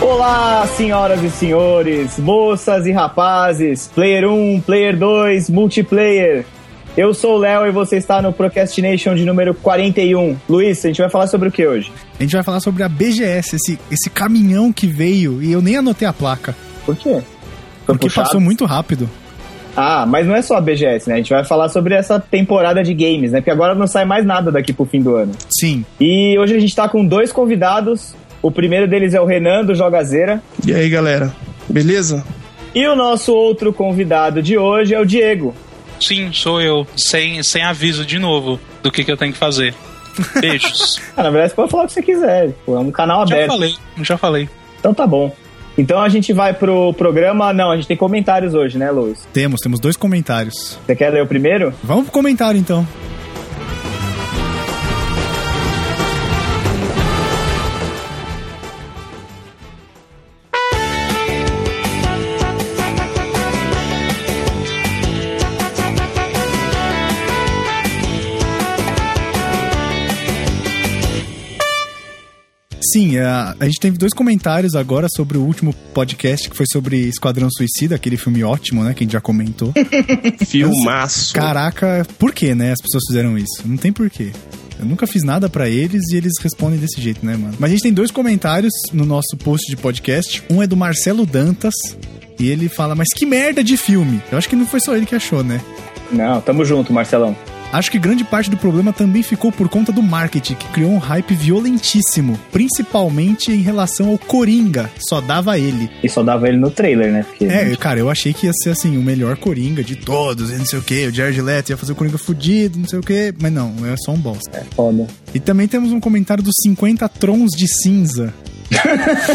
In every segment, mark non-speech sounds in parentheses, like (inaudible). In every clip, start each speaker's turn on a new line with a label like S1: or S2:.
S1: Olá, senhoras e senhores, moças e rapazes, player 1, player 2, multiplayer. Eu sou o Léo e você está no Procrastination de número 41. Luiz, a gente vai falar sobre o que hoje?
S2: A gente vai falar sobre a BGS, esse, esse caminhão que veio e eu nem anotei a placa.
S1: Por quê? Foi
S2: Porque
S1: puxado?
S2: passou muito rápido.
S1: Ah, mas não é só a BGS, né? A gente vai falar sobre essa temporada de games, né? Porque agora não sai mais nada daqui pro fim do ano.
S2: Sim.
S1: E hoje a gente tá com dois convidados. O primeiro deles é o Renan, do Jogazeira.
S3: E aí, galera? Beleza?
S1: E o nosso outro convidado de hoje é o Diego.
S4: Sim, sou eu. Sem, sem aviso de novo do que, que eu tenho que fazer. Beijos.
S1: Ah, na verdade, você pode falar o que você quiser. tipo, É um canal
S4: já
S1: aberto.
S4: falei, já falei.
S1: Então tá bom. Então a gente vai pro programa. Não, a gente tem comentários hoje, né, Luiz?
S2: Temos, temos dois comentários.
S1: Você quer ler o primeiro?
S2: Vamos pro comentário então. Sim, é, a, a gente teve dois comentários agora sobre o último podcast que foi sobre Esquadrão Suicida, aquele filme ótimo, né? Que a gente já comentou.
S3: Filmaço.
S2: Caraca, por que, né? As pessoas fizeram isso? Não tem porquê. Eu nunca fiz nada pra eles e eles respondem desse jeito, né, mano? Mas a gente tem dois comentários no nosso post de podcast. Um é do Marcelo Dantas e ele fala: Mas que merda de filme! Eu acho que não foi só ele que achou, né?
S1: Não, tamo junto, Marcelão.
S2: Acho que grande parte do problema também ficou por conta do marketing, que criou um hype violentíssimo, principalmente em relação ao Coringa, só dava ele.
S1: E só dava ele no trailer, né? Porque
S2: É, cara, eu achei que ia ser assim, o melhor Coringa de todos, e não sei o que, o Jared Leto ia fazer o Coringa fudido, não sei o que, mas não, é só um bosta.
S1: é foda.
S2: E também temos um comentário dos 50 Trons de Cinza.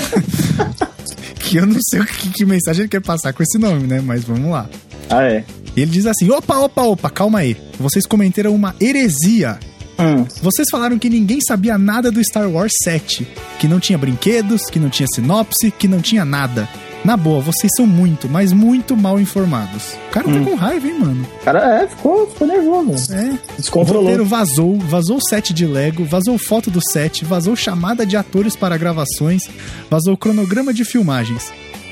S2: (laughs) que eu não sei o que, que mensagem ele quer passar com esse nome, né? Mas vamos lá.
S1: Ah, é.
S2: E ele diz assim: opa, opa, opa, calma aí. Vocês comentaram uma heresia.
S1: Hum,
S2: Vocês falaram que ninguém sabia nada do Star Wars 7. Que não tinha brinquedos, que não tinha sinopse, que não tinha nada. Na boa, vocês são muito, mas muito mal informados. O cara tá com raiva, hein, mano?
S1: cara, é, ficou, ficou nervoso.
S2: É. O
S1: Descontrolou.
S2: roteiro vazou, vazou o set de Lego, vazou foto do set, vazou chamada de atores para gravações, vazou cronograma de filmagens.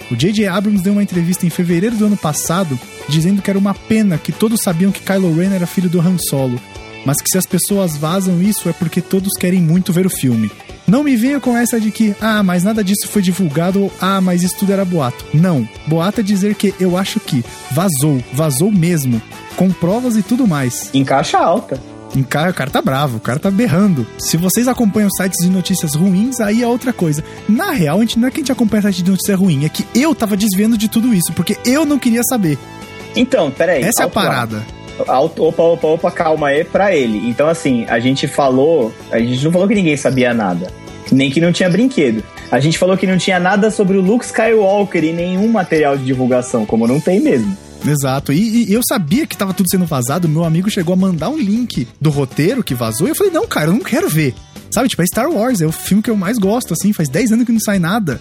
S2: O J.J. Abrams deu uma entrevista em fevereiro do ano passado dizendo que era uma pena que todos sabiam que Kylo Ren era filho do Han Solo, mas que se as pessoas vazam isso é porque todos querem muito ver o filme. Não me venha com essa de que, ah, mas nada disso foi divulgado ou, ah, mas isso tudo era boato. Não, boato é dizer que eu acho que vazou, vazou mesmo, com provas e tudo mais.
S1: Em caixa alta.
S2: Em cara, o cara tá bravo, o cara tá berrando. Se vocês acompanham sites de notícias ruins, aí é outra coisa. Na real, a gente não é que a gente acompanha site de notícia ruim, é que eu tava desvendo de tudo isso, porque eu não queria saber.
S1: Então, peraí.
S2: Essa é a
S1: alto lá.
S2: parada.
S1: Alto, opa, opa, opa, calma aí pra ele. Então, assim, a gente falou. A gente não falou que ninguém sabia nada. Nem que não tinha brinquedo. A gente falou que não tinha nada sobre o Luke Skywalker e nenhum material de divulgação, como não tem mesmo.
S2: Exato. E, e eu sabia que tava tudo sendo vazado, meu amigo chegou a mandar um link do roteiro que vazou, e eu falei, não, cara, eu não quero ver. Sabe, tipo, é Star Wars, é o filme que eu mais gosto, assim, faz 10 anos que não sai nada.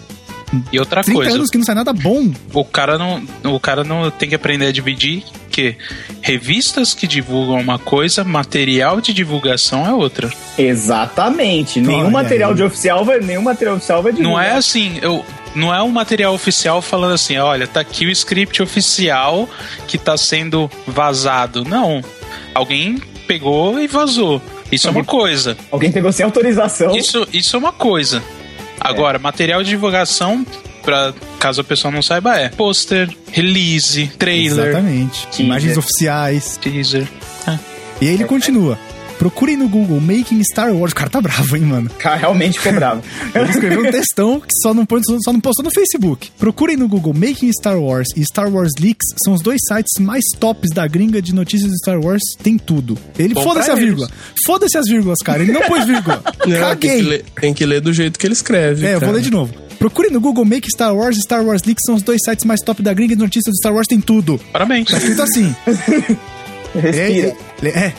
S4: E outra
S2: 30
S4: coisa,
S2: anos que não sai nada bom.
S4: o cara não, o cara não tem que aprender a dividir que revistas que divulgam uma coisa, material de divulgação é outra.
S1: Exatamente. Nenhum
S2: Olha
S1: material
S2: aí.
S1: de oficial vai, nenhum material oficial vai
S4: Não é
S1: divulgar.
S4: assim, eu não é um material oficial falando assim, olha, tá aqui o script oficial que tá sendo vazado. Não. Alguém pegou e vazou. Isso é uma coisa.
S1: Alguém pegou sem autorização.
S4: Isso, isso é uma coisa. Agora, material de divulgação, pra, caso a pessoa não saiba, é pôster, release, trailer,
S2: Exatamente.
S1: Teaser.
S2: Imagens oficiais.
S4: teaser.
S2: E aí ele continua. Procurem no Google Making Star Wars. O cara tá bravo, hein, mano?
S1: Cara, (laughs) realmente ficou bravo.
S2: Ele escreveu um textão que só não, pôs- só não postou no Facebook. Procurem no Google Making Star Wars e Star Wars Leaks são os dois sites mais tops da gringa de notícias de Star Wars. Tem tudo. Ele,
S4: Bom
S2: foda-se a
S4: pra eles.
S2: vírgula. Foda-se as vírgulas, cara. Ele não pôs vírgula.
S3: Não, Tem, que
S2: Caguei.
S3: ler, tem que ler do jeito que ele escreve.
S2: É, eu
S3: cara.
S2: vou ler de novo. Procurem no Google Make Star Wars e Star Wars Leaks são os dois sites mais top da gringa de notícias de Star Wars. Tem tudo.
S4: Parabéns.
S2: Tá escrito assim.
S1: Respira.
S2: É, é, é.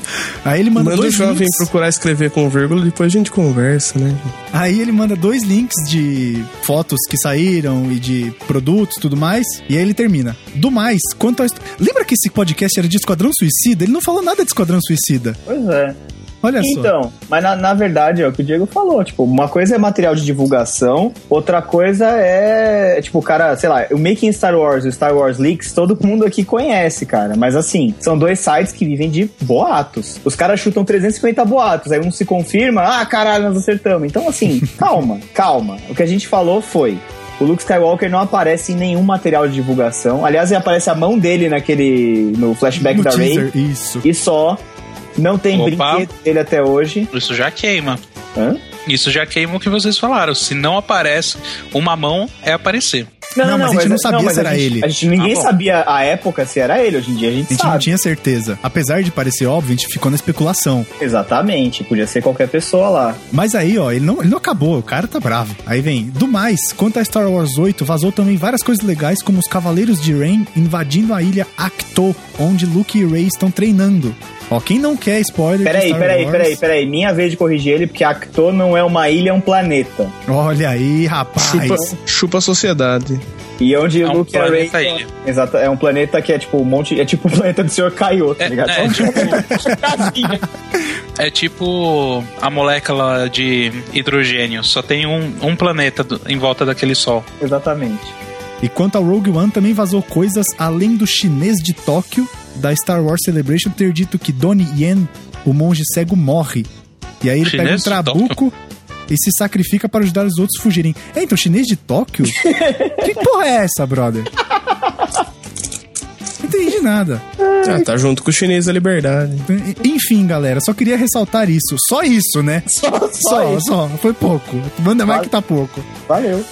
S2: Aí ele manda,
S3: Manda o
S2: dois
S3: jovem
S2: links.
S3: procurar escrever com vírgula, depois a gente conversa, né?
S2: Aí ele manda dois links de fotos que saíram e de produtos e tudo mais. E aí ele termina. Do mais, quanto ao. est- Lembra que esse podcast era de Esquadrão Suicida? Ele não falou nada de Esquadrão Suicida.
S1: Pois é.
S2: Olha só.
S1: Então, mas na, na verdade é o que o Diego falou, tipo, uma coisa é material de divulgação, outra coisa é, tipo, cara, sei lá, o Making Star Wars e o Star Wars Leaks, todo mundo aqui conhece, cara, mas assim, são dois sites que vivem de boatos. Os caras chutam 350 boatos, aí um se confirma, ah, caralho, nós acertamos. Então,
S2: (laughs)
S1: assim, calma, calma. O que a gente falou foi, o Luke Skywalker não aparece em nenhum material de divulgação. Aliás, ele aparece a mão dele naquele no flashback
S2: No
S1: da Rey
S2: teaser, isso.
S1: e só. Não tem
S4: Opa.
S1: brinquedo dele até hoje.
S4: Isso já queima.
S1: Hã?
S4: Isso já queima o que vocês falaram. Se não aparece, uma mão é aparecer.
S2: Não, mas a gente não sabia
S1: mas
S2: se era
S1: a gente-
S2: ele.
S1: A gente, ninguém
S4: Ah, bom.
S1: sabia a época se era ele. Hoje em dia a gente,
S2: A gente
S1: sabe.
S2: não tinha certeza. Apesar de parecer óbvio, a gente ficou na especulação.
S1: Exatamente. Podia ser qualquer pessoa lá.
S2: Mas aí, ó, ele não, ele não acabou, o cara tá bravo. Aí vem, do mais, quanto a Star Wars 8, vazou também várias coisas legais, como os Cavaleiros de Rain invadindo a ilha Acto, onde Luke e Rey estão treinando. Ó, quem não quer spoiler de
S1: Peraí,
S2: Star
S1: peraí,
S2: Wars...
S1: peraí, peraí. Minha vez de corrigir ele, porque Acto não é uma ilha, é um planeta.
S2: Olha aí, rapaz.
S3: Chupa, chupa a sociedade.
S1: E onde
S4: É um
S1: Luke e a Rey...
S4: planeta ilha.
S1: Exato, é um planeta que é tipo um monte... É tipo o planeta do Sr. Kaiô, tá
S4: É,
S1: ligado?
S4: é, tipo, é tipo a molécula de hidrogênio. Só tem um, um planeta do- em volta daquele sol.
S1: Exatamente.
S2: E quanto ao Rogue One, também vazou coisas além do chinês de Tóquio, da Star Wars Celebration, ter dito que Donnie Yen, o monge cego, morre. E aí ele
S4: Chinês
S2: pega um
S4: de
S2: trabuco e se sacrifica para ajudar os outros a fugirem. Eita, o chinês de Tóquio? que porra é essa, brother? Não entendi nada.
S3: Ah, tá junto com o chinês da liberdade.
S2: Enfim, galera, só queria ressaltar isso. Só isso, né?
S1: Só, só,
S2: Só,
S1: isso.
S2: só. Foi pouco. Manda mais que tá pouco.
S1: Valeu.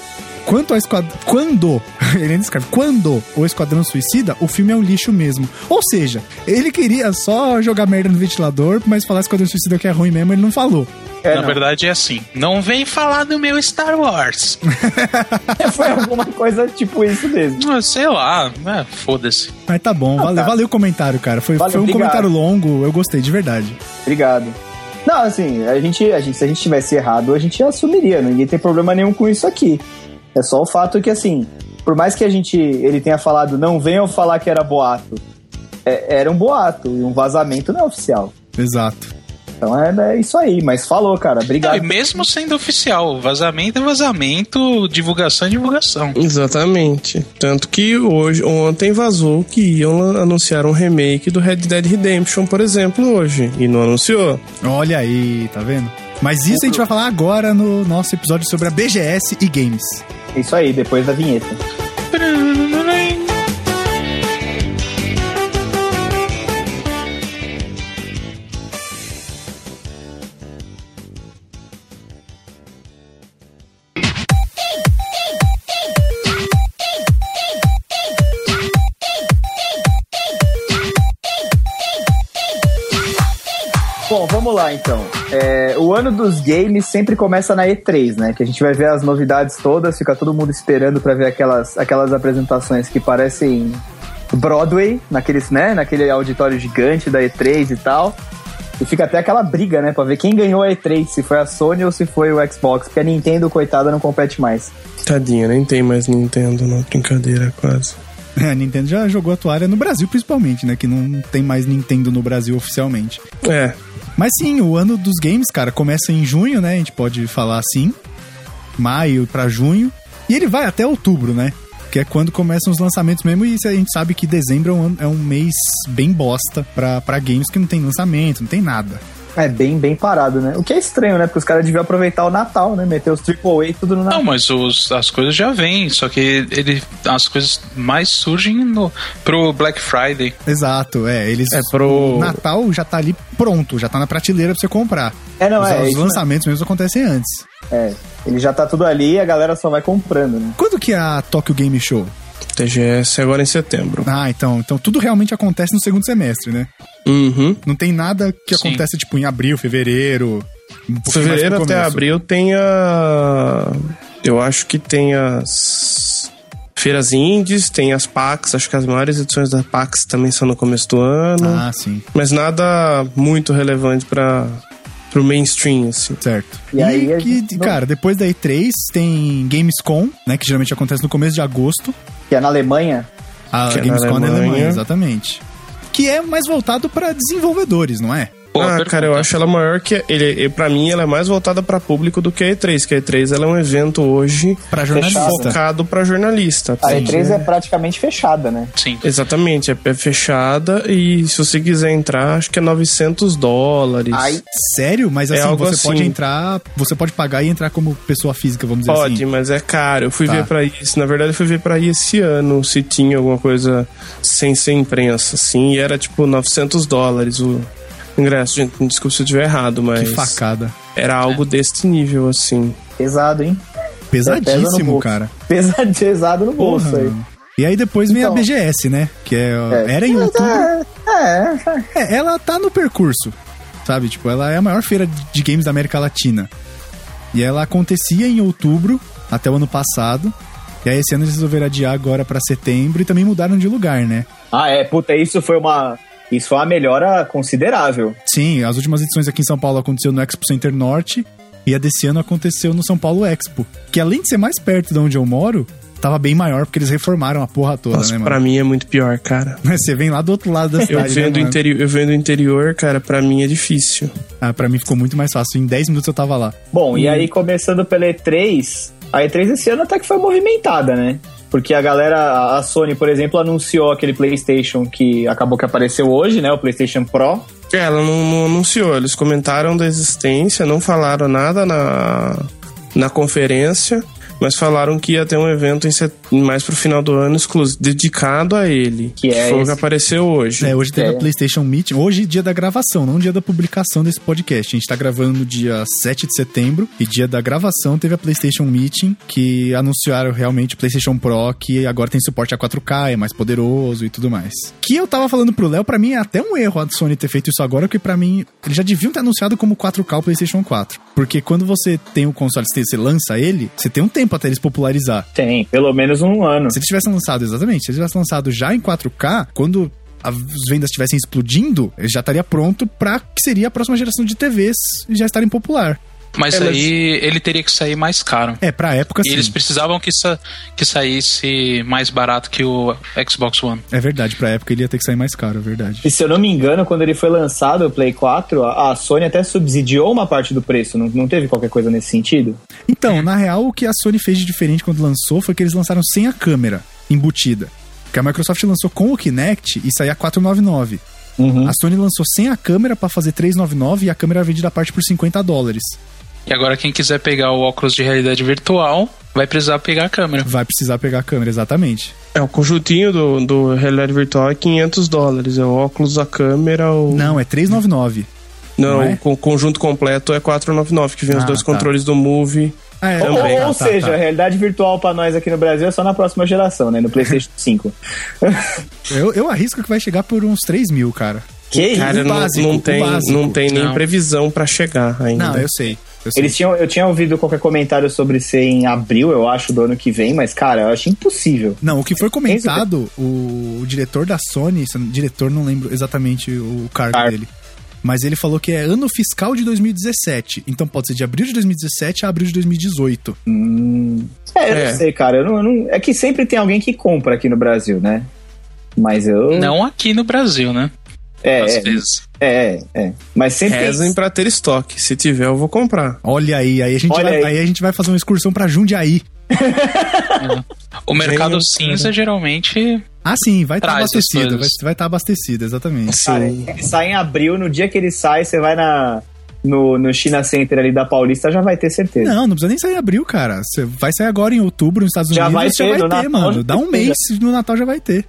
S2: Quanto ao esquadrão. Quando. (laughs) Ele ainda escreve. Quando o Esquadrão Suicida, o filme é um lixo mesmo. Ou seja, ele queria só jogar merda no ventilador, mas falar Esquadrão Suicida que é ruim mesmo, ele não falou.
S1: É,
S4: Na
S1: não.
S4: verdade é assim. Não vem falar do meu
S1: (laughs)
S4: Star Wars.
S1: (laughs) Foi alguma coisa tipo isso mesmo.
S4: Ah, Sei lá, né? foda-se.
S2: Mas tá bom, valeu,
S1: tá.
S2: valeu o comentário, cara. Foi,
S1: Valeu,
S2: foi um
S1: obrigado.
S2: comentário longo, eu gostei, de verdade.
S1: Obrigado. Não, assim, a gente, a gente, se a gente tivesse errado, a gente assumiria, né? ninguém tem problema nenhum com isso aqui. É só o fato que, assim, por mais que a gente, ele tenha falado, não venham falar que era boato, é- era um boato, e um vazamento não é oficial.
S2: Exato.
S1: Então é, é isso aí, mas falou, cara,
S4: Não, e
S3: Tá.
S1: obrigado.
S4: mesmo sendo oficial, vazamento é vazamento, divulgação é divulgação.
S3: Exatamente. Tanto que hoje, ontem vazou que iam lan- anunciar um remake do Red Dead Redemption, por exemplo, hoje. E não anunciou.
S2: Olha aí, tá vendo? Mas isso a gente vai falar agora no nosso episódio sobre a BGS e games. (laughs)
S1: É Isso aí, depois da vinheta. Bom, vamos lá então. É, o ano dos games sempre começa na E3, né? Que a gente vai ver as novidades todas, fica todo mundo esperando pra ver aquelas, aquelas apresentações que parecem Broadway, naqueles, né? Naquele auditório gigante da E3 e tal. E fica até aquela briga, né? Pra ver quem ganhou a E3, se foi a Sony ou se foi o Xbox, porque a Nintendo, coitada, não compete mais.
S3: Tadinha, nem tem mais Nintendo, não. Brincadeira, quase.
S2: A Nintendo já jogou a toalha no Brasil, principalmente, né? Que não tem mais Nintendo no Brasil oficialmente.
S3: É,
S2: Mas sim, o ano dos games, cara, começa em junho, né? A gente pode falar assim. Maio pra junho. E ele vai até outubro, né? Que é quando começam os lançamentos mesmo. E isso a gente sabe que dezembro é um, ano- é um mês bem bosta pra, pra games que não tem lançamento, não tem nada.
S1: É bem, bem parado, né? O que é estranho, né? Porque os caras deviam aproveitar o Natal, né? Meter os AAA tudo no Natal.
S4: Não, mas os- as coisas já vêm, só que ele, as coisas mais surgem no, pro Black Friday.
S2: Exato, é. Eles.
S3: é pro.
S2: O Natal já tá ali pronto, já tá na prateleira pra você comprar.
S1: É, não,
S2: os,
S1: é.
S2: os
S1: isso, né?
S2: lançamentos mesmo acontecem antes.
S1: É, ele já tá tudo ali e a galera só vai comprando, né?
S2: Quando que é a Tokyo Game Show?
S3: TGS agora em setembro.
S2: Ah, então, então tudo realmente acontece no segundo semestre, né?
S3: Uhum.
S2: Não tem nada que
S4: Sim.
S2: acontece, tipo, em abril, fevereiro. um pouquinho
S3: Fevereiro
S2: mais pro
S3: até
S2: começo.
S3: abril tem a. Eu acho que tem as. Feiras indies, tem as PAX, acho que as maiores edições da PAX também são no começo do ano.
S2: Ah, sim.
S3: Mas nada muito relevante para pro mainstream, assim.
S2: Certo.
S1: E
S2: E,
S1: aí a
S2: que,
S1: gente-
S2: cara, depois da E3 tem Gamescom, né? Que geralmente acontece no começo de agosto.
S1: Que é na Alemanha.
S2: A
S3: Que é na
S2: Gamescom na Alemanha,
S3: Alemanha.
S2: exatamente. Que é mais voltado pra desenvolvedores, não é?
S4: Pô,
S3: ah,
S4: pergunta.
S3: cara, eu acho ela maior que. Ele, e pra mim, ela é mais voltada pra público do que a E3, que a E3 ela é um evento hoje
S2: Pra jornalista.
S3: focado pra jornalista.
S1: A
S3: Entendi.
S1: E3 é praticamente fechada, né?
S4: Sim.
S3: Exatamente, é- é fechada e se você quiser entrar, acho que é 900 dólares.
S1: Ai,
S2: Sério? Mas
S3: É
S2: assim,
S3: algo
S2: você pode
S3: assim.
S2: entrar, você pode pagar e entrar como pessoa física, vamos dizer
S3: Pode,
S2: assim.
S3: mas é caro. Eu fui
S2: Tá.
S3: ver pra isso. Na verdade, eu fui ver pra ir esse ano se tinha alguma coisa sem ser imprensa, assim. E era tipo 900 dólares o ingresso. Gente, me desculpa se eu estiver errado,
S2: Que
S3: mas
S2: facada. É.
S3: era algo desse nível, assim.
S1: pesado, hein? (laughs) Pesa no
S2: Pesadíssimo,
S1: bolso.
S2: cara.
S1: Pesado, pesado no bolso
S2: Porra,
S1: aí.
S2: mano. E aí depois vem a
S1: Então.
S2: BGS, né? Que é, ó,
S1: É.
S2: era em outubro.
S1: É, é.
S2: É, ela tá no percurso, sabe? Tipo, ela é a maior feira de games da América Latina. E ela acontecia em outubro, até o ano passado. E aí esse ano eles resolveram adiar agora pra setembro e também mudaram de lugar, né?
S1: Ah, é, puta, isso foi uma. Isso foi uma melhora considerável.
S2: Sim, as últimas edições aqui em São Paulo aconteceu no Expo Center Norte e a desse ano aconteceu no São Paulo Expo, que além de ser mais perto de onde eu moro, tava bem maior porque eles reformaram a porra toda,
S3: Nossa,
S2: né,
S3: pra
S2: mano?
S3: mim é muito pior, cara.
S2: (laughs) Você vem lá do outro lado da
S3: Eu
S2: cidade, né,
S3: venho, do
S2: mano?
S3: interior, eu venho do interior, cara, pra mim é difícil.
S2: Ah, pra mim ficou muito mais fácil, em 10 minutos eu tava lá.
S1: Bom, e aí começando pela E3, a E3 esse ano até que foi movimentada, né? Porque a galera, a Sony, por exemplo, anunciou aquele PlayStation que acabou que apareceu hoje, né? O PlayStation Pro.
S3: É, Ela não, não anunciou, eles comentaram da existência, não falaram nada na, na conferência, mas falaram que ia ter um evento em set- mais pro final do ano exclusivo, dedicado a ele.
S1: Que é
S3: foi o que
S1: esse.
S3: apareceu hoje.
S2: É, hoje teve
S1: É.
S2: a PlayStation Meet. Hoje, dia da gravação, não dia da publicação desse podcast. A gente tá gravando no dia 7 de setembro e dia da gravação teve a PlayStation Meeting, que anunciaram realmente o PlayStation Pro, que agora tem suporte a 4K, é mais poderoso e tudo mais. Que eu tava falando pro Léo, pra mim é até um erro a Sony ter feito isso agora, porque pra mim eles já deviam ter anunciado como 4K o PlayStation 4. Porque quando você tem o console, você você lança ele, você tem um tempo até eles popularizar.
S1: Tem, pelo menos um ano.
S2: Se eles tivessem lançado, exatamente, se eles tivessem lançado já em 4K, quando a- as vendas estivessem explodindo, ele já estaria pronto pra que seria a próxima geração de TVs e já estarem popular.
S4: Mas
S3: É, mas-
S4: aí ele teria que sair mais caro.
S2: É, pra época
S4: E
S2: sim.
S4: eles precisavam que, sa que saísse mais barato que o Xbox One.
S2: É verdade, pra época ele ia ter que sair mais caro, é verdade.
S1: E se eu não me engano, quando ele foi lançado, o Play 4, a a Sony até subsidiou uma parte do preço. Não, não teve qualquer coisa nesse sentido?
S2: Então, na real, o que a Sony fez de diferente quando lançou foi que eles lançaram sem a câmera embutida. Porque a Microsoft lançou com o Kinect e saía 499.
S1: Uhum.
S2: A Sony lançou sem a câmera pra fazer 399 e a câmera vendida à parte por 50 dólares.
S4: E agora quem quiser pegar o óculos de realidade virtual vai precisar pegar a câmera.
S2: Vai precisar pegar a câmera, exatamente.
S3: É, o conjuntinho do, do realidade virtual é 500 dólares, é o óculos, a câmera, o...
S2: Não, é 399.
S3: Não,
S2: não é?
S3: o co- conjunto completo é 499, que vem os
S2: Ah,
S3: dois
S2: tá.
S3: controles do Move.
S2: Ah, é,
S1: Ou,
S3: Também.
S1: ou
S2: tá, tá,
S1: seja,
S2: tá.
S1: realidade virtual pra nós aqui no Brasil é só na próxima geração, né? No PlayStation 5.
S2: Eu, eu arrisco que vai chegar por uns 3 mil, cara.
S1: que isso?
S3: Cara,
S2: o
S3: não,
S2: básico,
S3: não
S2: o
S3: tem,
S2: básico.
S3: não tem nem
S4: Não.
S3: previsão pra chegar ainda.
S2: Não, eu sei. Eu sei.
S1: Eles tinham, eu tinha ouvido qualquer comentário sobre ser em abril, eu acho, do ano que vem, mas, cara, eu acho impossível.
S2: Não, o que foi comentado, o, o diretor da Sony, se- diretor não lembro exatamente o cargo
S1: Cargo.
S2: dele, mas ele falou que é ano fiscal de 2017. Então pode ser de abril de 2017 a abril de 2018.
S1: É, eu
S3: É.
S1: não sei, cara. eu não- eu não- é que sempre tem alguém que compra aqui no Brasil, né? Mas
S3: Hum.
S1: eu.
S4: Não aqui no Brasil, né?
S1: É,
S4: Às
S1: é,
S4: vezes.
S1: é, é. Mas sempre. tem-
S3: Rezem pra ter estoque. Se tiver, eu vou comprar.
S2: Olha aí, aí a gente,
S1: Olha
S2: vai,
S1: aí.
S2: aí a gente vai fazer uma excursão pra Jundiaí.
S4: O mercado
S3: Gênio,
S4: cinza geralmente.
S2: Ah, sim, vai estar
S4: Traz as
S2: abastecido, vai
S4: coisas.
S2: estar vai tá abastecido, exatamente.
S1: Cara,
S3: Sim.
S1: ele sai em abril, no dia que ele sai, você vai na, no, no China Center ali da Paulista, já vai ter certeza.
S2: Não, não precisa nem sair em abril, cara. Você vai sair agora em outubro nos Estados
S1: Já
S2: Unidos,
S1: vai
S2: você
S1: ter,
S2: vai ter,
S1: no Natal
S2: mano.
S1: já
S2: Dá
S1: tem,
S2: um mês, no Natal já vai ter.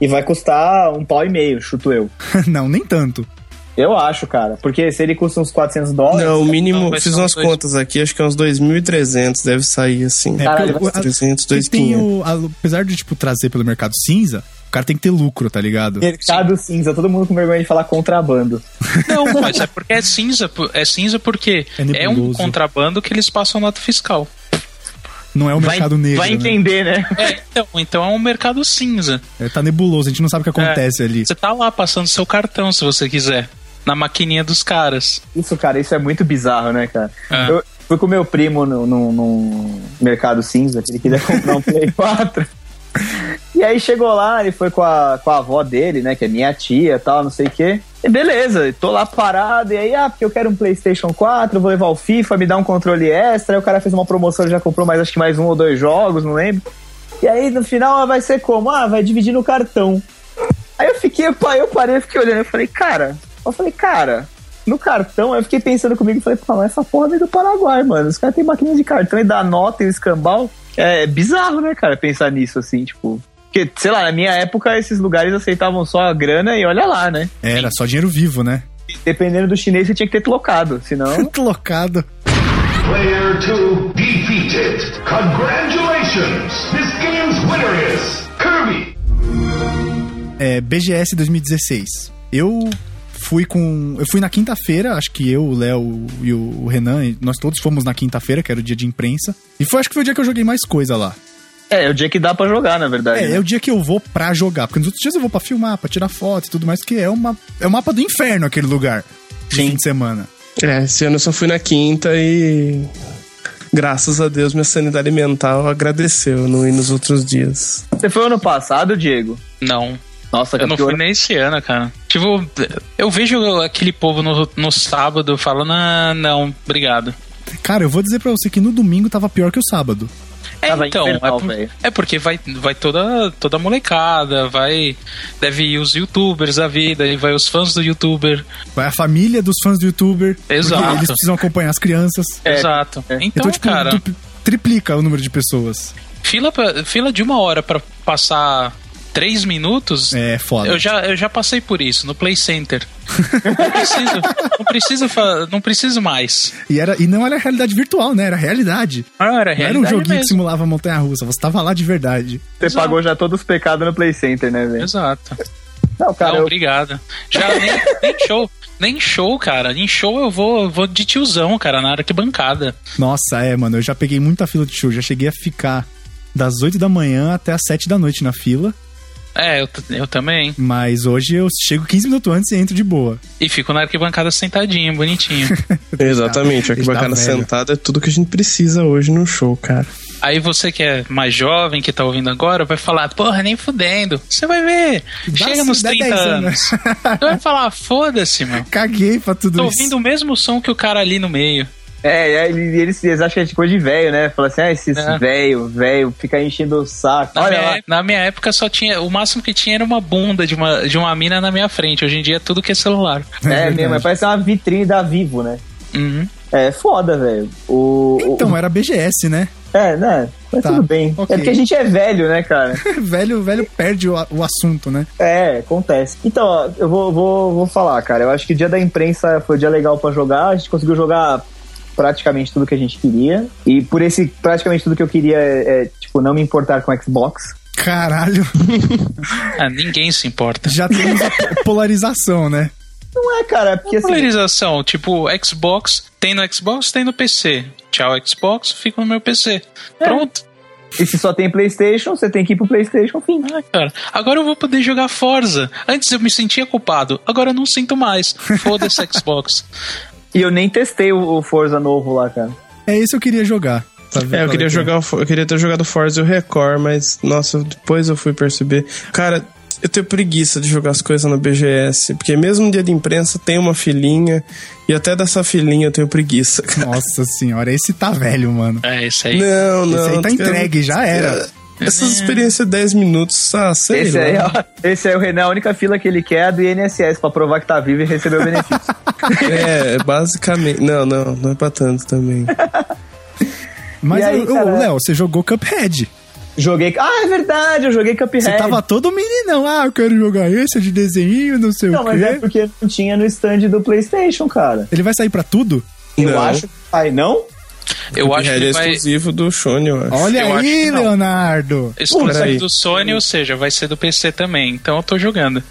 S1: E vai custar um pau e meio, chuto eu.
S2: não, nem tanto.
S1: Eu acho, cara. Porque se ele custa uns 400 dólares.
S3: Não,
S4: Não,
S3: o mínimo,
S4: vai
S3: fiz
S4: ser
S3: umas
S4: dois-
S3: contas aqui, acho que é uns 2.300 deve sair assim.
S2: É,
S1: Caralho,
S2: porque o- a-
S3: 300,
S2: que tem um-
S3: 2.500.
S2: o- a- apesar de, tipo, trazer pelo mercado cinza, o cara tem que ter lucro, tá ligado?
S1: Mercado cinza, todo mundo com vergonha de falar contrabando.
S4: Não, (laughs) mas é porque é cinza. É cinza porque
S2: É
S4: é, um
S2: nebuloso.
S4: contrabando que eles passam nota fiscal.
S2: Não é o
S1: Vai,
S2: mercado negro.
S1: vai
S2: né?
S1: entender, né?
S4: É, (laughs) então, então é um mercado cinza.
S2: É, tá nebuloso, a gente não sabe o que
S1: É.
S2: acontece ali.
S4: Você tá lá passando seu cartão se você quiser. Na maquininha dos caras.
S1: Isso, cara, isso é muito bizarro, né, cara?
S4: É.
S1: Eu fui com meu primo no, no- no mercado cinza, que ele queria comprar um Play 4. E aí chegou lá, ele foi com a, com a avó dele, né, que é minha tia e tal, não sei o quê. E beleza, tô lá parado, e aí, ah, porque eu quero um PlayStation 4, vou levar o FIFA, me dá um controle extra. Aí o cara fez uma promoção, ele já comprou mais, acho que mais um ou dois jogos, não lembro. E aí no final vai ser como? Ah, vai dividir no cartão. Aí eu fiquei, pá, eu parei, eu fiquei olhando, eu falei, cara, eu falei, cara, no cartão, eu fiquei pensando comigo, falei, pô, mas essa porra vem do Paraguai, mano. Os caras têm máquina de cartão e dá nota e o escambau. É bizarro, né, cara, pensar nisso assim, tipo. Porque, sei lá, na minha época esses lugares aceitavam só a grana e olha lá, né?
S2: Era só dinheiro vivo, né?
S1: Dependendo do chinês, você tinha que ter trocado,
S2: (laughs)
S1: senão.
S2: Locado.
S5: Player 2 defeated. Congratulations! This game's winner is Kirby!
S2: É, BGS 2016. Eu fui com. Eu fui na quinta-feira, acho que eu, o Léo e o Renan, e nós todos fomos na quinta-feira, que era o dia de imprensa. E foi, acho que foi o dia que eu joguei mais coisa lá.
S1: É, é o dia que dá pra jogar, na verdade.
S2: É,
S1: né?
S2: é o dia que eu vou pra jogar, porque nos outros dias eu vou pra filmar, pra tirar foto e tudo mais, que é uma é o mapa do inferno aquele lugar. de
S1: Sim.
S2: Fim de semana.
S3: É, esse ano eu só fui na quinta e. Graças a Deus, minha sanidade mental agradeceu não ir nos outros dias.
S1: Você foi ano passado, Diego?
S4: Não.
S1: Nossa, que
S4: Eu não
S1: É pior-
S4: fui nem esse ano, cara. Tipo, eu vejo aquele povo no, no sábado falando, ah, não, obrigado.
S2: Cara, eu vou dizer pra você que no domingo tava pior que o sábado.
S4: É,
S1: Tava
S4: então,
S1: infernal,
S4: é, por-
S1: velho.
S4: é porque vai, vai toda, toda a molecada, vai. Deve ir os youtubers da vida, e vai os fãs do youtuber.
S2: Vai a família dos fãs do youtuber.
S4: Exato.
S2: porque Eles precisam acompanhar as crianças.
S1: É,
S4: Exato.
S1: é.
S4: Então, cara,
S2: tipo, tu- triplica o número de pessoas.
S4: fila, pra- fila de uma hora pra passar três minutos.
S2: É foda.
S4: Eu já, eu já passei por isso no Play Center. Não preciso, não preciso, fa- não preciso mais.
S2: E, era, e não era realidade virtual, né? Era realidade.
S4: Ah, era
S2: Não era um
S4: realidade
S2: joguinho que
S4: mesmo.
S2: simulava montanha russa. Você tava lá de verdade.
S1: Você
S4: Exato.
S1: pagou já todos os pecados no Play Center, né, velho?
S4: Exato.
S1: Não, cara,
S4: não,
S1: eu-
S4: obrigado. Já nem, nem show. Nem show, cara. Em show eu vou, eu vou de tiozão, cara, na arquibancada.
S2: Nossa, é, mano. Eu já peguei muita fila de show. Já cheguei a ficar das 8 da manhã até as 7 da noite na fila.
S4: É, eu, t- eu também.
S2: Mas hoje eu chego 15 minutos antes e entro de boa.
S4: E fico na arquibancada sentadinho, bonitinho.
S3: Exatamente,
S2: tá-
S3: o que
S2: ele tá
S3: bacana
S2: velho.
S3: sentado é tudo que a gente precisa hoje no show, cara.
S4: Aí você que é mais jovem, que tá ouvindo agora, vai falar, porra, nem fudendo. Você vai ver.
S2: Dá-
S4: Chega nos
S2: dá
S4: 30
S2: 10
S4: anos.
S2: anos. (laughs)
S4: Você vai falar, foda-se, meu.
S2: Caguei pra tudo
S4: Tô
S2: isso.
S4: ouvindo o mesmo som que o cara ali no meio.
S1: É, e aí eles, eles- eles acham que é de coisa de velho, né? Fala assim, ah, esses
S4: É.
S1: velho, velho, fica enchendo o saco.
S4: Na,
S1: Olha
S4: minha,
S1: lá.
S4: é- na minha época só tinha. O máximo que tinha era uma bunda de uma, de uma mina na minha frente. Hoje em dia é tudo que é celular.
S1: É,
S2: verdade.
S1: mesmo, parece uma vitrine da Vivo, né?
S4: Uhum.
S1: É foda, velho. O, o-
S2: Então, era BGS, né? (laughs)
S1: É, né? Mas
S2: Tá,
S1: tudo bem.
S2: ok.
S1: É porque a gente é velho, né, cara?
S2: velho, velho perde o, o assunto, né?
S1: É, acontece. Então, ó, eu vou, vou, vou falar, cara. Eu acho que o dia da imprensa foi o dia legal pra jogar. A gente conseguiu jogar praticamente tudo que a gente queria. E por esse praticamente tudo que eu queria é, é, tipo, não me importar com Xbox.
S2: Caralho, (laughs)
S4: Ah, ninguém se importa.
S2: já temos a po- polarização, né?
S1: Não é, cara, é porque assim.
S4: Polarização, tipo, Xbox, tem no Xbox, tem no PC. Tchau, Xbox, fico no meu PC.
S1: É.
S4: Pronto.
S1: E se só tem PlayStation, você tem que ir pro PlayStation, fim.
S4: Ah, cara. Agora eu vou poder jogar Forza. Antes eu me sentia culpado, agora eu não sinto mais. Foda-se, (laughs) Xbox.
S1: E eu nem testei o, o Forza novo lá, cara.
S2: É isso que eu queria jogar. pra ver
S3: É, eu
S2: qual
S3: queria
S2: que
S3: jogar, o For- eu queria ter jogado Forza e o Record, mas nossa, depois eu fui perceber. Cara, eu tenho preguiça de jogar as coisas no BGS, porque mesmo dia de imprensa tem uma filhinha e até dessa filhinha eu tenho preguiça. cara.
S2: Nossa senhora, esse tá velho, mano.
S4: É, isso aí.
S3: (laughs) Não, não.
S2: Esse aí tá
S3: eu-
S2: entregue, já era.
S3: Essas experiências de 10 minutos, ah, sei
S1: Esse
S3: lá.
S1: aí, ó, esse aí, o Renan, a única fila que ele quer é a do INSS pra provar que tá vivo e receber o
S2: (laughs)
S1: benefício.
S3: É, basicamente. Não, não, não é pra tanto também.
S2: Mas,
S1: E aí,
S2: eu- eu-
S1: cara?
S2: Léo, você jogou Cuphead.
S1: joguei. Ah, é verdade, eu joguei Cuphead.
S2: Você tava todo meninão. Ah, eu quero jogar esse é de desenho, não sei
S1: Não,
S2: o quê.
S1: mas é porque não tinha no stand do PlayStation, cara.
S2: Ele vai sair pra tudo?
S1: Eu
S3: Não.
S1: acho. Ai, não?
S4: Eu acho que
S3: ele é
S4: ele vai.
S3: exclusivo do Sony, eu acho.
S2: Olha
S4: eu acho
S2: aí,
S4: que não.
S2: Leonardo.
S3: Porra,
S4: Exclusivo
S3: peraí.
S4: do Sony, ou seja, vai ser do PC também. Então eu tô jogando.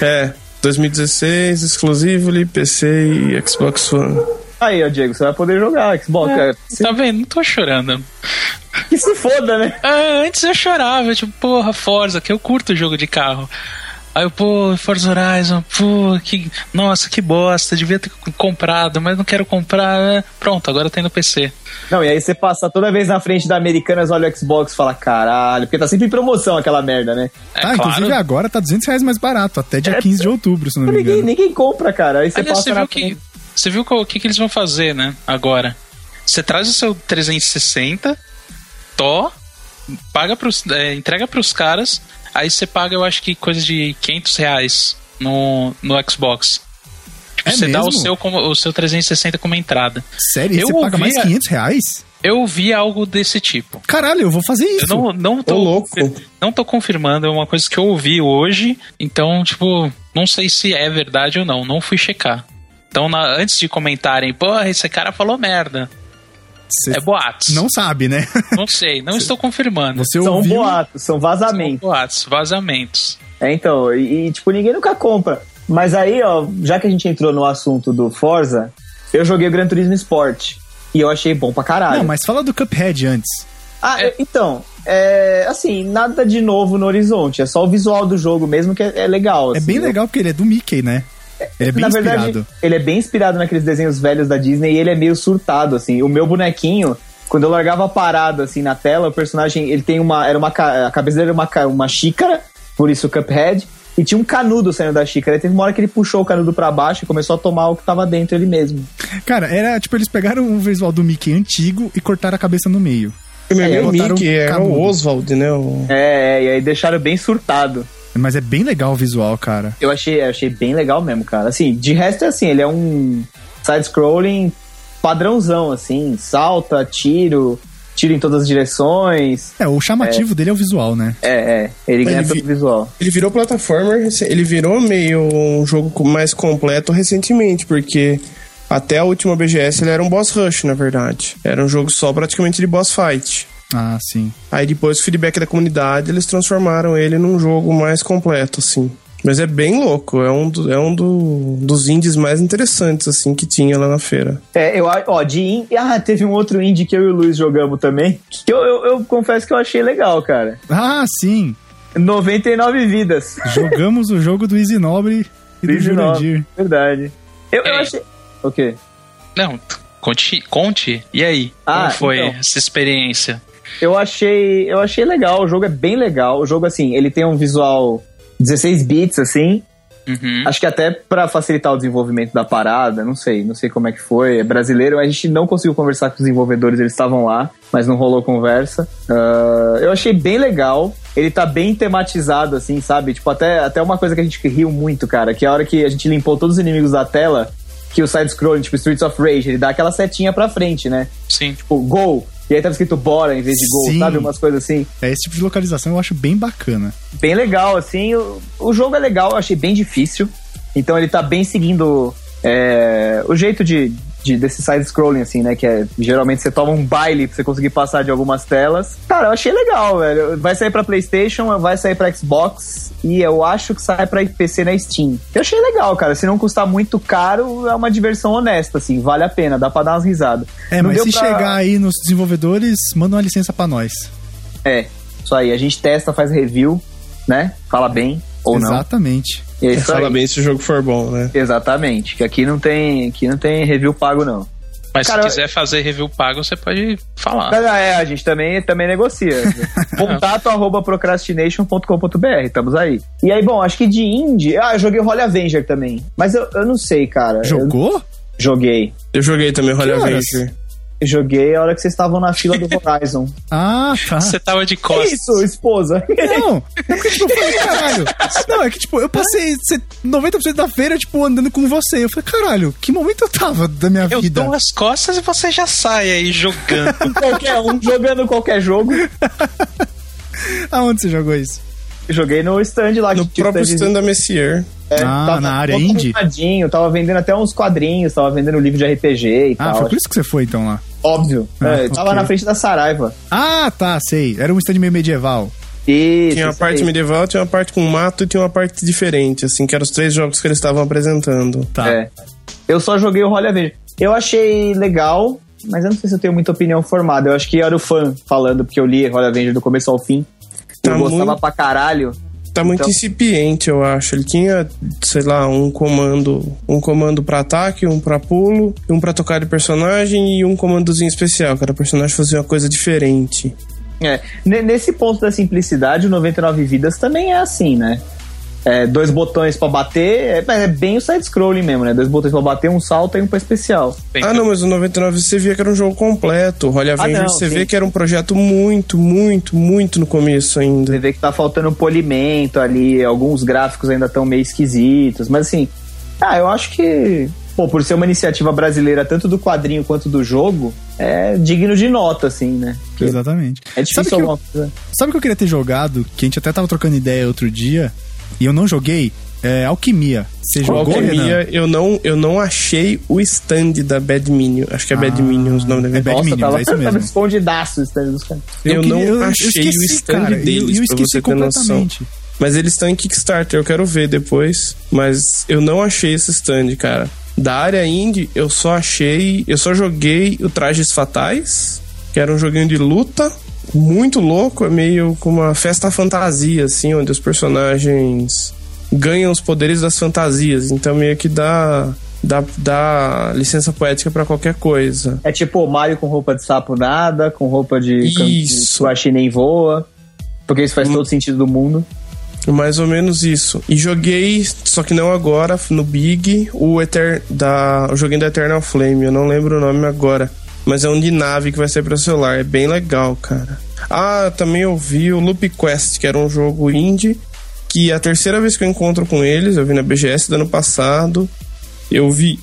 S3: É, 2016, exclusivo, ali, PC e Xbox One.
S1: Aí, ó, Diego, você vai poder jogar Xbox. cara. Se-
S4: Tá vendo? Não tô chorando.
S1: Que se foda, né?
S4: Ah, antes eu chorava, tipo, porra, Forza, que eu curto jogo de carro. Aí eu, pô, Forza Horizon, pô, que. Nossa, que bosta, devia ter comprado, mas não quero comprar. né? Pronto, agora tem no PC.
S1: Não, e aí você passa toda vez na frente da Americanas, olha o Xbox e fala, caralho, porque tá sempre em promoção aquela merda, né?
S4: É
S2: tá, inclusive
S4: claro.
S2: agora tá 200 reais mais barato, até dia
S1: É,
S2: 15 de outubro, se não me
S1: Ninguém,
S2: engano.
S1: ninguém compra, cara. Aí você
S4: Aliás,
S1: passa
S4: você
S1: na
S4: viu,
S1: frente.
S4: que, você viu qual- o que, que eles vão fazer, né? Agora. Você traz o seu 360, tó, paga pros, é, entrega pros caras, aí você paga, eu acho que coisa de 500 reais no, no Xbox. Tipo,
S2: É
S4: você dá o
S2: mesmo?
S4: seu, como, o seu 360 como entrada.
S2: Sério,
S4: Eu
S2: você paga
S4: ouvi
S2: mais
S4: a-
S2: 500 reais?
S4: Eu ouvi algo desse tipo.
S2: Caralho, eu vou fazer
S4: Eu
S2: isso.
S4: não, não tô.
S3: Ô, louco.
S4: Não tô confirmando, é uma coisa que eu ouvi hoje, então, tipo, não sei se é verdade ou não, não fui checar. Então, na- antes de comentarem, porra, esse cara falou merda,
S2: Você
S4: é boatos.
S2: não sabe,
S4: (laughs)
S2: né?
S4: Não sei, não estou confirmando.
S2: Você
S1: São
S2: ouviu...
S1: boatos, são
S4: São
S1: vazamentos.
S4: boatos, vazamentos.
S1: É, então, e, e, tipo, ninguém nunca compra. Mas aí, ó, já que a gente entrou no assunto do Forza, eu joguei o Gran Turismo Sport. E eu achei bom pra caralho.
S2: Não, mas fala do Cuphead antes.
S1: Ah,
S4: É.
S1: eu- então, é, assim, nada de novo no horizonte. É só o visual do jogo mesmo que é, é legal.
S2: É
S1: assim,
S2: bem
S1: né?
S2: legal porque ele é do Mickey, né? Ele é bem
S1: Na
S2: inspirado.
S1: verdade, ele é bem inspirado naqueles desenhos velhos da Disney e ele é meio surtado, assim. O meu bonequinho, quando eu largava parado, assim, na tela, o personagem, ele tem uma... Era uma ca- a cabeça dele era uma, ca- uma xícara, por isso o Cuphead, e tinha um canudo saindo da xícara. E teve uma hora que ele puxou o canudo pra baixo e começou a tomar o que tava dentro ele mesmo.
S2: Cara, era tipo, eles pegaram o visual do Mickey antigo e cortaram a cabeça no meio.
S3: Meu
S2: É,
S3: amigo
S2: botaram
S3: Mickey
S2: um
S3: é
S2: canudo.
S3: o Oswald, né? O...
S1: É, é, e aí deixaram bem surtado.
S2: Mas é bem legal o visual, cara.
S1: Eu achei, eu achei bem legal mesmo, cara. Assim, de resto é assim, ele é um side-scrolling padrãozão, assim. Salta, tiro, tiro em todas as direções.
S2: É, o chamativo dele é o visual, né?
S1: É, é. Ele ganha
S3: Ele vi-
S1: pelo visual.
S3: Ele virou platformer, rece- ele virou meio um jogo co- mais completo recentemente, porque até a última BGS ele era um boss rush, na verdade. Era um jogo só praticamente de boss fight.
S2: Ah, sim.
S3: Aí depois o feedback da comunidade, eles transformaram ele num jogo mais completo, assim. Mas é bem louco, é um, do- é um do- dos indies mais interessantes, assim, que tinha lá na feira.
S1: É, eu a- ó, de indie. Ah, teve um outro indie que eu e o Luiz jogamos também. Que eu, eu, eu confesso que eu achei legal, cara.
S2: Ah, sim.
S1: 99 vidas.
S2: Jogamos o jogo do Easy Nobre e do
S1: 99,
S2: Jurandir.
S1: Verdade. Eu, eu
S4: É.
S1: achei. O quê?
S4: Não, t- conte, conte. E aí?
S1: Ah,
S4: como foi
S1: então.
S4: essa experiência?
S1: Eu achei, eu achei legal, o jogo é bem legal. O jogo, assim, ele tem um visual 16 bits, assim.
S4: Uhum.
S1: Acho que até pra facilitar o desenvolvimento da parada, não sei, não sei como é que foi. É brasileiro, a gente não conseguiu conversar com os desenvolvedores, eles estavam lá, mas não rolou conversa. Ah, eu achei bem legal. Ele tá bem tematizado, assim, sabe? Tipo, até, até uma coisa que a gente riu muito, cara, que é a hora que a gente limpou todos os inimigos da tela, que o side-scrolling, tipo Streets of Rage, ele dá aquela setinha pra frente, né?
S4: Sim.
S1: Tipo, gol. E aí tava escrito bora em vez de gol,
S2: Sim.
S1: sabe? Umas coisas assim
S2: É, esse tipo de localização eu acho bem bacana.
S1: bem legal, assim. O, o jogo é legal, eu achei bem difícil. Então ele tá bem seguindo é, o jeito de, de- desse side-scrolling, assim, né? Que é geralmente você toma um baile pra você conseguir passar de algumas telas. Cara, eu achei legal, velho. Vai sair pra PlayStation, vai sair pra Xbox e eu acho que sai pra PC na Steam. Eu achei legal, cara. Se não custar muito caro, é uma diversão honesta, assim. Vale a pena, dá pra dar umas risadas.
S2: É,
S1: Não
S2: mas
S1: deu
S2: se
S1: pra-
S2: chegar aí nos desenvolvedores, manda uma licença pra nós.
S1: É, isso aí. A gente testa, faz review, né? Fala bem ou não.
S2: Exatamente.
S1: E é isso aí.
S3: Fala bem se o jogo for bom, né?
S1: Exatamente, que aqui não tem, aqui não tem review pago não.
S4: Mas
S1: Cara,
S4: se quiser fazer review pago, você pode falar.
S1: Ah, é, a gente também, também
S2: (laughs)
S1: negocia. Contato arroba procrastination.com.br, estamos aí. E aí, bom, acho que de indie... Ah, eu joguei Holy Avenger também, mas eu, eu não sei, cara. Eu
S2: Jogou?
S1: joguei.
S3: Eu joguei também Holy
S2: Que horas?
S3: Avenger.
S1: Eu joguei a hora que vocês estavam na
S2: (laughs)
S1: fila do Horizon.
S2: Ah, tá.
S4: Você tava de
S1: que
S4: costas.
S1: isso, esposa? (laughs)
S2: (laughs) Não, é porque, tipo, eu falei, caralho. Não, é que, tipo, eu passei se- 90% da feira, tipo, andando com você. Eu falei, caralho, que momento eu tava da minha
S4: Eu
S2: vida?
S4: dou as costas e você já sai aí jogando.
S1: qualquer um jogando qualquer jogo.
S2: Aonde você jogou isso?
S1: Joguei no stand lá.
S3: No
S1: que tinha
S3: próprio
S1: stand-
S3: stand da Messier.
S1: é,
S2: Ah, na área
S1: todo
S2: indie?
S1: arrumadinho, Tava vendendo até uns quadrinhos, tava vendendo livro de RPG e
S2: Ah,
S1: tal.
S2: foi por isso que você foi, então, lá.
S1: Óbvio.
S2: Ah,
S1: É, tava
S2: ok.
S1: na frente da Saraiva.
S2: Ah, tá, sei. Era um stand meio medieval.
S1: Isso,
S3: Tinha uma
S1: isso
S3: parte
S1: aí.
S3: medieval, tinha uma parte com mato e tinha uma parte diferente, assim, que eram os três jogos que eles estavam apresentando.
S2: Tá.
S1: É. Eu só joguei o Holy Avenger. Eu achei legal, mas eu não sei se eu tenho muita opinião formada. Eu acho que era o fã falando, porque eu li Holy Avenger do começo ao fim.
S3: Tá
S1: eu gostava
S3: muito-
S1: pra caralho.
S3: Tá muito
S6: Então-
S3: incipiente, eu acho. Ele tinha, sei lá, um comando, um comando para ataque, um para pulo, um para tocar de personagem e um comandozinho especial. Cada personagem fazia uma coisa diferente.
S1: É, ne- nesse ponto da simplicidade, o 99 vidas também é assim, né? É, dois botões pra bater, é, é bem o side-scrolling mesmo, né? Dois botões pra bater, um salto e um pra especial.
S4: Tem-
S3: Ah, não, mas o 99 você via que era um jogo completo. O Holy Avengers
S1: Ah, não,
S3: você
S1: sim.
S3: vê que era um projeto muito, muito, muito no começo ainda.
S1: Você vê que tá faltando polimento ali, alguns gráficos ainda estão meio esquisitos, mas assim, ah, eu acho que, pô, por ser uma iniciativa brasileira, tanto do quadrinho quanto do jogo, é digno de nota, assim, né? Porque
S2: Exatamente.
S1: É difícil
S2: Sabe que eu-
S1: alguma coisa.
S2: Sabe o que eu queria ter jogado? Que a gente até tava trocando ideia outro dia e eu não joguei? É Alquimia. Você
S3: Qual
S2: jogou, Renan?
S3: Alquimia, eu não, eu não achei o stand da Bad Minion. Acho que é Bad Minion o nome da
S2: é Bad
S3: verdade.
S1: Nossa,
S2: Minions,
S1: tava,
S2: é isso mesmo.
S1: tava escondidaço esse stand dos caras.
S3: Eu, não
S2: queria-
S3: achei o stand
S2: cara, e-
S3: deles,
S2: E eu
S3: pra
S2: esqueci
S3: você ter noção.
S2: completamente.
S3: Mas eles estão em Kickstarter, eu quero ver depois. Mas eu não achei esse stand, cara. Da área indie, eu só achei. Eu só joguei o Trajes Fatais, que era um joguinho de luta. Muito louco, é meio como uma festa fantasia, assim, onde os personagens ganham os poderes das fantasias. Então meio que dá. dá, dá licença poética pra qualquer coisa.
S1: É tipo o Mario com roupa de sapo nada, com roupa de
S3: Isso.
S1: guaxi nem voa. Porque isso faz todo sentido do mundo.
S3: Mais ou menos isso. E joguei, só que não agora, no Big, o Eter da, o joguinho da Eternal Flame, eu não lembro o nome agora, mas é um de nave que vai sair para celular, é bem legal, cara. Ah, também eu vi o Loop Quest, que era um jogo indie, que é a terceira vez que eu encontro com eles, eu vi na BGS do ano passado, eu vi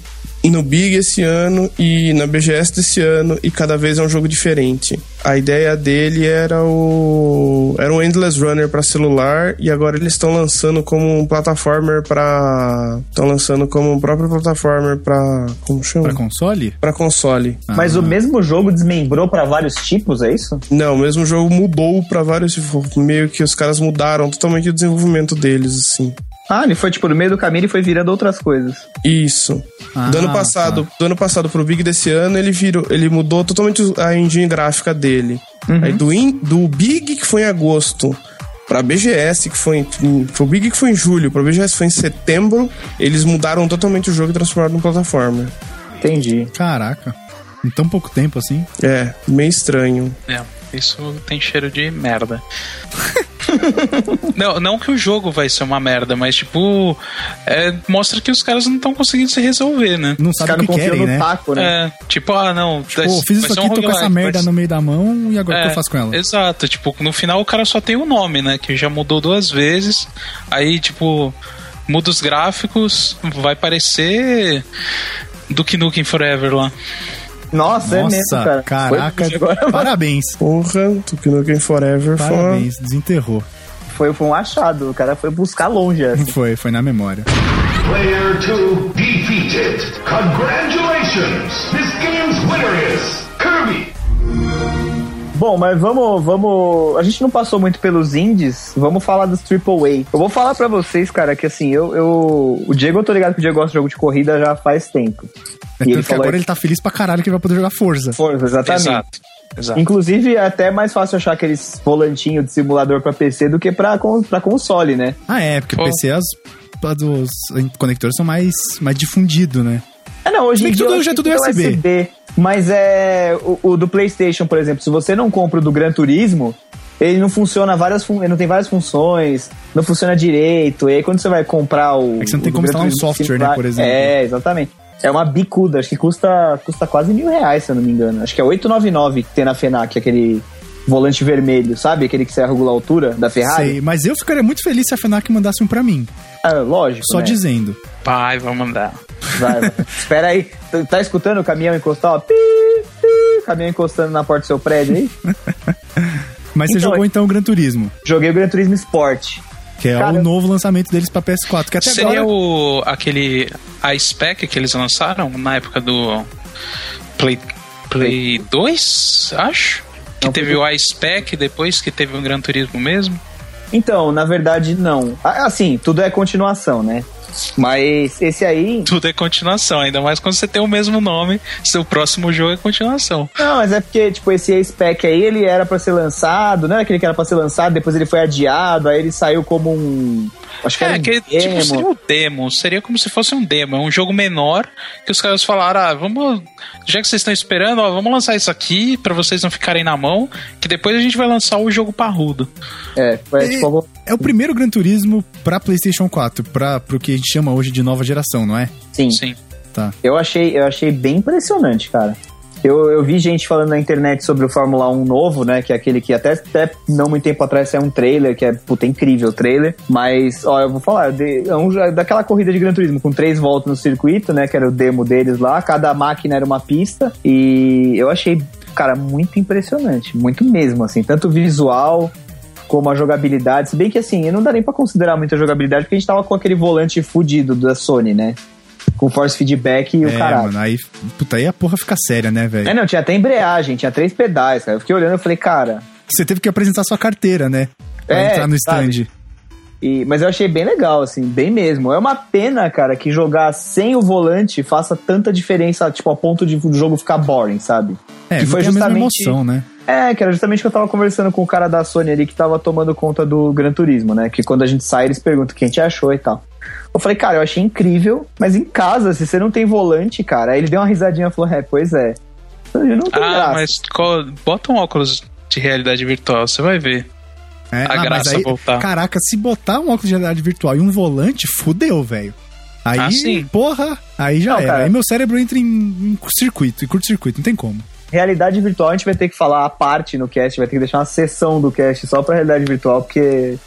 S3: no Big esse ano e na BGS desse ano e cada vez é um jogo diferente. A ideia dele era o era um Endless Runner para celular e agora eles estão lançando como um platformer para estão lançando como um próprio platformer para como
S2: Pra
S3: chama?
S2: console?
S3: Para console.
S1: Mas o mesmo jogo desmembrou pra vários tipos, é isso?
S3: Não, o mesmo jogo mudou para vários tipo, meio que os caras mudaram totalmente o desenvolvimento deles assim.
S1: Ah, ele foi tipo no meio do caminho e foi virando outras coisas.
S3: Isso.
S2: Ah,
S3: do ano passado, do ano passado pro Big desse ano, ele virou, ele mudou totalmente a engine gráfica dele.
S2: Uhum.
S3: Aí do, in- do Big que foi em agosto pra BGS que foi em, pro Big que foi em julho, pra BGS foi em setembro, eles mudaram totalmente o jogo e transformaram num plataforma.
S1: Entendi.
S2: Caraca. Em tão pouco tempo assim.
S3: É, meio estranho.
S4: É, isso tem cheiro de merda. (laughs) não, não que o jogo vai ser uma merda, mas tipo, é, mostra que os caras não estão conseguindo se resolver, né?
S2: Não
S1: Os
S2: sabe o
S1: caras
S2: que
S1: confiam
S2: querem,
S1: no
S2: né?
S1: taco, né?
S4: É, tipo, ah, não, vai-
S2: Pô, fiz
S4: vai
S2: isso
S4: ser um
S2: aqui, tô com
S4: roguelike,
S2: essa
S4: vai
S2: merda
S4: ser-
S2: no meio da mão e agora o que
S4: É,
S2: eu faço com ela?
S4: Exato, tipo, no final o cara só tem o nome, né? Que já mudou duas vezes. Aí, tipo, muda os gráficos, vai parecer do Nukem Forever lá.
S1: Nossa, é mesmo,
S2: Nossa,
S1: cara.
S2: caraca.
S1: Foi, agora
S2: Parabéns.
S3: Porra, Duke Nukem Forever foi uma-
S2: Parabéns, desenterrou. (laughs)
S1: foi, foi um achado. O cara foi buscar longe assim. essa.
S2: Foi, foi na memória.
S5: Player 2 defeated. Congratulations! This game's winner is Kirby!
S1: Bom, mas vamos, vamos. A gente não passou muito pelos indies, vamos falar dos AAA. Eu vou falar pra vocês, cara, que assim, eu, eu. O Diego, eu tô ligado que o Diego gosta de jogo de corrida já faz tempo.
S2: É
S1: E
S2: tanto
S1: ele
S2: que
S1: falou
S2: agora ele tá feliz pra caralho que ele vai poder jogar Forza.
S1: Forza, exatamente.
S4: Exato. Exato.
S1: Inclusive, é até mais fácil achar aqueles volantinhos de simulador pra PC do que pra, con- pra console, né?
S2: Ah, é, porque o
S4: Bom.
S2: PC as, as- os conectores são mais, mais difundido, né?
S1: É, não, hoje
S2: Se bem
S1: em
S2: que
S1: dia
S2: tudo
S1: eu
S2: já é
S1: acho que
S2: tudo
S1: é
S2: USB.
S1: Mas é. O, o do PlayStation, por exemplo, se você não compra o do Gran Turismo, ele não funciona várias. fun- Ele não tem várias funções, não funciona direito. E aí quando você vai comprar o.
S2: É que você não
S1: o
S2: tem
S1: do
S2: como
S1: Gran
S2: instalar um
S1: Turismo,
S2: software,
S1: você
S2: né,
S1: vai-
S2: por exemplo.
S1: É, exatamente. É uma bicuda, acho que custa, custa quase mil reais, se eu não me engano. Acho que é 899 que tem na FENAC, aquele volante vermelho, sabe? Aquele que você regula a altura da Ferrari.
S2: Sei, mas eu ficaria muito feliz se a FENAC mandasse um pra mim.
S1: Ah, lógico.
S2: Só
S1: né?
S2: dizendo.
S4: Pai, vou mandar.
S1: Vai, vai. Espera aí. Tá- Tá escutando o caminhão encostar? Ó, pi, pi, caminhão encostando na porta do seu prédio aí?
S2: Mas você
S1: Então,
S2: jogou
S1: é-
S2: então o Gran Turismo,
S1: Joguei o Gran Turismo Sport.
S2: que é
S1: Cara,
S2: o
S1: eu-
S2: novo lançamento deles pra PS4. Que até
S4: Seria
S2: agora...
S4: o aquele a spec que eles lançaram na época do Play Play 2, acho. Que teve o iSpec depois que teve o Gran Turismo mesmo. (laughs)
S1: Então, na verdade, não. Ah, Assim, tudo é continuação, né? Mas esse aí.
S4: Tudo é continuação, ainda mais quando você tem o mesmo nome, seu próximo jogo é continuação.
S1: Não, mas é porque, tipo, esse spec aí, ele era pra ser lançado, não era aquele que era pra ser lançado, depois ele foi adiado, aí ele saiu como um. Acho que
S4: É,
S1: era um
S4: que
S1: demo.
S4: tipo, seria um demo, seria como se fosse um demo, é um jogo menor que os caras falaram, ah, vamos, já que vocês estão esperando, ó, vamos lançar isso aqui pra vocês não ficarem na mão, que depois a gente vai lançar o jogo parrudo.
S1: É, foi,
S2: E-
S1: tipo,
S2: É o primeiro Gran Turismo pra PlayStation 4, pra, pro que a gente chama hoje de nova geração, não é?
S1: sim.
S4: Sim.
S1: Eu achei, eu achei bem impressionante, cara. Eu, eu vi gente falando na internet sobre o Fórmula 1 novo, né? Que é aquele que até, até não muito tempo atrás saiu um trailer, que é puta incrível o trailer. Mas, ó, eu vou falar, de- é um jo- daquela corrida de Gran Turismo com três voltas no circuito, né? Que era o demo deles lá, cada máquina era uma pista. E eu achei, cara, muito impressionante. Muito mesmo, assim. Tanto o visual como a jogabilidade. Se bem que assim, não dá nem pra considerar muita jogabilidade, porque a gente tava com aquele volante fudido da Sony, né? Com force feedback e o
S2: é,
S1: caralho.
S2: mano, aí, puta, aí a porra fica séria, né, velho?
S1: É, não, tinha até embreagem, tinha três pedais, cara. Eu fiquei olhando e falei, cara.
S2: Você teve que apresentar sua carteira, né? Pra
S1: É,
S2: entrar no
S1: sabe?
S2: stand.
S1: E- mas eu achei bem legal, assim, bem mesmo. É uma pena, cara, que jogar sem o volante faça tanta diferença, tipo, a ponto de o jogo ficar boring, sabe?
S2: É,
S1: Que
S2: não
S1: foi
S2: tem a mesma
S1: justamente-
S2: emoção, né?
S1: É, que era justamente o que eu tava conversando com o cara da Sony ali que tava tomando conta do Gran Turismo, né? Que quando a gente sai, eles perguntam o que a gente achou e tal. Eu falei, cara, eu achei incrível, mas em casa, se você não tem volante, cara, aí ele deu uma risadinha e falou, é, pois é. Eu não tenho
S4: Ah,
S1: graça.
S4: mas co- bota um óculos de realidade virtual, você vai ver
S2: É,
S4: a
S2: ah, mas
S4: graça
S2: aí-
S4: voltar.
S2: Caraca, se botar um óculos de realidade virtual e um volante, fudeu, velho. Aí,
S4: Ah, sim.
S2: porra, aí já
S1: Não,
S2: era.
S1: cara.
S2: Aí meu cérebro entra em, em circuito, em curto-circuito, não tem como.
S1: Realidade virtual, a gente vai ter que falar a parte no cast, vai ter que deixar uma sessão do cast só pra realidade virtual, porque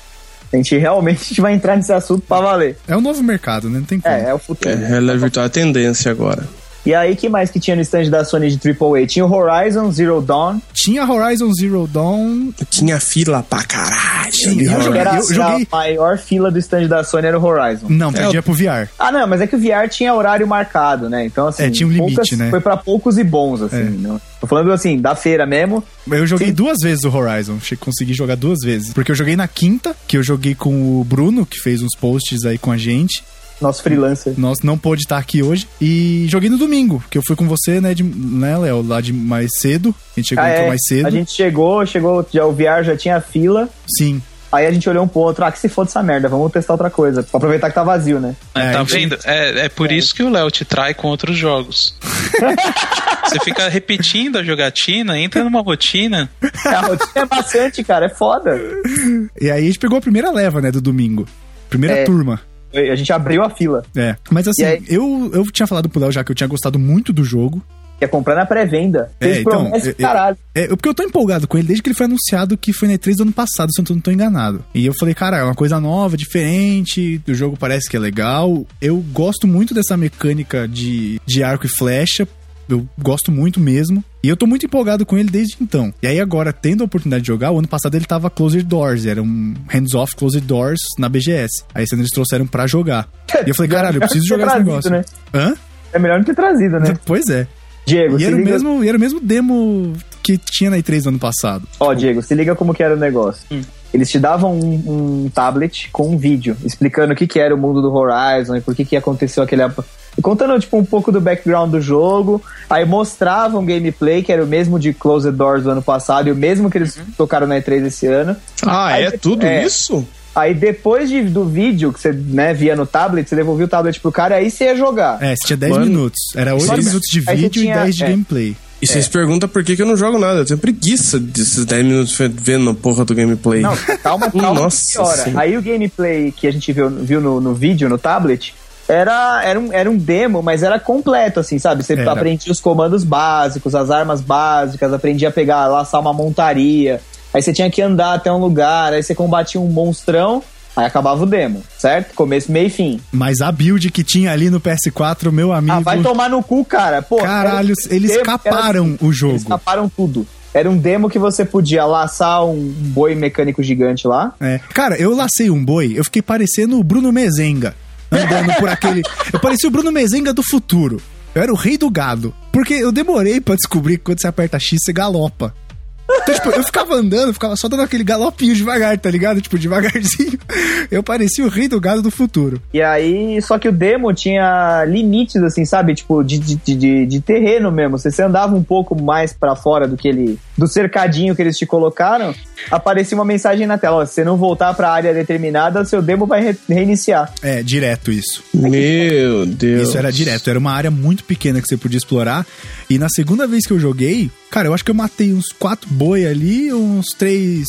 S1: a gente realmente (laughs) vai entrar nesse assunto pra valer.
S2: É um novo mercado, né? Não tem como.
S1: É, é o futuro.
S3: É, realidade virtual é a tendência agora.
S1: E aí, que mais que tinha no stand da Sony de AAA? Tinha o Horizon Zero Dawn.
S2: Tinha Horizon Zero Dawn.
S3: Tinha fila pra caralho.
S2: Sim,
S3: de
S2: eu
S1: Acho
S3: Horizon.
S1: que era
S2: eu joguei.
S1: A maior fila do stand da Sony era o Horizon.
S2: Não, perdia pro VR.
S1: Ah, não, mas é que o VR tinha horário marcado, né? Então, assim,
S2: É, tinha um limite,
S1: poucas-
S2: né?
S1: foi pra poucos e bons, assim.
S2: É.
S1: não- Tô falando, assim, da feira mesmo.
S2: Eu joguei
S1: Sim.
S2: duas vezes o Horizon. che- Consegui jogar duas vezes. Porque eu joguei na quinta, que eu joguei com o Bruno, que fez uns posts aí com a gente.
S1: Nosso freelancer.
S2: Nós não pôde estar aqui hoje. E joguei no domingo, que eu fui com você, né, de, né Léo? Lá de mais cedo. A gente chegou
S1: Ah,
S2: um pouco
S1: é,
S2: mais cedo.
S1: A gente chegou, chegou, já, o VR já tinha fila.
S2: Sim.
S1: Aí a gente olhou um pro outro, ah, que se foda essa merda, vamos testar outra coisa. Pra aproveitar que tá vazio,
S2: (laughs)
S1: né?
S2: É, a
S4: tá
S2: gente-
S4: vendo? É, é por isso que o Léo te trai com outros jogos.
S2: (laughs)
S4: Você fica repetindo a jogatina, entra numa rotina.
S1: A rotina é bastante, cara, é foda.
S2: E aí a gente pegou a primeira leva, né, do domingo. Primeira
S1: É.
S2: turma.
S1: A gente abriu a fila.
S2: É. Mas assim,
S1: E aí-
S2: eu, eu tinha falado pro Léo já que eu tinha gostado muito do jogo.
S1: Ia é comprar na pré-venda.
S2: É,
S1: Fez
S2: então,
S1: promessa
S2: eu-
S1: de caralho.
S2: É, porque eu tô empolgado com ele desde que ele foi anunciado que foi na E3 do ano passado, se eu não tô enganado. E eu falei, cara, é uma coisa nova, diferente, o jogo parece que é legal. Eu gosto muito dessa mecânica de, de arco e flecha. Eu gosto muito mesmo. E eu tô muito empolgado com ele desde então. E aí agora, tendo a oportunidade de jogar, o ano passado ele tava Closed Doors, era um hands-off Closed Doors na BGS. Aí esse ano eles trouxeram pra jogar. E
S1: (laughs)
S2: eu falei, caralho, eu preciso jogar esse
S1: Trazido,
S2: negócio.
S1: né?
S2: Hã?
S1: É melhor não ter trazido, né?
S2: Pois é.
S1: Diego,
S2: E
S1: se
S2: era, o
S1: liga.
S2: mesmo, e era o mesmo demo que tinha na E3 do ano passado.
S1: Ó, Diego, se liga como que era o negócio. Eles te davam um, um tablet com um vídeo explicando o que, que era o mundo do Horizon e por que, que aconteceu aquele. ap- Contando, tipo, um pouco do background do jogo. Aí mostrava um gameplay que era o mesmo de Closed Doors do ano passado e o mesmo que eles tocaram na E3 esse ano.
S3: Ah, é tudo
S1: É.
S3: isso?
S1: Aí depois de- do vídeo que você né, via no tablet, você devolvia o tablet pro cara e aí você ia jogar.
S2: É, você tinha 10
S3: Mano.
S2: minutos. Era 8
S3: Sim.
S2: minutos de
S1: Aí você
S2: vídeo
S1: tinha-
S2: e 10 de
S1: é.
S2: gameplay.
S3: E vocês perguntam por que, que eu não jogo nada. Eu tenho preguiça desses 10 minutos vendo a porra do gameplay.
S1: Não,
S2: (laughs)
S1: calma, calma.
S3: Nossa
S1: que hora.
S3: Senhora.
S1: Aí o gameplay que a gente viu, viu no, no vídeo, no tablet, era, era, um, era um demo, mas era completo, assim, sabe? Você
S2: Era.
S1: aprendia os comandos básicos, as armas básicas, aprendia a pegar, laçar uma montaria. Aí você tinha que andar até um lugar, aí você combatia um monstrão, aí acabava o demo, certo? Começo, meio e fim.
S2: Mas a build que tinha ali no PS4, meu amigo.
S1: Ah, vai tomar no cu, cara. Pô,
S2: caralho,
S1: era- um
S2: eles
S1: era-
S2: escaparam o jogo.
S1: Eles taparam tudo. Era um demo que você podia laçar um boi mecânico gigante lá.
S2: É. Cara, eu lacei um boi, eu fiquei parecendo o Bruno Mezenga. Andando por
S1: (laughs)
S2: aquele. Eu parecia o Bruno Mezenga do futuro. Eu era o rei do gado. Porque eu demorei pra descobrir que quando você aperta X, você galopa. Então, tipo, eu ficava andando, ficava só dando aquele galopinho devagar, tá ligado? Tipo, devagarzinho. Eu parecia o rei do gado do futuro.
S1: E aí, só que o demo tinha limites, assim, sabe? Tipo, de, de, de- de, de terreno mesmo. Se você andava um pouco mais pra fora do que ele. do cercadinho que eles te colocaram, aparecia uma mensagem na tela: ó, se você não voltar pra área determinada, seu demo vai re- reiniciar.
S2: É, direto isso.
S3: Meu Deus.
S2: (laughs) Isso era direto, era uma área muito pequena que você podia explorar. E na segunda vez que eu joguei, cara, eu acho que eu matei uns quatro boi ali, uns três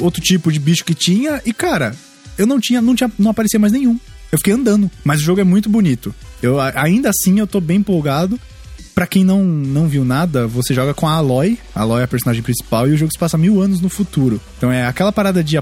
S2: outro tipo de bicho que tinha. E cara, eu não tinha, não tinha, não aparecia mais nenhum. Eu fiquei andando, mas o jogo é muito bonito. Eu a- ainda assim eu tô bem empolgado. Pra quem não, não viu nada, você joga com a Aloy. A Aloy é a personagem principal e o jogo se passa mil anos no futuro. Então é aquela parada de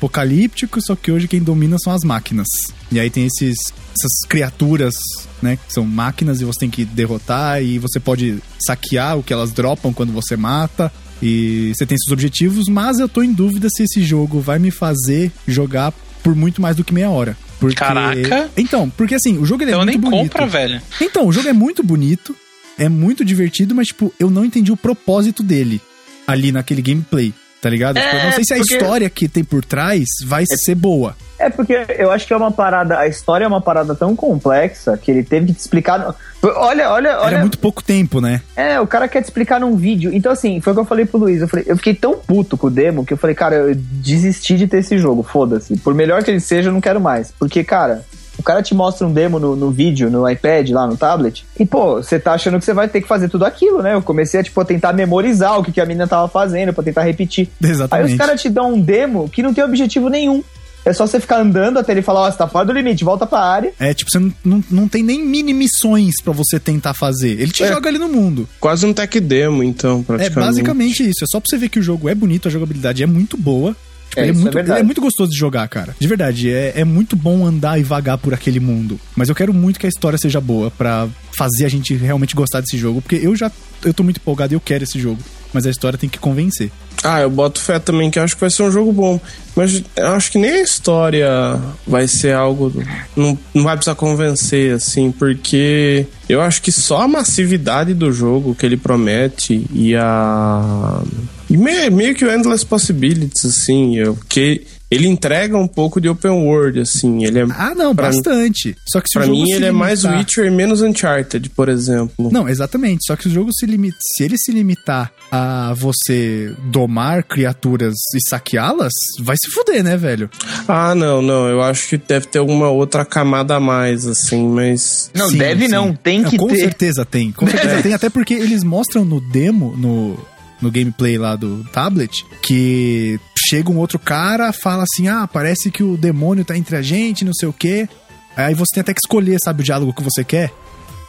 S2: pós-apocalíptico, só que hoje quem domina são as máquinas. E aí tem esses, essas criaturas, né? Que são máquinas e você tem que derrotar e você pode saquear o que elas dropam quando você mata. E você tem esses objetivos, mas eu tô em dúvida se esse jogo vai me fazer jogar por muito mais do que meia hora. Porque...
S4: Caraca!
S2: Então, porque assim, o jogo ele
S4: Então
S2: é muito
S4: nem
S2: bonito.
S4: compra, velho.
S2: Então, o jogo é muito bonito, é muito divertido, mas, tipo, eu não entendi o propósito dele ali naquele gameplay, tá ligado? Tipo, eu não sei se a
S1: É, porque-
S2: história que tem por trás vai ser boa.
S1: É porque eu acho que é uma parada. A história é uma parada tão complexa que ele teve que te explicar. Olha, olha, olha.
S2: Era muito pouco tempo, né? (laughs)
S1: É, o cara quer te explicar num vídeo. Então, assim, foi o que eu falei pro Luiz. Eu, falei, eu fiquei tão puto com o demo que eu falei, cara, eu desisti de ter esse jogo, foda-se. Por melhor que ele seja, eu não quero mais. Porque, cara, o cara te mostra um demo no, no vídeo, no iPad, lá no tablet, e, pô, você tá achando que você vai ter que fazer tudo aquilo, né? Eu comecei a, tipo, a tentar memorizar o que, que a menina tava fazendo, pra tentar repetir. Aí os
S2: Exatamente.
S1: caras te dão um demo que não tem objetivo nenhum. É só você ficar andando até ele falar, ó, você tá fora do limite, volta pra área.
S2: É, tipo, você não, não, não tem nem mini missões pra você tentar fazer. Ele te
S3: É.
S2: joga ali no mundo.
S3: Quase um tech demo, então,
S2: É
S3: praticamente.
S2: basicamente isso. É só pra você ver que o jogo é bonito, a jogabilidade é muito boa. Tipo,
S1: É,
S2: ele, é
S1: isso é
S2: muito,
S1: verdade.
S2: ele é muito gostoso de jogar, cara. De verdade, é, é muito bom andar e vagar por aquele mundo. Mas eu quero muito que a história seja boa pra fazer a gente realmente gostar desse jogo. Porque eu já eu tô muito empolgado e eu quero esse jogo. Mas a história tem que convencer.
S3: Ah, eu boto fé também que eu acho que vai ser um jogo bom. Mas eu acho que nem a história vai ser algo. Não, não vai precisar convencer, assim, porque eu acho que só a massividade do jogo que ele promete e a. E me- meio, que o Endless Possibilities, assim, eu, que ele entrega um pouco de open world, assim. Ele é,
S2: Ah, não,
S3: Pra mim-
S2: bastante. Só que se
S3: pra
S2: o jogo
S3: mim,
S2: se
S3: ele é mais
S2: limitar-
S3: Witcher e menos Uncharted, por exemplo.
S2: Não, exatamente. Só que o jogo se limita. Se ele se limitar a você domar criaturas e saqueá-las, vai se fuder, né, velho?
S3: Ah, não, não. Eu acho que deve ter alguma outra camada a mais, assim, mas.
S1: Não,
S2: Sim,
S1: deve
S2: sim. Ah,
S1: não, tem que
S2: com
S1: ter.
S2: certeza tem. Com certeza tem, até porque eles mostram no demo, no, no gameplay lá do tablet, que chega um outro cara, fala assim: ah, parece que o demônio tá entre a gente, não sei o quê. Aí você tem até que escolher, sabe, o diálogo que você quer.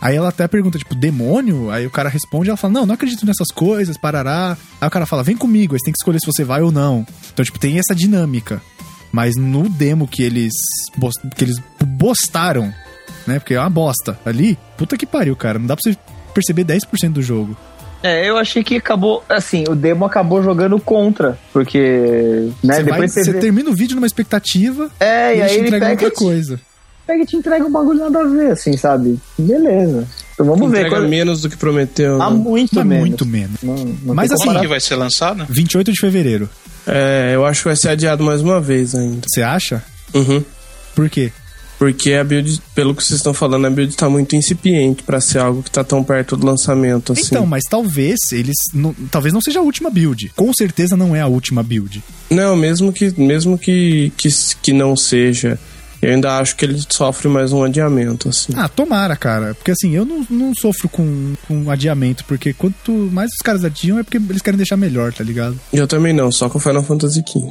S2: Aí ela até pergunta, tipo, demônio? Aí o cara responde, ela fala, não, não acredito nessas coisas, parará. Aí o cara fala, vem comigo, aí você tem que escolher se você vai ou não. Então, tipo, tem essa dinâmica. Mas no demo que eles, bos- que eles bostaram, né? Porque é uma bosta. Ali, puta que pariu, cara. Não dá pra você perceber 10% do jogo.
S1: É, eu achei que acabou, assim, o demo acabou jogando contra, porque, né,
S2: você, vai-
S1: depois você
S2: você
S1: vê-
S2: termina o vídeo numa expectativa
S1: É,
S2: e,
S1: e
S2: eles
S1: aí
S2: te
S1: ele
S2: entregam
S1: pega e,
S2: outra
S1: te,
S2: coisa.
S1: pega e te entrega um bagulho nada a ver, assim, sabe? Beleza. Então vamos ver.
S3: Entrega
S1: Quando...
S3: menos do que prometeu. né?
S1: Há muito
S2: Mas
S1: menos.
S2: é muito menos.
S1: Não- não
S2: Mas
S1: tem como
S2: assim,
S4: Quando
S1: parar.
S4: que vai ser lançado?
S2: 28 de fevereiro.
S3: É, eu acho que vai ser adiado mais uma vez ainda.
S2: Você acha?
S3: Uhum.
S2: Por quê?
S3: Porque a build, pelo que vocês estão falando, a build tá muito incipiente pra ser algo que tá tão perto do lançamento, assim.
S2: Então, mas talvez eles. Não, talvez não seja a última build. Com certeza não é a última build.
S3: Não, mesmo que mesmo que, que, que não seja, eu ainda acho que ele sofre mais um adiamento, assim.
S2: Ah, tomara, cara. Porque assim, eu não, não sofro com, com adiamento, porque quanto mais os caras adiam é porque eles querem deixar melhor, tá ligado?
S3: Eu também não, só com o Final Fantasy XV.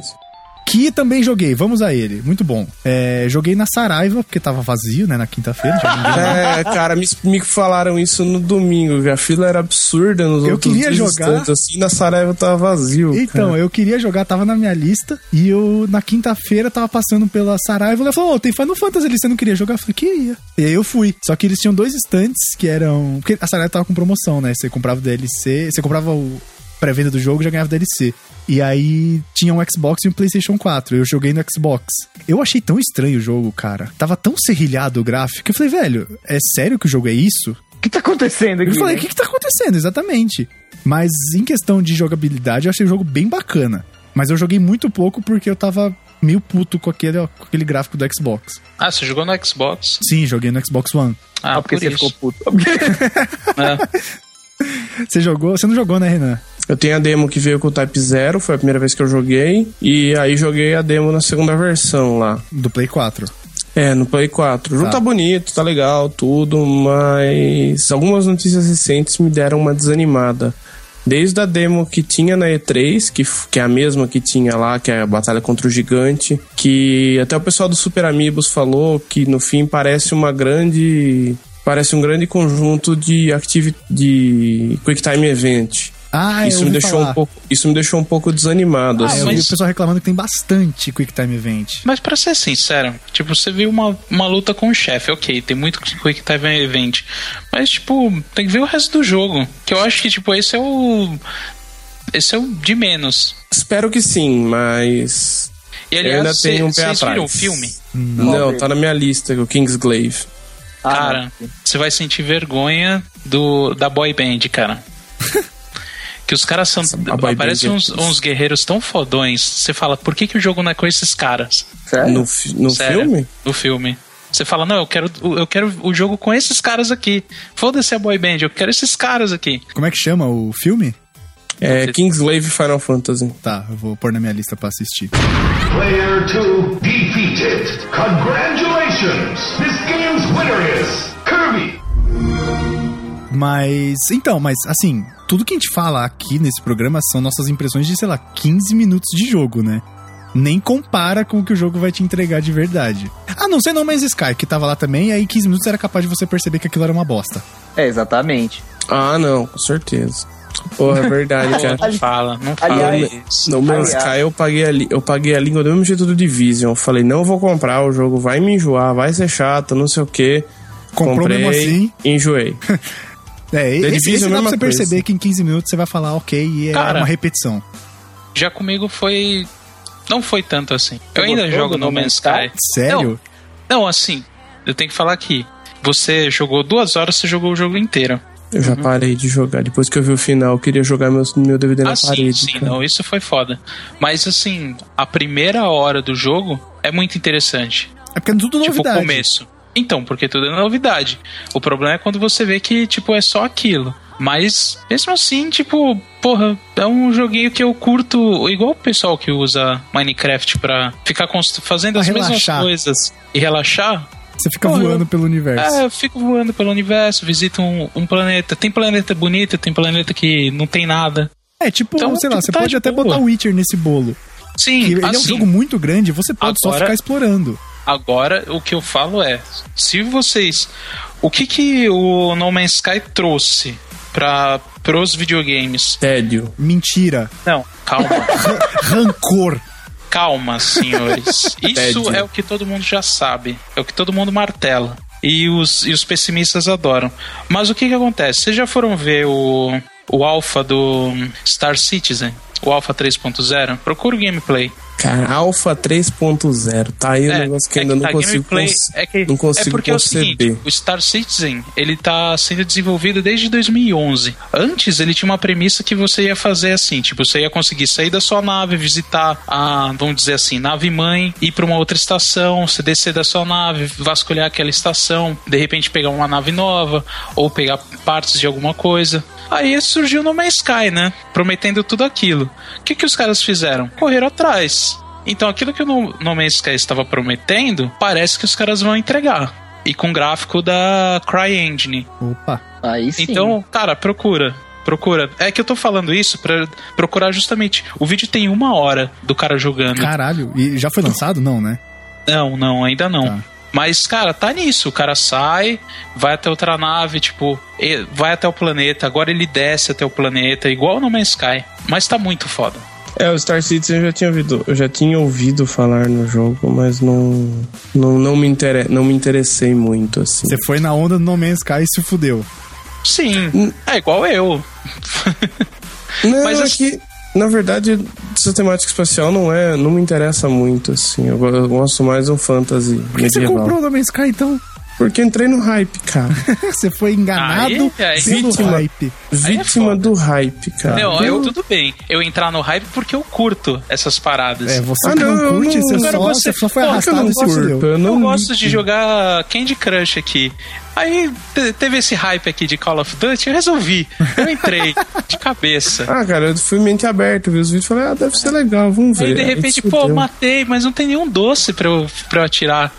S2: Que também joguei, vamos a ele, muito bom. É, joguei na Saraiva, porque tava vazio, né, na quinta-feira. tinha ninguém lá.
S3: É, cara, me, me falaram isso no domingo, que a fila era absurda nos
S2: Eu
S3: outros
S2: queria
S3: dias,
S2: jogar.
S3: tanto assim, na Saraiva tava vazio.
S2: Então,
S3: cara.
S2: eu queria jogar, tava na minha lista, e eu, na quinta-feira, tava passando pela Saraiva, ela falou, ô, tem Final Fantasy ali, você não queria jogar? Eu falei, queria. E aí eu fui. Só que eles tinham dois estantes, que eram... Porque a Saraiva tava com promoção, né, você comprava o DLC, você comprava o pré-venda do jogo e já ganhava o DLC. E aí tinha um Xbox e um Playstation 4, eu joguei no Xbox. Eu achei tão estranho o jogo, cara. Tava tão serrilhado o gráfico, eu falei, velho, é sério que o jogo é isso?
S1: O que tá acontecendo aqui?
S2: Eu falei, o
S1: né?
S2: que, que tá acontecendo exatamente? Mas em questão de jogabilidade, eu achei o jogo bem bacana. Mas eu joguei muito pouco porque eu tava meio puto com aquele, com aquele gráfico do Xbox.
S4: Ah, você jogou no Xbox?
S2: Sim, joguei no Xbox One.
S4: Ah,
S6: Só porque
S4: por
S6: você
S4: isso.
S6: ficou puto.
S4: É.
S2: Você jogou? Você não jogou, né, Renan?
S3: Eu tenho a demo que veio com o Type Zero, foi a primeira vez que eu joguei. E aí joguei a demo na segunda versão lá.
S2: Do Play 4.
S3: É, no Play 4. O jogo
S2: Tá.
S3: tá bonito, tá legal, tudo, mas algumas notícias recentes me deram uma desanimada. Desde a demo que tinha na E3, que, f- que é a mesma que tinha lá, que é a Batalha contra o Gigante, que até o pessoal do Super Amigos falou que no fim parece uma grande. Parece um grande conjunto de activi de Quick Time Event.
S2: Ah,
S3: isso
S2: eu
S3: me
S2: ouvi
S3: deixou
S2: falar.
S3: um pouco, isso me deixou um pouco desanimado.
S2: Ah,
S3: assim.
S2: eu vi
S4: Mas-
S2: o pessoal reclamando que tem bastante Quick Time Event.
S4: Mas pra ser sincero, tipo, você viu uma, uma luta com o chefe, ok, tem muito Quick Time Event. Mas, tipo, tem que ver o resto do jogo. Que eu acho que, tipo, esse é o. Esse é o de menos.
S3: Espero que sim, mas
S4: E
S3: eu ainda
S4: aliás, cê-
S3: tenho um pé
S4: vocês
S3: atrás.
S4: viram o filme?
S3: Não, tá na minha lista, o Kingsglaive. Ah,
S4: Cara, você vai sentir vergonha do da boy band,
S3: (laughs)
S4: cara. que os caras são.
S3: a boy
S4: Aparecem
S3: band é-
S4: uns, uns guerreiros tão fodões. Você fala, por que, que o jogo não é com esses caras?
S1: Ah, É?
S6: Sério?
S3: No, fi- no
S4: Sério,
S3: filme?
S4: No filme. Você fala, não, eu quero, eu quero o jogo com esses caras aqui. Foda-se a boy band, eu quero esses caras aqui.
S2: Como é que chama o filme?
S3: É Kingsglaive Final Fantasy.
S2: Tá, eu vou pôr na minha lista pra assistir.
S5: Player 2 defeated. Congratulations! This game's winner is Kirby!
S2: Mas, então, mas assim, tudo que a gente fala aqui nesse programa são nossas impressões de, sei lá, 15 minutos de jogo, né? Nem compara com o que o jogo vai te entregar de verdade. Ah, não sei não, mas Sky, que tava lá também, e aí 15 minutos era capaz de você perceber que aquilo era uma bosta.
S6: É, exatamente.
S3: Ah, não, com certeza. Porra,
S4: (laughs)
S3: é verdade, cara.
S4: Não fala, não fala
S6: Aliás-
S4: isso.
S3: No Man's
S6: Aliás.
S3: Sky eu paguei, a li- eu paguei a língua do mesmo jeito do Division. Eu falei, não vou comprar, o jogo vai me enjoar, vai ser chato, não sei o quê.
S2: Comprou
S3: Comprei,
S2: mesmo assim.
S3: enjoei.
S2: É,
S3: The
S2: esse,
S3: Division
S2: esse
S3: é
S2: dá pra
S3: a mesma
S2: você
S3: coisa.
S2: perceber que em 15 minutos você vai falar, ok, e é
S4: né, Cara.
S2: uma repetição.
S4: Já comigo foi. Não foi tanto assim. Eu
S6: Você
S4: ainda
S6: gostou
S4: jogo
S6: do
S4: No Man's Sky.
S2: Sério?
S4: Não, assim, eu tenho que falar aqui. Você jogou duas horas, você jogou o jogo inteiro.
S3: Eu
S4: Uhum.
S3: já parei de jogar. Depois que eu vi o final, eu queria jogar meu, meu DVD na
S4: ah, sim,
S3: parede. então.
S4: sim,
S3: cara.
S4: não, isso foi foda. Mas assim, a primeira hora do jogo é muito interessante.
S2: É porque é tudo
S4: Tipo, o
S2: novidade.
S4: começo. Então, porque tudo é novidade. O problema é quando você vê que, tipo, é só aquilo. Mas, mesmo assim, tipo, porra, é um joguinho que eu curto, igual o pessoal que usa Minecraft pra ficar constru- fazendo
S2: Pra
S4: as
S2: relaxar.
S4: mesmas coisas e relaxar.
S2: você fica
S4: Porra,
S2: voando pelo universo.
S4: É, eu fico voando pelo universo, visito um, um planeta. Tem planeta bonito, tem planeta que não tem nada.
S2: É, tipo,
S4: Então,
S2: sei lá,
S4: tipo,
S2: você
S4: tá
S2: pode
S4: de
S2: até
S4: boa.
S2: botar o Witcher nesse bolo.
S4: Sim,
S2: Que ele é um
S4: assim,
S2: jogo muito grande, você pode só
S4: Agora-
S2: ficar explorando.
S4: Agora, o que eu falo é: se vocês. O que, que o No Man's Sky trouxe para pros videogames?
S3: Tédio.
S2: Mentira.
S4: Não,
S3: (laughs)
S4: calma, (laughs)
S2: Rancor.
S4: calma, senhores. Isso
S3: Tédio.
S4: é o que todo mundo já sabe, é o que todo mundo martela. E os, e os pessimistas adoram. Mas o que, que acontece? Vocês já foram ver o, o Alpha do Star Citizen? O Alpha 3.0? Procura o gameplay.
S3: Cara, Alpha 3.0. Tá aí um negócio que eu ainda não
S4: tá,
S3: consigo,
S4: gameplay-
S3: conce-
S4: é que-
S3: não consigo
S4: é porque É o,
S3: conceber.
S4: seguinte, o Star Citizen, ele tá sendo desenvolvido desde 2011. Antes, ele tinha uma premissa que você ia fazer assim, tipo, você ia conseguir sair da sua nave, visitar a, vamos dizer assim, nave-mãe, ir pra uma outra estação, você descer da sua nave, vasculhar aquela estação, de repente pegar uma nave nova, ou pegar partes de alguma coisa. Aí surgiu No Man's Sky, né? Prometendo tudo aquilo. O que, que os caras fizeram? Correram atrás. Então, aquilo que o No No Man's Sky estava prometendo, parece que os caras vão entregar. E com gráfico da CryEngine.
S2: Opa.
S6: Aí sim.
S4: Então, cara, procura. Procura. É que eu tô falando isso pra procurar justamente. O vídeo tem uma hora do cara jogando.
S2: Caralho. E já foi lançado? Não, né?
S4: Não, não, ainda não.
S2: Tá.
S4: Mas, cara, tá nisso. O cara sai, vai até outra nave, tipo, e- vai até o planeta. Agora ele desce até o planeta, igual no Man's Sky. Mas tá muito foda.
S3: É, o Star Citizen eu já tinha ouvido, eu já tinha ouvido falar no jogo, mas não não, não, me, intere, não me interessei muito assim.
S2: Você foi na onda do No Man's Sky e se fudeu.
S4: Sim, é igual eu.
S3: Não,
S4: mas
S3: mas é
S4: assim-
S3: que na verdade essa temática espacial não é, não me interessa muito assim. Eu, go- eu gosto mais de um fantasy
S2: Por que você
S3: medieval.
S2: comprou o No Man's Sky então? (laughs)
S3: Porque entrei no hype, cara.
S2: Você foi enganado
S4: Aí, aí. é
S2: pelo
S3: Vítima.
S2: hype.
S3: Vítima
S4: foda.
S3: do hype, cara. Ah,
S4: Não,
S3: Viu?
S4: eu, tudo bem. Eu entrar no hype porque eu curto essas paradas.
S2: É, você
S3: Ah,
S2: que não,
S3: não,
S2: curte,
S3: não,
S2: você,
S3: cara,
S2: só,
S4: você-
S2: você só foi
S4: Porra,
S3: que eu
S2: arrastado
S3: não
S2: e se
S3: curto,
S2: fudeu.
S3: eu
S4: eu
S3: não
S4: gosto de jogar Candy Crush aqui. Aí te- teve esse hype aqui de Call of Duty, eu resolvi. Eu
S3: (laughs)
S4: entrei de cabeça.
S3: Ah, cara, eu fui mente aberta, vi os vídeos e falei, ah, deve ser legal, vamos ver.
S4: Aí de repente,
S3: se
S4: pô,
S3: É, fudeu.
S4: matei, mas não tem nenhum doce pra eu, pra eu atirar.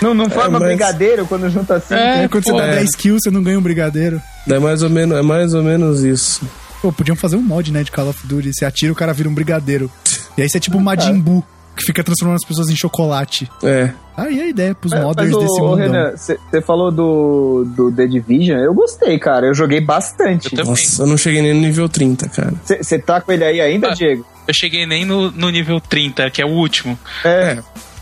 S1: Não, não forma
S3: mas-
S1: brigadeiro quando junta assim.
S4: É,
S2: É, quando
S4: pô,
S2: você dá
S3: é.
S2: 10 kills, você não ganha um brigadeiro.
S3: É mais ou menos, é mais ou menos isso.
S2: Pô, podiam fazer um mod, né, de Call of Duty. Você atira, o cara vira um brigadeiro. E aí você é tipo um Majin Buu, que fica transformando as pessoas em chocolate.
S3: É.
S2: Aí é a ideia pros
S1: Mas,
S2: modders
S1: ô,
S2: desse
S1: ô,
S2: mundão.
S1: Renan, você falou do, do The Division, eu gostei, cara. Eu joguei bastante.
S4: Eu também.
S3: Nossa, eu não cheguei nem no nível 30, cara.
S1: Você tá com ele aí ainda,
S4: Ah.
S1: Diego?
S4: Eu cheguei nem no, no nível 30, que é o último.
S1: É.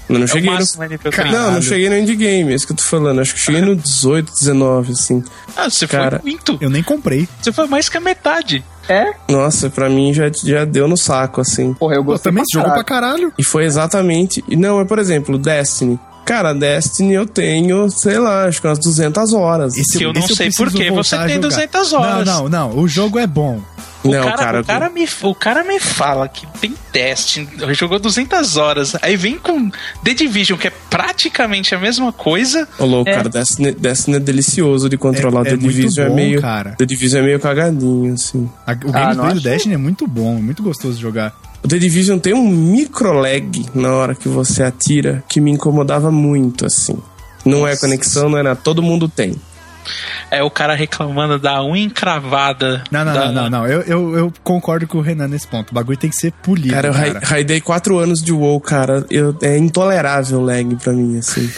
S3: Eu não
S4: É o
S3: cheguei no...
S4: máximo é nível 30.
S3: Não, não cheguei no endgame, é isso que eu tô falando. Acho que eu cheguei no 18, 19, assim.
S4: Ah, você
S3: Cara,
S4: foi muito.
S2: Eu nem comprei.
S4: Você foi mais que a metade.
S1: É?
S3: Nossa, pra mim já, já deu no saco, assim.
S1: Porra, eu
S2: Pô,
S1: gostei.
S2: também jogou pra
S1: caralho.
S2: caralho.
S3: E foi exatamente. e Não, é por exemplo, Destiny. Cara, Destiny eu tenho, sei lá, acho que umas 200 horas.
S4: Que eu não sei
S2: preciso
S4: por que
S2: voltar
S4: você
S2: a
S4: tem
S2: jogar.
S4: 200 horas.
S2: Não, não, não. O jogo é bom.
S3: não,
S4: cara, o,
S3: cara,
S4: cara me, o cara me fala que tem teste, jogou 200 horas, aí vem com The Division, que é praticamente a mesma coisa.
S3: Ô, louco, cara, Destiny, Destiny é delicioso de controlar.
S2: É- é
S3: The
S2: muito
S3: Division
S2: bom,
S3: é meio.
S2: cara.
S3: The Division é meio cagadinho, assim.
S2: A- o
S1: Ah, não
S2: gameplay do
S1: achei.
S2: Destiny é muito bom, é muito gostoso de jogar.
S3: O The Division tem um micro lag na hora que você atira que me incomodava muito, assim. Não é conexão, não é nada. Todo mundo tem.
S4: É o cara reclamando da unha encravada.
S2: Não, não,
S4: da-
S2: não, não, não. Eu, eu, eu concordo com o Renan nesse ponto. O bagulho tem que ser polido,
S3: Cara,
S2: cara.
S3: eu ra- raidei quatro anos de WoW, cara. Eu, é intolerável o lag pra
S4: (laughs)
S3: mim, assim.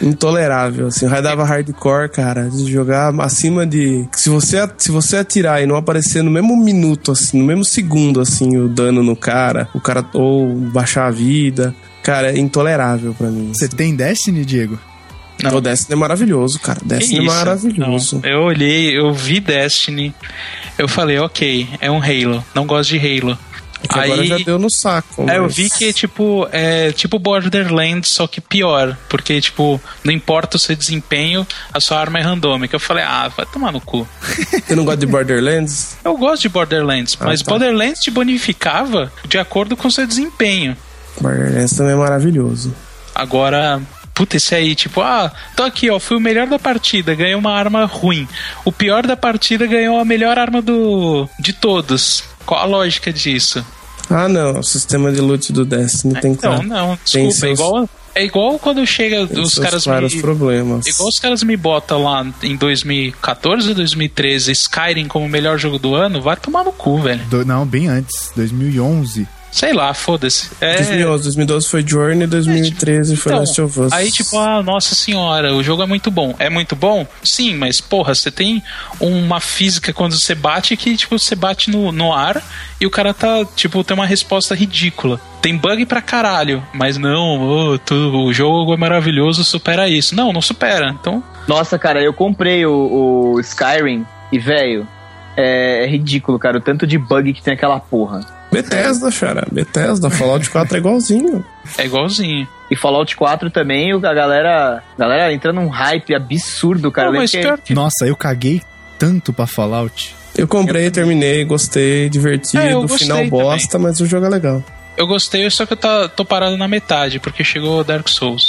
S3: intolerável, assim. Eu raidava hardcore, cara. De jogar acima de... Se você, a- se você atirar e não aparecer no mesmo minuto, assim, no mesmo segundo, assim, o dano no cara, o cara... Ou baixar a vida... Cara, é intolerável pra mim.
S2: Você tem Destiny, Diego?
S4: Não.
S3: O Destiny é maravilhoso, cara.
S4: Que
S3: Destiny é
S4: isso?
S3: maravilhoso.
S4: Não, eu olhei, eu vi Destiny, eu falei, ok, é um Halo, não gosto de Halo.
S3: É que agora
S4: Aí-
S3: já deu no saco.
S4: É, eu
S3: mas-
S4: vi que tipo, é tipo Borderlands, só que pior. Porque, tipo, não importa o seu desempenho, a sua arma é randômica. Eu falei, ah, vai tomar no cu.
S3: Você não gosta de Borderlands?
S4: Eu gosto de Borderlands, mas
S3: tá.
S4: Borderlands te bonificava de acordo com o seu desempenho.
S3: Borderlands também é maravilhoso.
S4: Agora, puta, esse aí, tipo, ah, tô aqui, ó, fui o melhor da partida, ganhei uma arma ruim. O pior da partida ganhou a melhor arma do de todos. Qual a lógica disso?
S3: Ah, não. O sistema de loot do Destiny tem que
S4: Então,
S3: tá-
S4: não,
S3: Tem
S4: desculpa, é
S3: seus-
S4: igual. É igual quando chega
S3: tem
S4: os
S3: seus
S4: caras
S3: claros
S4: me,
S3: problemas.
S4: Igual os caras me botam lá em 2014 ou 2013 Skyrim como o melhor jogo do ano, vai tomar no cu, velho.
S2: Do- não, bem antes. 2011.
S4: Sei lá, foda-se. É.
S3: 2011, 2012 foi Journey, 2013 foi
S4: Então,
S3: Last of Us.
S4: aí, tipo, ah, nossa senhora, o jogo é muito bom. É muito bom? Sim, mas porra, você tem uma física quando você bate que, tipo, você bate no, no ar e o cara tá, tipo, tem uma resposta ridícula. Tem bug pra caralho, mas não, ô, tu- o jogo é maravilhoso, supera isso. Não, não supera. Então,
S1: Nossa, cara, eu comprei o, o Skyrim e, velho, é, é ridículo, cara, o tanto de bug que tem aquela porra.
S3: Bethesda, cara. Bethesda, Fallout 4 é igualzinho.
S4: é igualzinho.
S1: E Fallout 4 também, o- a galera, a galera entra num hype absurdo, cara.
S4: Não,
S1: Tá, Eu
S4: mas
S1: lembro
S4: pior
S1: que
S4: que
S2: Nossa, eu caguei tanto pra Fallout.
S3: Eu comprei, terminei, gostei, divertido.
S4: É, eu
S3: o
S4: gostei
S3: final
S4: também.
S3: bosta, mas o jogo é legal.
S4: Eu gostei, só que eu tá- tô parado na metade, porque chegou o Dark Souls.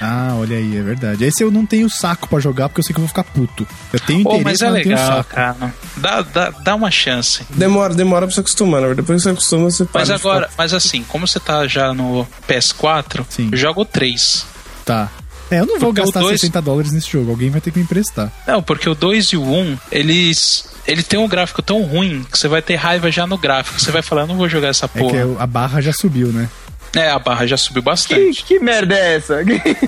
S2: Ah, olha aí, é verdade. Esse eu não tenho saco pra jogar porque eu sei que eu vou ficar puto. Eu tenho
S4: Pô,
S2: interesse,
S4: mas
S2: mas,
S4: é
S2: não tenho
S4: legal,
S2: saco.
S4: cara. Dá, dá, dá uma chance.
S3: Demora, demora pra você acostumar, na verdade. Depois que você acostuma, você para
S4: Mas
S3: de
S4: agora, mas assim, como você tá já no PS4,
S2: Sim.
S4: joga o 3.
S2: Tá. É, eu não vou
S4: Porque o
S2: gastar
S4: dois-
S2: 60 dólares nesse jogo. Alguém vai ter que me emprestar.
S4: Não, porque o 2 e o 1, eles. Ele tem um gráfico tão ruim que você vai ter raiva já no gráfico. Você vai falar, eu não vou jogar essa
S2: É que
S4: porra.
S2: eu- a barra já subiu, né?
S4: É, a barra já subiu bastante.
S1: Que, que merda é essa?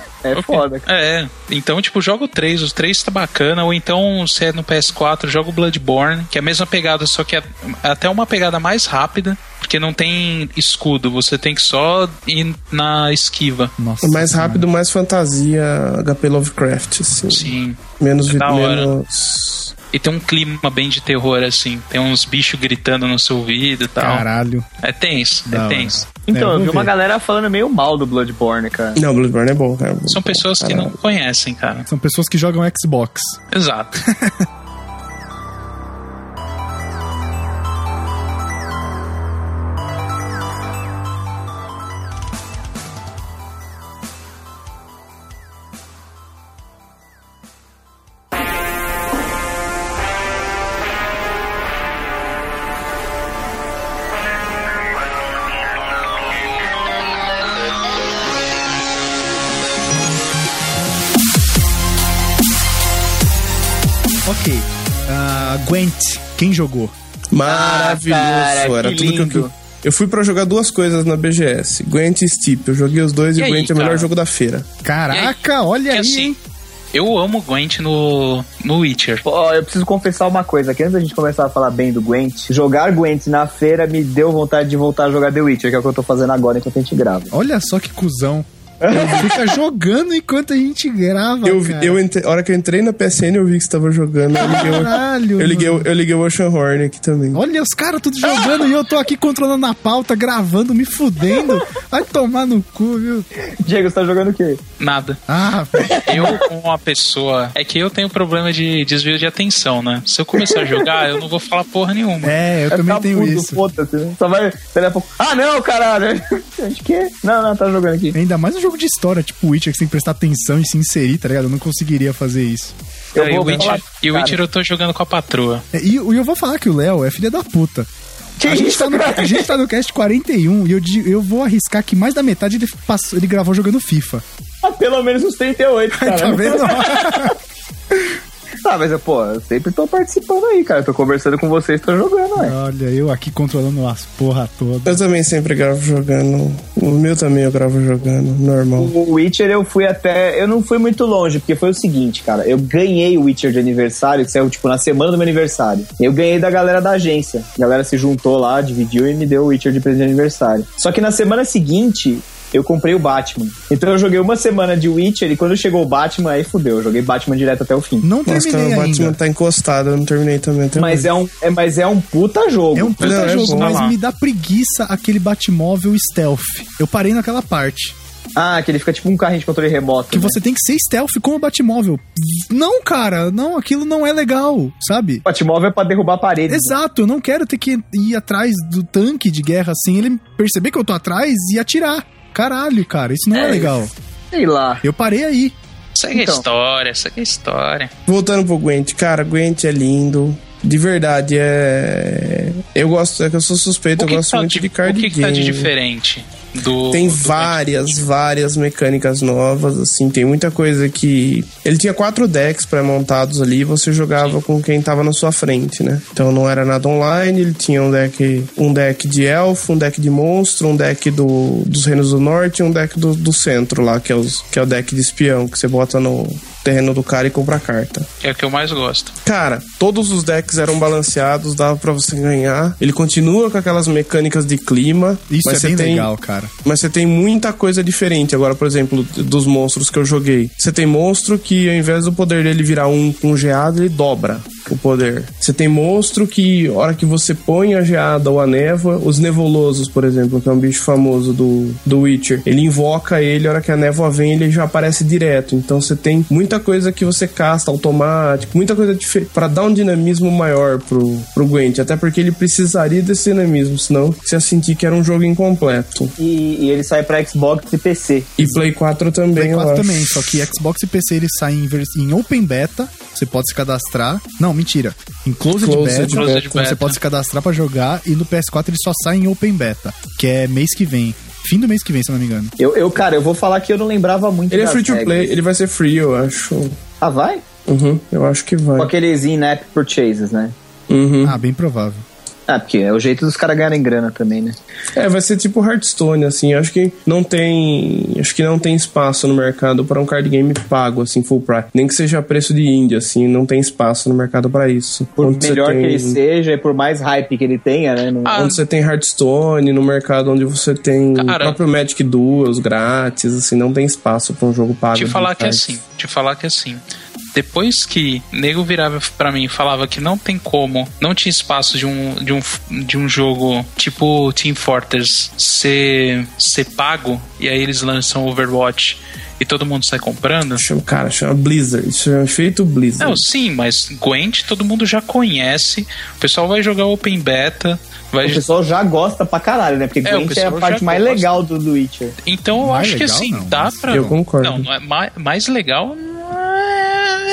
S1: (laughs) é foda, cara.
S4: É, então, tipo, joga o 3, o 3 tá bacana, ou então, se é no PS4, joga o Bloodborne, que é a mesma pegada, só que é até uma pegada mais rápida, porque não tem escudo, você tem que só ir na esquiva.
S2: Nossa.
S3: Mais
S2: senhora.
S3: rápido, mais fantasia HP Lovecraft, assim.
S4: Sim. É
S3: Menos... vi-
S4: Da hora.
S3: menos...
S4: E tem um clima bem de terror, assim, tem uns bichos gritando no seu ouvido e tal.
S2: Caralho.
S4: É tenso,
S2: Da
S4: é
S2: hora.
S4: tenso.
S2: É,
S1: Então, eu
S2: vamos
S1: vi uma
S2: ver.
S1: galera falando meio mal do Bloodborne, cara.
S3: Não, Bloodborne é bom, cara.
S4: São pessoas que não
S3: Caralho.
S4: conhecem, cara.
S2: São pessoas que jogam Xbox.
S4: Exato.
S2: Ok. Ah, Gwent, quem jogou?
S3: Maravilhoso,
S1: Ah, cara,
S3: era
S1: que
S3: tudo que eu
S1: lindo.
S3: quis. Eu fui pra jogar duas coisas na BGS, Gwent e Steep. Eu joguei os dois e,
S4: E aí,
S3: Gwent é o melhor
S4: cara?
S3: jogo da feira.
S2: Caraca, olha aí.
S4: Porque assim, eu amo o Gwent no, no Witcher.
S1: Pô, eu preciso confessar uma coisa, que antes da gente começar a falar bem do Gwent, jogar Gwent na feira me deu vontade de voltar a jogar The Witcher, que é o que eu tô fazendo agora enquanto a gente grava. (laughs)
S2: Olha só que cuzão. Ele (laughs) fica tá jogando enquanto a gente grava.
S3: eu, vi-
S2: cara.
S3: eu entre- a hora que eu entrei na PSN, eu vi que você tava jogando. Eu liguei,
S2: (laughs)
S3: o-
S2: Caralho.
S3: eu liguei,
S2: mano.
S3: o- eu liguei o Ocean Horn aqui também.
S2: Olha os caras tudo jogando e eu tô aqui controlando a pauta, gravando, me fudendo. Vai tomar no cu, viu?
S1: Diego, você tá jogando o quê?
S4: Nada.
S2: Ah,
S4: Eu, como uma pessoa. É que eu tenho problema de desvio de atenção, né? Se eu começar a jogar, eu não vou falar porra nenhuma.
S2: é, eu também
S1: ficar
S2: tenho
S1: Tá puto,
S2: isso.
S1: Foda-se. né? Só vai, daqui a pouco. Ah, não, caralho! (laughs) De quê? Não, não, tá jogando aqui.
S2: Ainda mais um jogo de história, tipo Witcher, que você tem que prestar atenção e se inserir, tá ligado? Eu não conseguiria fazer isso.
S1: Eu
S4: e
S1: vou
S4: o
S1: falar,
S4: Witcher, e o
S1: cara.
S4: Witcher eu tô jogando com a patroa.
S2: É, E, e eu vou falar que o Léo é filha da puta.
S1: Que
S2: a, gente
S1: isso,
S2: tá no,
S1: cara? (laughs)
S2: a
S4: (laughs)
S2: gente tá no cast 41 e eu, di- eu vou arriscar que mais da metade ele, passou, ele gravou jogando FIFA.
S1: Ah, Pelo menos uns 38,
S4: Então.
S1: cara.
S2: Tá vendo?
S1: Ah, mas eu, pô, eu sempre tô participando aí, cara. Eu tô conversando com vocês, tô jogando, ué.
S2: Olha, eu aqui controlando as porra toda.
S3: Eu também sempre gravo jogando. O meu também eu gravo jogando, normal.
S1: O Witcher eu fui até. Eu não fui muito longe, porque foi o seguinte, cara. Eu ganhei o Witcher de aniversário, que saiu tipo na semana do meu aniversário. Eu ganhei da galera da agência. A galera se juntou lá, dividiu e me deu o Witcher de presente de aniversário. Só que na semana seguinte. Eu comprei o Batman. Então eu joguei uma semana de Witcher e quando chegou o Batman, aí fudeu. Eu joguei Batman direto até o fim.
S2: Não
S3: Nossa, cara,
S2: terminei
S3: o Batman
S2: ainda.
S3: tá encostado, eu não terminei também. até
S1: Mas
S3: hoje.
S1: é um, é, mas é um puta jogo.
S2: É um puta
S3: Não, é
S2: jogo,
S3: bom.
S2: mas
S4: Vai lá.
S2: me dá preguiça aquele Batmóvel stealth. Eu parei naquela parte.
S1: Ah, que ele fica tipo um carrinho de controle remoto.
S2: Que
S1: né?
S2: você tem que ser stealth com o Batmóvel. Não, cara, não, aquilo não é legal, sabe?
S1: O Batmóvel é pra derrubar a parede.
S2: Exato, eu não quero ter que ir atrás do tanque de guerra assim, ele perceber que eu tô atrás e atirar. Caralho, cara, isso não é, legal.
S1: Sei lá.
S2: Eu parei aí.
S4: Segue
S1: Então.
S4: a história, segue a história.
S3: Voltando pro Gwent, cara, Gwent é lindo. De verdade, é. Eu gosto, é que eu sou suspeito,
S4: O que, que,
S3: eu gosto
S4: tá,
S3: muito
S4: de,
S3: de
S4: o
S3: card
S4: que que tá de
S3: game.
S4: diferente do.
S3: Tem
S4: do
S3: várias, várias mecânicas novas, assim, tem muita coisa que. Ele tinha quatro decks pré-montados ali e você jogava com quem tava na sua frente, né? Então não era nada online, ele tinha um deck, um deck de elfo, um deck de monstro, um deck do, dos Reinos do Norte e um deck do, do centro lá, que é, os, que é o deck de espião, que você bota no terreno do cara e compra a carta.
S4: É o que eu mais gosto.
S3: Cara, todos os decks eram balanceados, dava pra você ganhar. Ele continua com aquelas mecânicas de clima.
S2: Isso
S3: mas
S2: é
S3: você
S2: bem
S3: tem-
S2: legal, cara.
S3: Mas você tem muita coisa diferente agora, por exemplo, dos monstros que eu joguei. Você tem monstro que ao invés do poder dele virar um com geada, ele dobra o poder. Você tem monstro que, a hora que você põe a geada ou a névoa, os nebulosos, por exemplo, que é um bicho famoso do, do Witcher, ele invoca ele, a hora que a névoa vem, ele já aparece direto. Então você tem muita coisa que você casta automático, muita coisa dife- pra dar um dinamismo maior pro, pro Gwent, até porque ele precisaria desse dinamismo, senão você ia sentir que era um jogo incompleto.
S1: E, e ele sai pra Xbox e PC.
S3: E Play 4 também,
S2: Play
S3: eu
S2: 4
S3: acho.
S2: também, só que Xbox e PC eles saem em, vers- em open beta, você pode se cadastrar. Não, mentira. Em closed,
S3: Closed
S2: beta,
S4: beta.
S2: então você pode se cadastrar pra jogar e no PS4 ele só sai em open beta, que é mês que vem. Fim do mês que vem, se eu não me engano.
S1: Eu, eu, cara, eu vou falar que eu não lembrava muito
S3: Ele é
S1: das
S3: free to
S1: regras.
S3: play, ele vai ser free, eu acho.
S1: Ah, vai?
S3: Uhum, eu acho que vai.
S1: Com aqueles in-app purchases, né?
S3: Uhum.
S2: Ah, bem provável. (laughs)
S1: Ah, porque é o jeito dos caras ganharem grana também, né?
S3: É, vai ser tipo Hearthstone, assim. eu Acho que não tem. Acho que não tem espaço no mercado pra um card game pago, assim, full price. Nem que seja a preço de indie, assim, não tem espaço no mercado pra isso.
S1: Por
S3: Onde você
S1: melhor
S3: tem-
S1: que ele seja e por mais hype que ele tenha, né? Não-
S4: Ah,
S3: Onde você tem Hearthstone, no mercado onde você tem o
S4: Cara.
S3: próprio Magic Duels grátis, assim, não tem espaço pra um jogo pago.
S4: te
S3: de
S4: falar que é
S3: price.
S4: assim. Te falar que é assim. Depois que nego virava pra mim e falava que não tem como, não tinha espaço de um, de um, de um jogo tipo Team Fortress ser, ser pago, e aí eles lançam Overwatch e todo mundo sai comprando.
S3: Chama, cara, chama Blizzard. Isso é um efeito Blizzard.
S4: Não, sim, mas Gwent todo mundo já conhece. O pessoal vai jogar Open Beta. Vai...
S1: O pessoal já gosta pra caralho, né? Porque
S4: É, o
S1: Gwent é a
S4: pessoal já
S1: parte mais
S4: gosta.
S1: legal do, do Witcher.
S4: Então eu
S2: Mais
S4: acho que
S2: legal,
S4: assim,
S2: não,
S4: dá
S2: mas
S4: pra.
S3: eu concordo.
S4: Não, não é ma- mais legal.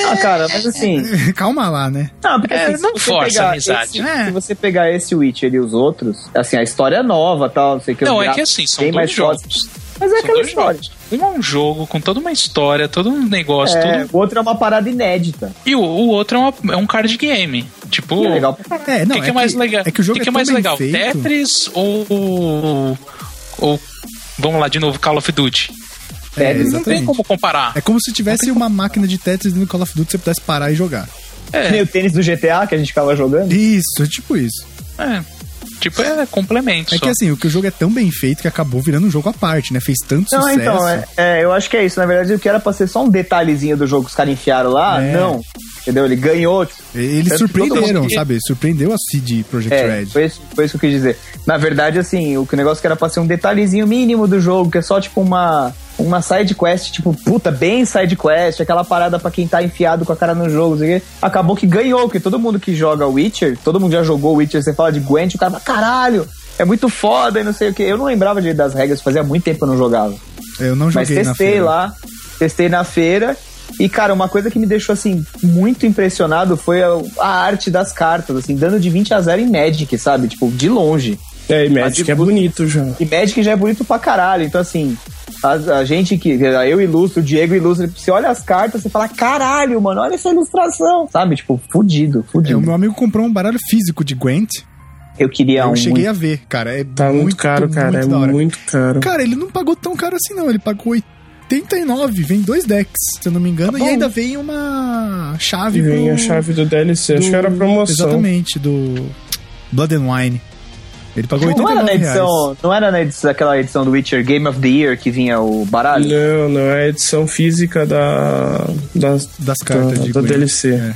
S1: Ah, cara, mas assim.
S2: Calma lá, né?
S1: Não, porque
S4: É,
S1: assim, se
S4: não
S1: você
S4: força
S1: pegar
S4: a amizade,
S1: esse-
S4: né?
S1: Se você pegar esse Witcher e os outros, assim, a história é nova tal, não sei o que.
S4: Não,
S1: os
S4: é que
S1: gráficos
S4: assim, são
S1: bem
S4: dois
S1: mais
S4: jogos.
S1: fortes. Mas é
S4: São
S1: aquela
S4: dois
S1: história.
S4: jogos. Um é um jogo com toda uma história, todo um negócio,
S1: É,
S4: tudo.
S1: o outro é uma parada inédita.
S4: E o, o outro é, uma- é um card game. Tipo,
S1: Que é
S4: o
S1: legal pra caralho.
S2: É, não,
S4: que, que é,
S2: é,
S4: mais legal?
S2: é que o jogo é,
S4: que
S2: tão
S4: mais
S2: bem
S4: legal?
S2: feito.
S4: Tetris ou, ou. Vamos lá de novo, Call of Duty.
S2: É,
S1: Tetris
S4: Não tem
S2: exatamente.
S4: como comparar.
S2: É como se tivesse uma máquina de Tetris dentro do Call of Duty que você pudesse parar e jogar.
S1: É Que Nem o tênis do GTA que a gente ficava jogando.
S2: Isso, é tipo isso.
S4: É. Tipo, é complemento.
S2: É
S4: só.
S2: que assim, o que o jogo é tão bem feito que acabou virando um jogo à parte, né? Fez tanto
S1: Não,
S2: sucesso.
S1: então, é, é, eu acho que é isso. Na verdade, o que era pra ser só um detalhezinho do jogo que os caras enfiaram lá,
S2: É.
S1: não. Entendeu? Ele ganhou. tipo,
S2: Eles
S1: Tanto que todo
S2: surpreenderam,
S1: mundo-
S2: sabe? Surpreendeu a CD Projekt
S1: É,
S2: Red.
S1: foi isso, foi isso que eu quis dizer. Na verdade, assim, o que o negócio que era pra ser um detalhezinho mínimo do jogo, que é só tipo uma, uma side quest, tipo, puta, bem side quest, aquela parada pra quem tá enfiado com a cara no jogo, não sei o quê. acabou que ganhou, porque todo mundo que joga Witcher, todo mundo já jogou Witcher, você fala de Gwent, o cara fala, caralho, é muito foda e não sei o que. Eu não lembrava de- das regras, fazia muito tempo que eu não jogava.
S2: Eu não
S1: Mas
S2: joguei na
S1: testei
S2: feira.
S1: lá, testei na feira. E, cara, uma coisa que me deixou, assim, muito impressionado foi a, a arte das cartas, assim, dando de 20 a 0 em Magic, sabe? Tipo, de longe.
S3: É, e
S1: Tá
S3: Magic é bonito já.
S1: E Magic já é bonito pra caralho. Então, assim, a, a gente que. Eu ilustro, o Diego ilustra. Você olha as cartas e fala, caralho, mano, olha essa ilustração. Sabe? Tipo, fudido,
S2: É, o
S1: fudido.
S2: meu amigo comprou um baralho físico de Gwent.
S1: Eu queria um.
S2: eu cheguei a ver, cara. É
S3: Tá muito, caro, cara.
S2: da
S3: é
S2: hora.
S3: muito caro.
S2: Cara, ele não pagou tão caro assim, não. Ele pagou 89, vem dois decks, se eu não me engano. e
S3: Tá bom.
S2: ainda vem uma chave.
S3: E vem
S2: pro-
S3: a chave do DLC. Acho
S2: do-
S3: que era promoção.
S2: Exatamente, do Blood and Wine. Ele pagou
S1: Não
S2: 89
S1: era, na
S2: reais.
S1: edição, não era na edição, aquela edição do Witcher Game of the Year que vinha o baralho?
S3: Não, não. É a edição física da. Das,
S2: Das cartas
S3: da,
S2: de
S3: da
S2: Gwent.
S3: DLC.
S2: É.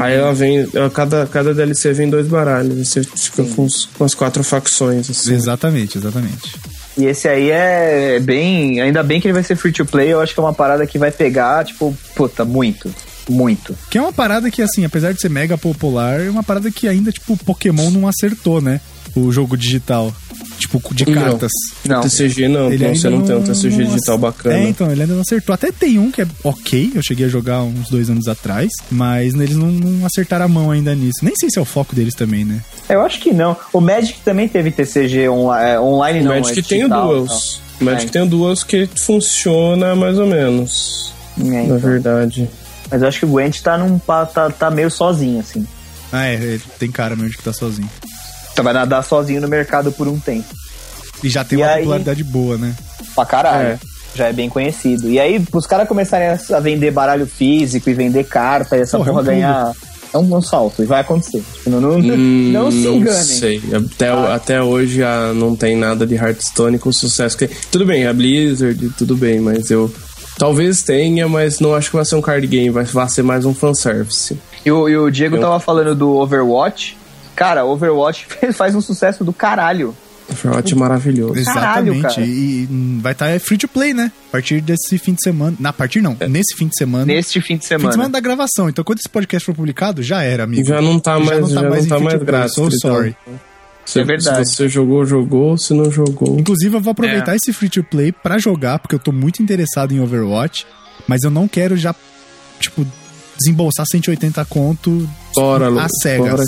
S3: Aí ela vem. ela- cada, cada DLC vem dois baralhos. Você fica com, os- com as quatro facções. Assim.
S2: Exatamente, exatamente.
S1: E esse aí é bem. Ainda bem que ele vai ser free to play, eu acho que é uma parada que vai pegar, tipo, puta, muito. Muito.
S2: Que é uma parada que, assim, apesar de ser mega popular, é uma parada que ainda, tipo, o Pokémon não acertou, né? O jogo digital. Tipo, de
S3: Não.
S2: cartas.
S1: Não.
S3: TCG não,
S2: Ele
S3: pô,
S2: ainda
S3: você não, tem um TCG
S2: não
S3: digital
S2: ac-
S3: bacana.
S2: É, então, ele ainda não acertou. Até tem um que é ok, eu cheguei a jogar uns dois anos atrás, mas eles não, não acertaram a mão ainda nisso. Nem sei se é o foco deles também, né?
S1: Eu acho que não. O Magic também teve TCG onla- é, online,
S3: o
S1: não.
S3: Magic
S1: é
S3: tem o
S1: digital,
S3: Duels. O Magic
S1: É.
S3: tem o Duels que funciona mais ou menos.
S1: tal. É,
S3: Na
S1: então.
S3: verdade.
S1: Mas eu acho que o Gwent tá, num, pa- tá, tá meio sozinho, assim.
S2: Ah, é, ele tem cara mesmo de que tá sozinho.
S1: Então vai nadar sozinho no mercado por um tempo.
S2: E já tem
S1: E
S2: uma
S1: aí-
S2: popularidade boa, né?
S1: Pra caralho.
S3: É.
S1: Já é bem conhecido. E aí, pros caras começarem a a vender baralho físico e vender carta e essa
S2: Porra, é um
S1: porra
S2: pulo.
S1: ganhar. É um bom salto, e vai acontecer. Tipo, não, não,
S3: Hum,
S1: não se
S3: não
S1: enganem.
S3: sei. Até, o- até hoje ah, não tem nada de Hearthstone com o sucesso que tem. Tudo bem, a Blizzard, tudo bem, mas eu. Talvez tenha, mas não acho que vai ser um card game, vai, vai ser mais um fanservice.
S1: E o, e o Diego
S3: Eu-
S1: tava falando do Overwatch. Cara, Overwatch (laughs) faz um sucesso do caralho.
S3: Overwatch é maravilhoso.
S1: Caralho,
S2: Exatamente.
S1: cara.
S2: E, e, hum, vai estar free to play, né? A partir desse fim de semana. Na a partir não, nesse fim de semana.
S1: Neste fim de
S2: Fim de
S1: semana.
S2: semana da gravação. Então, quando esse podcast for publicado, já era, amigo.
S3: Já não tá mais, já não
S2: em
S3: tá
S2: free
S3: mais
S2: to play,
S3: grátis.
S2: So
S3: então.
S2: sorry.
S3: Se,
S1: É verdade.
S3: Se você jogou, jogou. Se não jogou.
S2: Inclusive, eu vou aproveitar
S1: É.
S2: esse free to play pra jogar, porque eu tô muito interessado em Overwatch, mas eu não quero já, tipo, desembolsar 180 conto
S3: Bora, Lu.
S2: às cegas.
S3: Bora,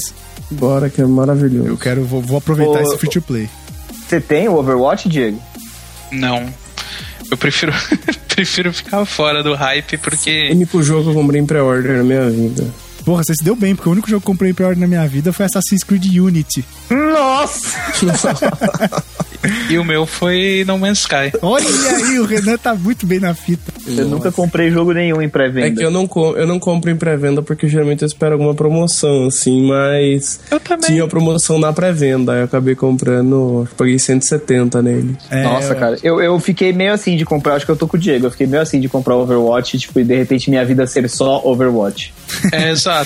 S3: bora, que é maravilhoso.
S2: Eu quero, vou, vou aproveitar
S1: Ô,
S2: esse free to play.
S1: Você tem o Overwatch, Diego? assim-
S4: Não. Eu prefiro, (laughs) prefiro ficar fora do hype
S3: O
S4: porque.
S3: único jogo que eu comprei em pré-order na minha vida.
S2: Porra, você se deu bem, porque o único jogo que eu comprei em pré-order na minha vida foi Assassin's Creed Unity.
S1: Nossa!
S4: E o meu foi No Man's Sky.
S2: Olha aí, o Renan tá muito bem na fita.
S1: Eu nunca comprei jogo nenhum em
S3: É que
S1: pré-venda.
S3: eu não, com- eu não compro em pré-venda porque geralmente eu espero alguma promoção, assim, mas.
S4: Eu também.
S3: Tinha promoção na pré-venda, aí eu acabei comprando, acho que paguei 170 nele.
S2: É,
S1: Nossa, cara, eu, eu fiquei meio assim de comprar, acho que eu tô com o Diego, eu fiquei meio assim de comprar Overwatch, tipo, e de repente minha vida ser só Overwatch.
S4: É, exato.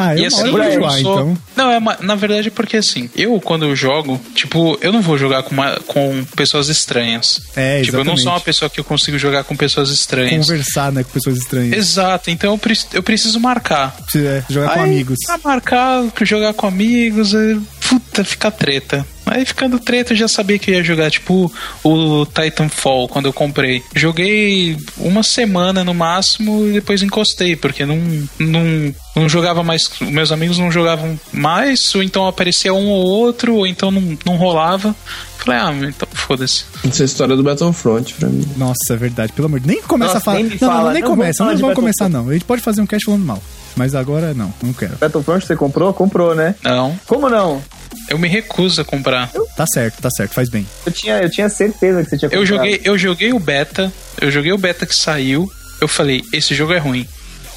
S2: Ah, eu
S4: E
S2: uma
S4: assim,
S2: hora
S4: eu
S2: vou enjoar,
S4: sou-
S2: então.
S4: Não, é uma- na verdade é porque assim, eu quando eu jogo, tipo, eu não vou jogar com, uma- com pessoas estranhas.
S2: É,
S4: Tipo, eu não sou uma
S2: exatamente.
S4: pessoa que eu consigo jogar com pessoas estranhas.
S2: Conversar, né, com pessoas estranhas.
S4: Exato, então eu, pre- eu preciso marcar.
S2: Se, é, jogar com
S4: Aí, tá.
S2: amigos.
S4: Pra marcar, jogar com amigos, é, puta, fica treta. Aí ficando treta, eu já sabia que eu ia jogar, tipo, o Titanfall, quando eu comprei. Joguei uma semana no máximo e depois encostei, porque não, não, não jogava mais, meus amigos não jogavam mais, ou então aparecia um ou outro, ou então não, não rolava. Falei, ah, então foda-se.
S3: Essa é a história do Battlefront pra mim.
S2: Nossa, é verdade, pelo amor de Nem começa
S1: Nossa,
S2: a falar.
S1: nem me
S2: não, não,
S1: fala.
S2: não, nem
S1: Não vamos
S2: começa,
S1: falar
S2: não
S1: de
S2: vamos começar,
S1: Battlefield.
S2: não. A gente pode fazer um cast falando mal. Mas agora não, não quero.
S1: Battlefront você comprou? Comprou, né?
S4: Não,
S1: Como não?
S4: eu me recuso a comprar.
S2: Tá certo, tá certo, faz bem.
S1: Eu tinha, eu tinha certeza que você tinha comprado.
S4: Eu joguei, eu joguei o beta, eu joguei o beta que saiu, eu falei, esse jogo é ruim.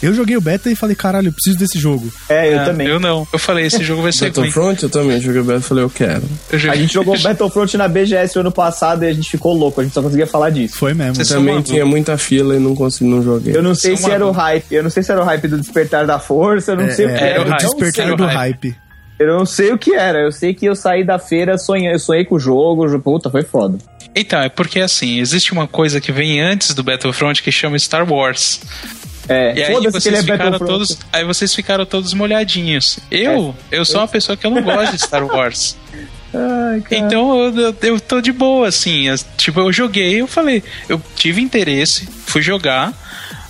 S2: Eu joguei o beta e falei, caralho, eu preciso desse jogo.
S1: É, eu
S4: Ah,
S1: também.
S4: Eu não. Eu falei, esse
S1: (laughs)
S4: jogo vai ser ruim.
S3: Battlefront eu também joguei o e falei, eu quero.
S4: (laughs) Eu
S1: A
S4: joguei-
S1: gente jogou Battlefront na BGS ano passado e a gente ficou louco, a gente só conseguia falar disso.
S2: Foi mesmo.
S4: Vocês são
S3: também
S4: malucos.
S3: tinha muita fila e não consegui, não joguei.
S1: Eu não sei
S4: São
S1: se era o
S4: malucos.
S1: hype, eu não sei se era o hype do despertar da força, eu
S2: É,
S1: não sei o que
S4: era
S1: era.
S4: o
S1: eu
S4: hype.
S1: não
S2: despertar
S1: sei.
S2: do
S4: hype.
S2: hype.
S1: Eu não sei o que era. Eu sei que eu saí da feira, sonhei, eu sonhei com o jogo. jo- Puta, foi foda.
S4: Então, é porque assim, existe uma coisa que vem antes do Battlefront que chama Star Wars. E
S1: É,
S4: aí tipo,
S1: foda-se que ele
S4: vocês
S1: é
S4: ficaram
S1: Battlefront.
S4: todos. Aí vocês ficaram todos molhadinhos. Eu,
S1: É.
S4: eu sou uma pessoa que eu não gosto de
S1: (laughs)
S4: Star Wars.
S1: Ai, cara.
S4: Então eu, eu- eu tô de boa, assim. as- Tipo, eu joguei, eu falei, eu tive interesse, fui jogar.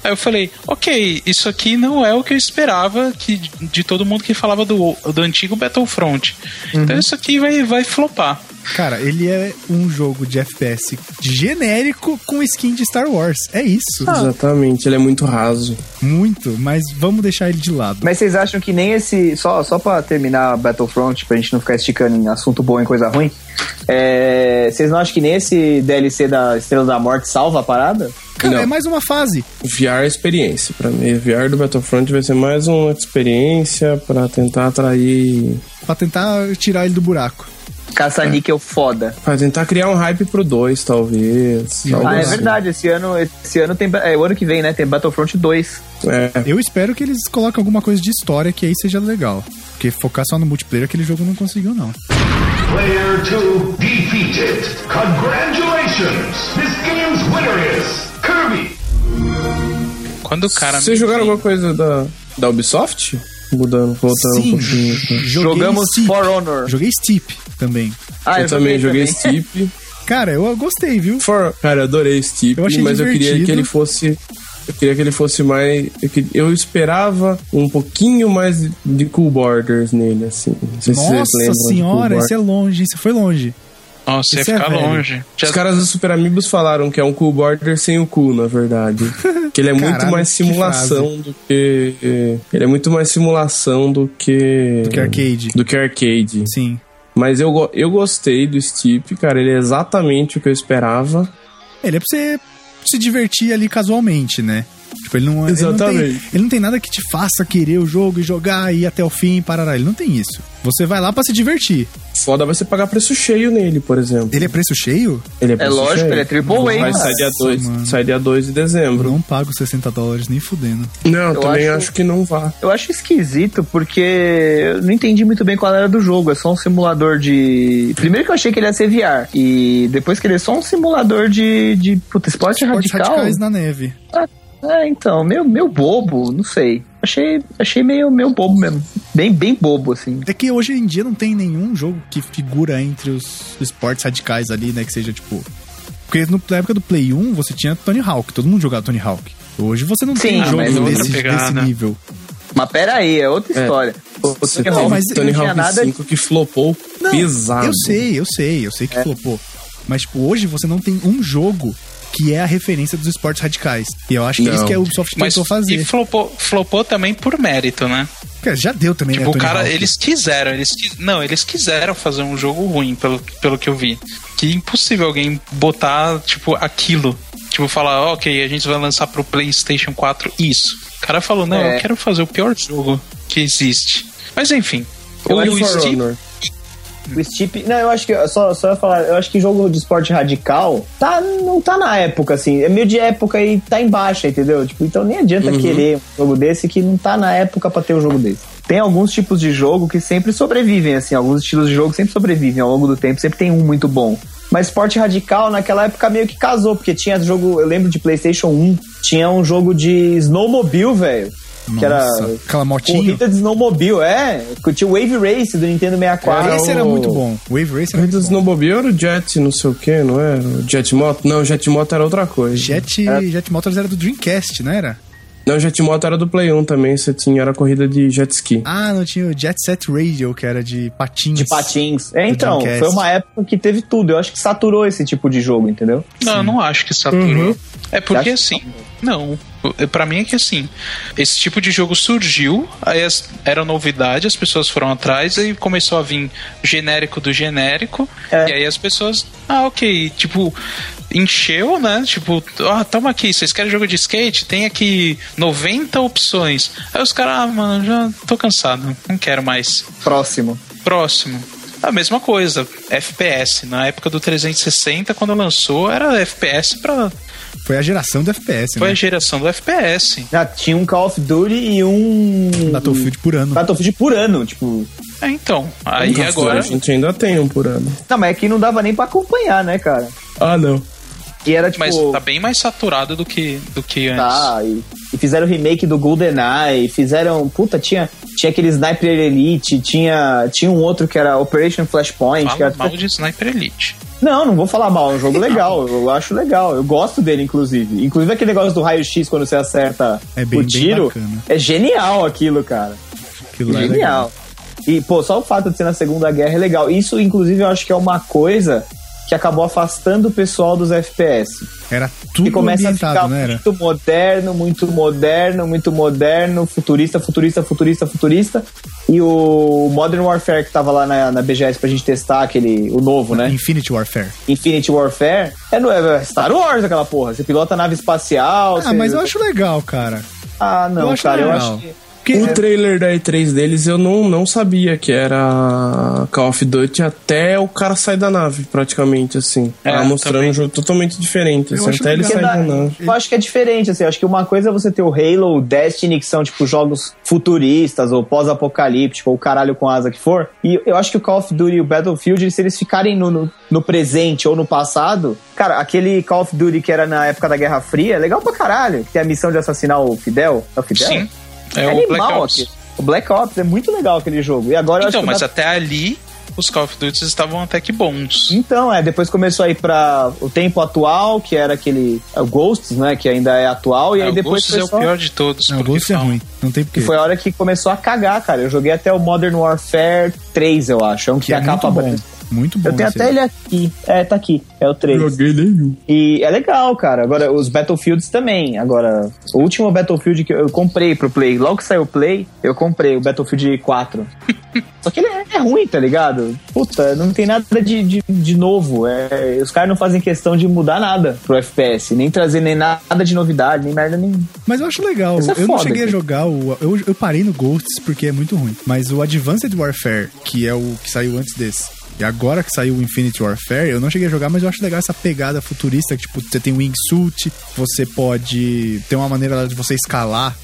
S4: Aí eu falei, ok, isso aqui não é o que eu esperava que, de todo mundo que falava do, do antigo Battlefront.
S1: Uhum.
S4: Então isso aqui vai, vai flopar.
S2: Cara, ele é um jogo de FPS genérico com skin de Star Wars. É isso.
S1: Ah.
S3: Exatamente, ele é muito raso.
S2: Muito, mas vamos deixar ele de lado.
S1: Mas vocês acham que nem esse. Só, só pra terminar Battlefront, pra gente não ficar esticando em assunto bom e coisa ruim. é, vocês não acham que nem esse DLC da Estrela da Morte salva a parada?
S2: Cara,
S3: Não.
S2: é mais uma fase.
S3: VR é experiência pra mim. VR do Battlefront vai ser mais uma experiência pra tentar atrair.
S2: Pra tentar tirar ele do buraco.
S1: Caça-níquel foda.
S3: Pra tentar criar um hype pro 2, talvez. algo
S1: Ah, é
S3: assim.
S1: verdade. Esse ano, esse ano tem. É o ano que vem, né? Tem Battlefront 2.
S3: É.
S2: Eu espero que eles coloquem alguma coisa de história que aí seja legal. Porque focar só no multiplayer aquele jogo não conseguiu, não.
S5: Player 2 defeated. Congratulations! This game's winner is Kirby!
S4: Quando o cara.
S3: Vocês jogaram alguma coisa da, da Ubisoft? Mudando, voltando um pouquinho. tá?
S2: joguei
S1: Jogamos
S2: Steep.
S1: For Honor.
S2: Joguei Steep também.
S1: Ah,
S3: eu, também joguei
S1: também.
S3: Steep.
S2: Cara, eu gostei, viu?
S3: (laughs) For... Cara, eu adorei Steep,
S2: Eu achei
S3: mas eu queria
S2: divertido.
S3: que ele fosse. Eu queria que ele fosse mais. Eu, que- eu esperava um pouquinho mais de- de Cool Borders nele, assim. Não sei se vocês
S2: Nossa
S3: lembram de
S2: senhora,
S3: Cool
S2: isso é longe, isso foi longe.
S4: Nossa, ia
S2: Isso é
S4: ficar
S2: velho.
S4: longe. Já-
S3: Os caras do Super Amigos falaram que é um cool border sem o cu,
S2: (laughs)
S3: na verdade. Que ele é muito
S2: Caralho,
S3: mais
S2: que
S3: simulação do que. Ele é muito mais simulação do que. Do
S2: Que arcade.
S3: Do que arcade.
S2: Sim.
S3: Mas eu, go- eu gostei do Steep, cara. Ele é exatamente o que eu esperava.
S2: Ele é pra você se divertir ali casualmente, né? Tipo, ele não, ele não tem- Ele não,
S3: Exatamente.
S2: tem, nada que te faça querer o jogo e jogar e ir até o fim, parará. Ele não tem isso. Você vai lá pra se divertir.
S3: Foda vai você pagar preço cheio nele, por exemplo.
S2: Ele é preço cheio?
S3: Ele é,
S1: É
S3: preço
S1: lógico,
S3: cheio.
S1: ele é triple A.
S3: Vai
S1: cara.
S3: sair dia
S2: Nossa, mano.
S3: 2, sai dia 2 de
S2: Eu
S3: dezembro.
S2: não um pago 60 dólares nem fudendo.
S3: Não, eu também
S1: acho-
S3: acho... que não vá.
S1: Eu acho esquisito porque eu não entendi muito bem qual era do jogo. É só um simulador de. Primeiro que eu achei que ele ia ser VR. E depois que ele é só um simulador de. de puta, esporte,
S2: Esportes
S1: radical.
S2: radicais né? na neve.
S1: Ah, é, então, meu, meu bobo, não sei. Achei, achei meio, meio bobo mesmo. Bem, bem bobo, assim.
S2: É que hoje em dia não tem nenhum jogo que figura entre os esportes radicais ali, né? Que seja tipo. Porque no- na época do Play 1 você tinha Tony Hawk, todo mundo jogava Tony Hawk. Hoje você não tem
S1: Sim,
S2: um jogo
S1: mas é outra
S2: desse,
S4: pegada.
S2: desse nível.
S1: Mas pera aí, é outra
S3: É.
S1: história. O
S3: Você
S1: Tony
S3: tem
S1: Hawk
S2: mas
S1: não
S3: Tony
S1: tinha
S3: Hawk
S1: nada.
S3: 5 que flopou pesado.
S2: Eu sei, eu sei, eu sei que flopou. Mas, tipo, hoje você não tem um jogo que é a referência dos esportes radicais. E eu acho que é isso
S3: Não.
S2: que a Ubisoft
S4: Mas
S2: tentou
S4: e
S2: fazer.
S4: flopou, flopou também por mérito, né?
S2: Cara, já deu também, né?
S4: Tipo, o
S2: Tony
S4: cara,
S2: Hawk?
S4: eles quiseram, eles qui- não, eles quiseram fazer um jogo ruim, pelo, pelo que eu vi. Que impossível alguém botar, tipo, aquilo. Tipo, falar, ok, a gente vai lançar pro PlayStation 4 isso. O cara falou, não,
S1: É.
S4: eu quero fazer o pior jogo que existe. Mas enfim,
S3: O
S4: o
S3: For
S4: Steve-
S3: Honor.
S1: é O Steep. Não, eu acho que. Só, só ia falar, eu acho que jogo de esporte radical tá, não tá na época, assim. É meio de época e tá em baixa, entendeu? Tipo, então nem adianta
S4: Uhum.
S1: querer um jogo desse que não tá na época pra ter um jogo desse. Tem alguns tipos de jogo que sempre sobrevivem, assim, alguns estilos de jogo sempre sobrevivem ao longo do tempo, sempre tem um muito bom. Mas esporte radical naquela época meio que casou, porque tinha jogo, eu lembro de PlayStation 1, tinha um jogo de snowmobile, velho. Que era
S2: Nossa, aquela motinha.
S1: corrida de snowmobile, é. Tinha o Wave Race do Nintendo 64.
S2: Esse era
S1: o-
S2: muito bom. Wave Racer era
S3: Corrida
S2: muito bom.
S3: Snowmobile era o Jet, não sei o que, não era? O Jet Moto? Não, o Jet Moto era outra coisa.
S2: Jet,
S1: É.
S2: Jet Motors era do Dreamcast, não era?
S3: Não, o Jet Moto era do Play 1 também, você tinha, era corrida de jet ski.
S2: Ah, não tinha o Jet Set Radio, que era de patins.
S1: De patins. É, então,
S2: Dreamcast.
S1: foi uma época que teve tudo. Eu acho que saturou esse tipo de jogo, entendeu?
S4: Não, eu não acho que saturou. É porque
S1: Você acha
S4: assim, não. Eu- Pra mim é que assim, esse tipo de jogo surgiu, aí as- era novidade, as pessoas foram atrás, aí começou a vir genérico do genérico,
S1: É.
S4: e aí as pessoas, ah, ok, tipo, encheu, né? Tipo, ah, toma aqui, vocês querem jogo de skate? Tem aqui 90 opções. Aí os caras, ah, mano, já tô cansado, não quero mais.
S1: Próximo.
S4: Próximo. A mesma coisa, FPS. Na época do 360, quando lançou, era FPS pra.
S2: Foi a geração do FPS,
S4: Foi a
S2: né?
S4: geração do FPS.
S1: Já tinha um Call of Duty e um.
S2: Battlefield por ano.
S1: Battlefield por ano, tipo.
S4: É, então. Aí
S3: Nunca foi,
S4: agora.
S3: A gente ainda tem um por ano.
S1: Não, mas é que não dava nem pra acompanhar, né, cara?
S3: Ah, não.
S1: E era tipo.
S4: Mas tá bem mais saturado do que, do que antes.
S1: Tá, e, e fizeram remake do GoldenEye, fizeram. Puta, tinha, tinha aquele Sniper Elite, tinha, tinha um outro que era Operation Flashpoint. que
S4: Fala
S1: era-
S4: mal de Sniper Elite.
S1: Não, não vou falar mal, é um jogo
S2: (laughs)
S1: legal, eu acho legal, eu gosto dele, inclusive. Inclusive aquele negócio do raio-x quando você acerta
S2: É bem-
S1: o
S2: bem
S1: tiro,
S2: bacana.
S1: é genial aquilo, cara.
S2: Aquilo lá era
S1: Genial.
S2: legal.
S1: E, pô, só o fato de ser na Segunda Guerra é legal. Isso, inclusive, eu acho que é uma coisa que acabou afastando o pessoal dos FPS.
S2: Era
S1: Que
S2: tudo
S1: começa a
S2: ambientado,
S1: ficar
S2: não era?
S1: muito moderno, muito moderno, muito moderno, futurista, futurista, futurista, futurista. E o Modern Warfare que tava lá na, na BGS pra gente testar, aquele, o novo, né?
S2: Infinity Warfare.
S1: Infinity Warfare. É, no- é Star Wars aquela porra. Você pilota nave espacial.
S2: Ah,
S1: você-
S2: mas eu acho legal, cara.
S1: Ah, não,
S2: eu acho
S1: cara, eu
S2: legal.
S1: acho que.
S2: Porque-
S3: O trailer da E3 deles eu não, não sabia que era Call of Duty até o cara sair da nave, praticamente, assim.
S4: É,
S3: Ela mostrando
S4: também.
S3: um jogo totalmente diferente, assim,
S2: acho
S3: até ele
S2: legal.
S1: Porque
S3: sair da
S1: dá-
S3: nave.
S1: eu acho que é diferente, assim. Eu acho que uma coisa é você ter o Halo, o Destiny, que são, tipo, jogos futuristas ou pós-apocalíptico, ou caralho com asa que for. E eu acho que o Call of Duty e o Battlefield, se eles ficarem no, no, no presente ou no passado, cara, aquele Call of Duty que era na época da Guerra Fria, é legal pra caralho. Que tem a missão de assassinar o Fidel. É o Fidel?
S4: Sim. É,
S1: É,
S4: o Black
S1: animal
S4: Ops.
S1: aqui. O Black Ops é muito legal aquele jogo. E agora eu acho
S4: Então,
S1: que tá-
S4: mas
S1: dá-
S4: até ali, os Call of Duty estavam até que bons.
S1: Então, é, depois começou aí pra o tempo atual, que era aquele é, o Ghosts, né, que ainda é atual, e
S4: É,
S1: aí
S4: o
S1: depois
S4: Ghosts
S1: foi
S4: é o
S1: só-
S4: pior de todos.
S2: Não, o
S4: porque
S2: gosto é
S4: falam-
S2: ruim. Não tem porquê.
S1: que foi a hora que começou a cagar, cara. Eu joguei até o Modern Warfare 3, eu acho, é um que,
S2: Que
S1: tem
S2: é
S1: a
S2: muito
S1: capa
S2: bom.
S1: branca.
S2: Muito bom.
S1: Eu
S2: assim.
S1: tenho
S2: esse
S1: até
S2: aí.
S1: ele aqui. É, tá aqui. É o 3.
S3: Joguei nenhum.
S1: E é legal, cara. Agora, os Battlefields também. Agora, o último Battlefield que eu comprei pro Play, logo que saiu o Play, eu comprei o Battlefield 4. Só que ele é é ruim, tá ligado? Puta, não tem nada de, de, de novo. É, os caras não fazem questão de mudar nada pro FPS. Nem trazer nem nada de novidade, nem merda nenhuma.
S2: Mas eu acho legal.
S1: Isso é
S2: eu não
S1: foda,
S2: cheguei a
S1: cara.
S2: jogar o. Eu, eu parei no Ghosts porque é muito ruim. Mas o Advanced Warfare, que é o que saiu antes desse. E agora que saiu o Infinity Warfare, eu não cheguei a jogar, mas eu acho legal essa pegada futurista, que tipo, você tem wingsuit, você pode ter uma maneira lá de você escalar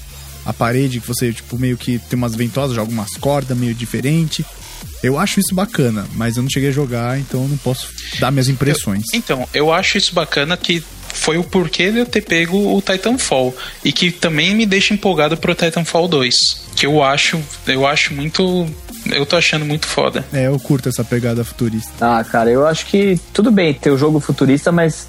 S2: a parede, que você, tipo, meio que tem umas ventosas, joga umas cordas meio diferente. Eu acho isso bacana, mas eu não cheguei a jogar, então eu não posso dar minhas impressões.
S4: Então, eu acho isso bacana que foi o porquê de eu ter pego o Titanfall e que também me deixa empolgado pro Titanfall 2, que eu acho, eu acho muito, eu tô achando muito foda.
S2: É, eu curto essa pegada futurista.
S1: Ah, cara, eu acho que tudo bem ter o jogo futurista, mas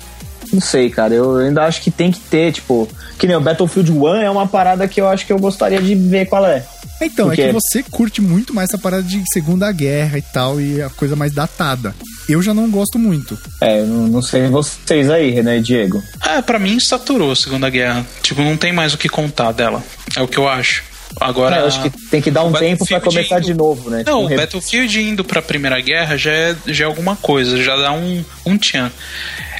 S1: não sei, cara. Eu ainda acho que tem que ter, tipo, que nem o Battlefield 1 é uma parada que eu acho que eu gostaria de ver qual é.
S2: Então, é
S1: Por
S2: que
S1: quê?
S2: você curte muito mais essa parada de Segunda Guerra e tal, e a coisa mais datada. Eu já não gosto muito.
S1: É, eu não, não sei vocês aí, Renan e Diego.
S4: Ah, pra mim saturou a Segunda Guerra. Tipo, não tem mais o que contar dela. É o que eu acho. Agora.
S1: É, eu acho que tem que dar um
S4: o
S1: tempo pra
S4: Battlefield
S1: começar
S4: indo-
S1: de novo, né?
S4: Não,
S1: Tipo,
S4: o
S1: re-
S4: Battlefield indo pra Primeira Guerra já é, já é alguma coisa, já dá um, um tchan.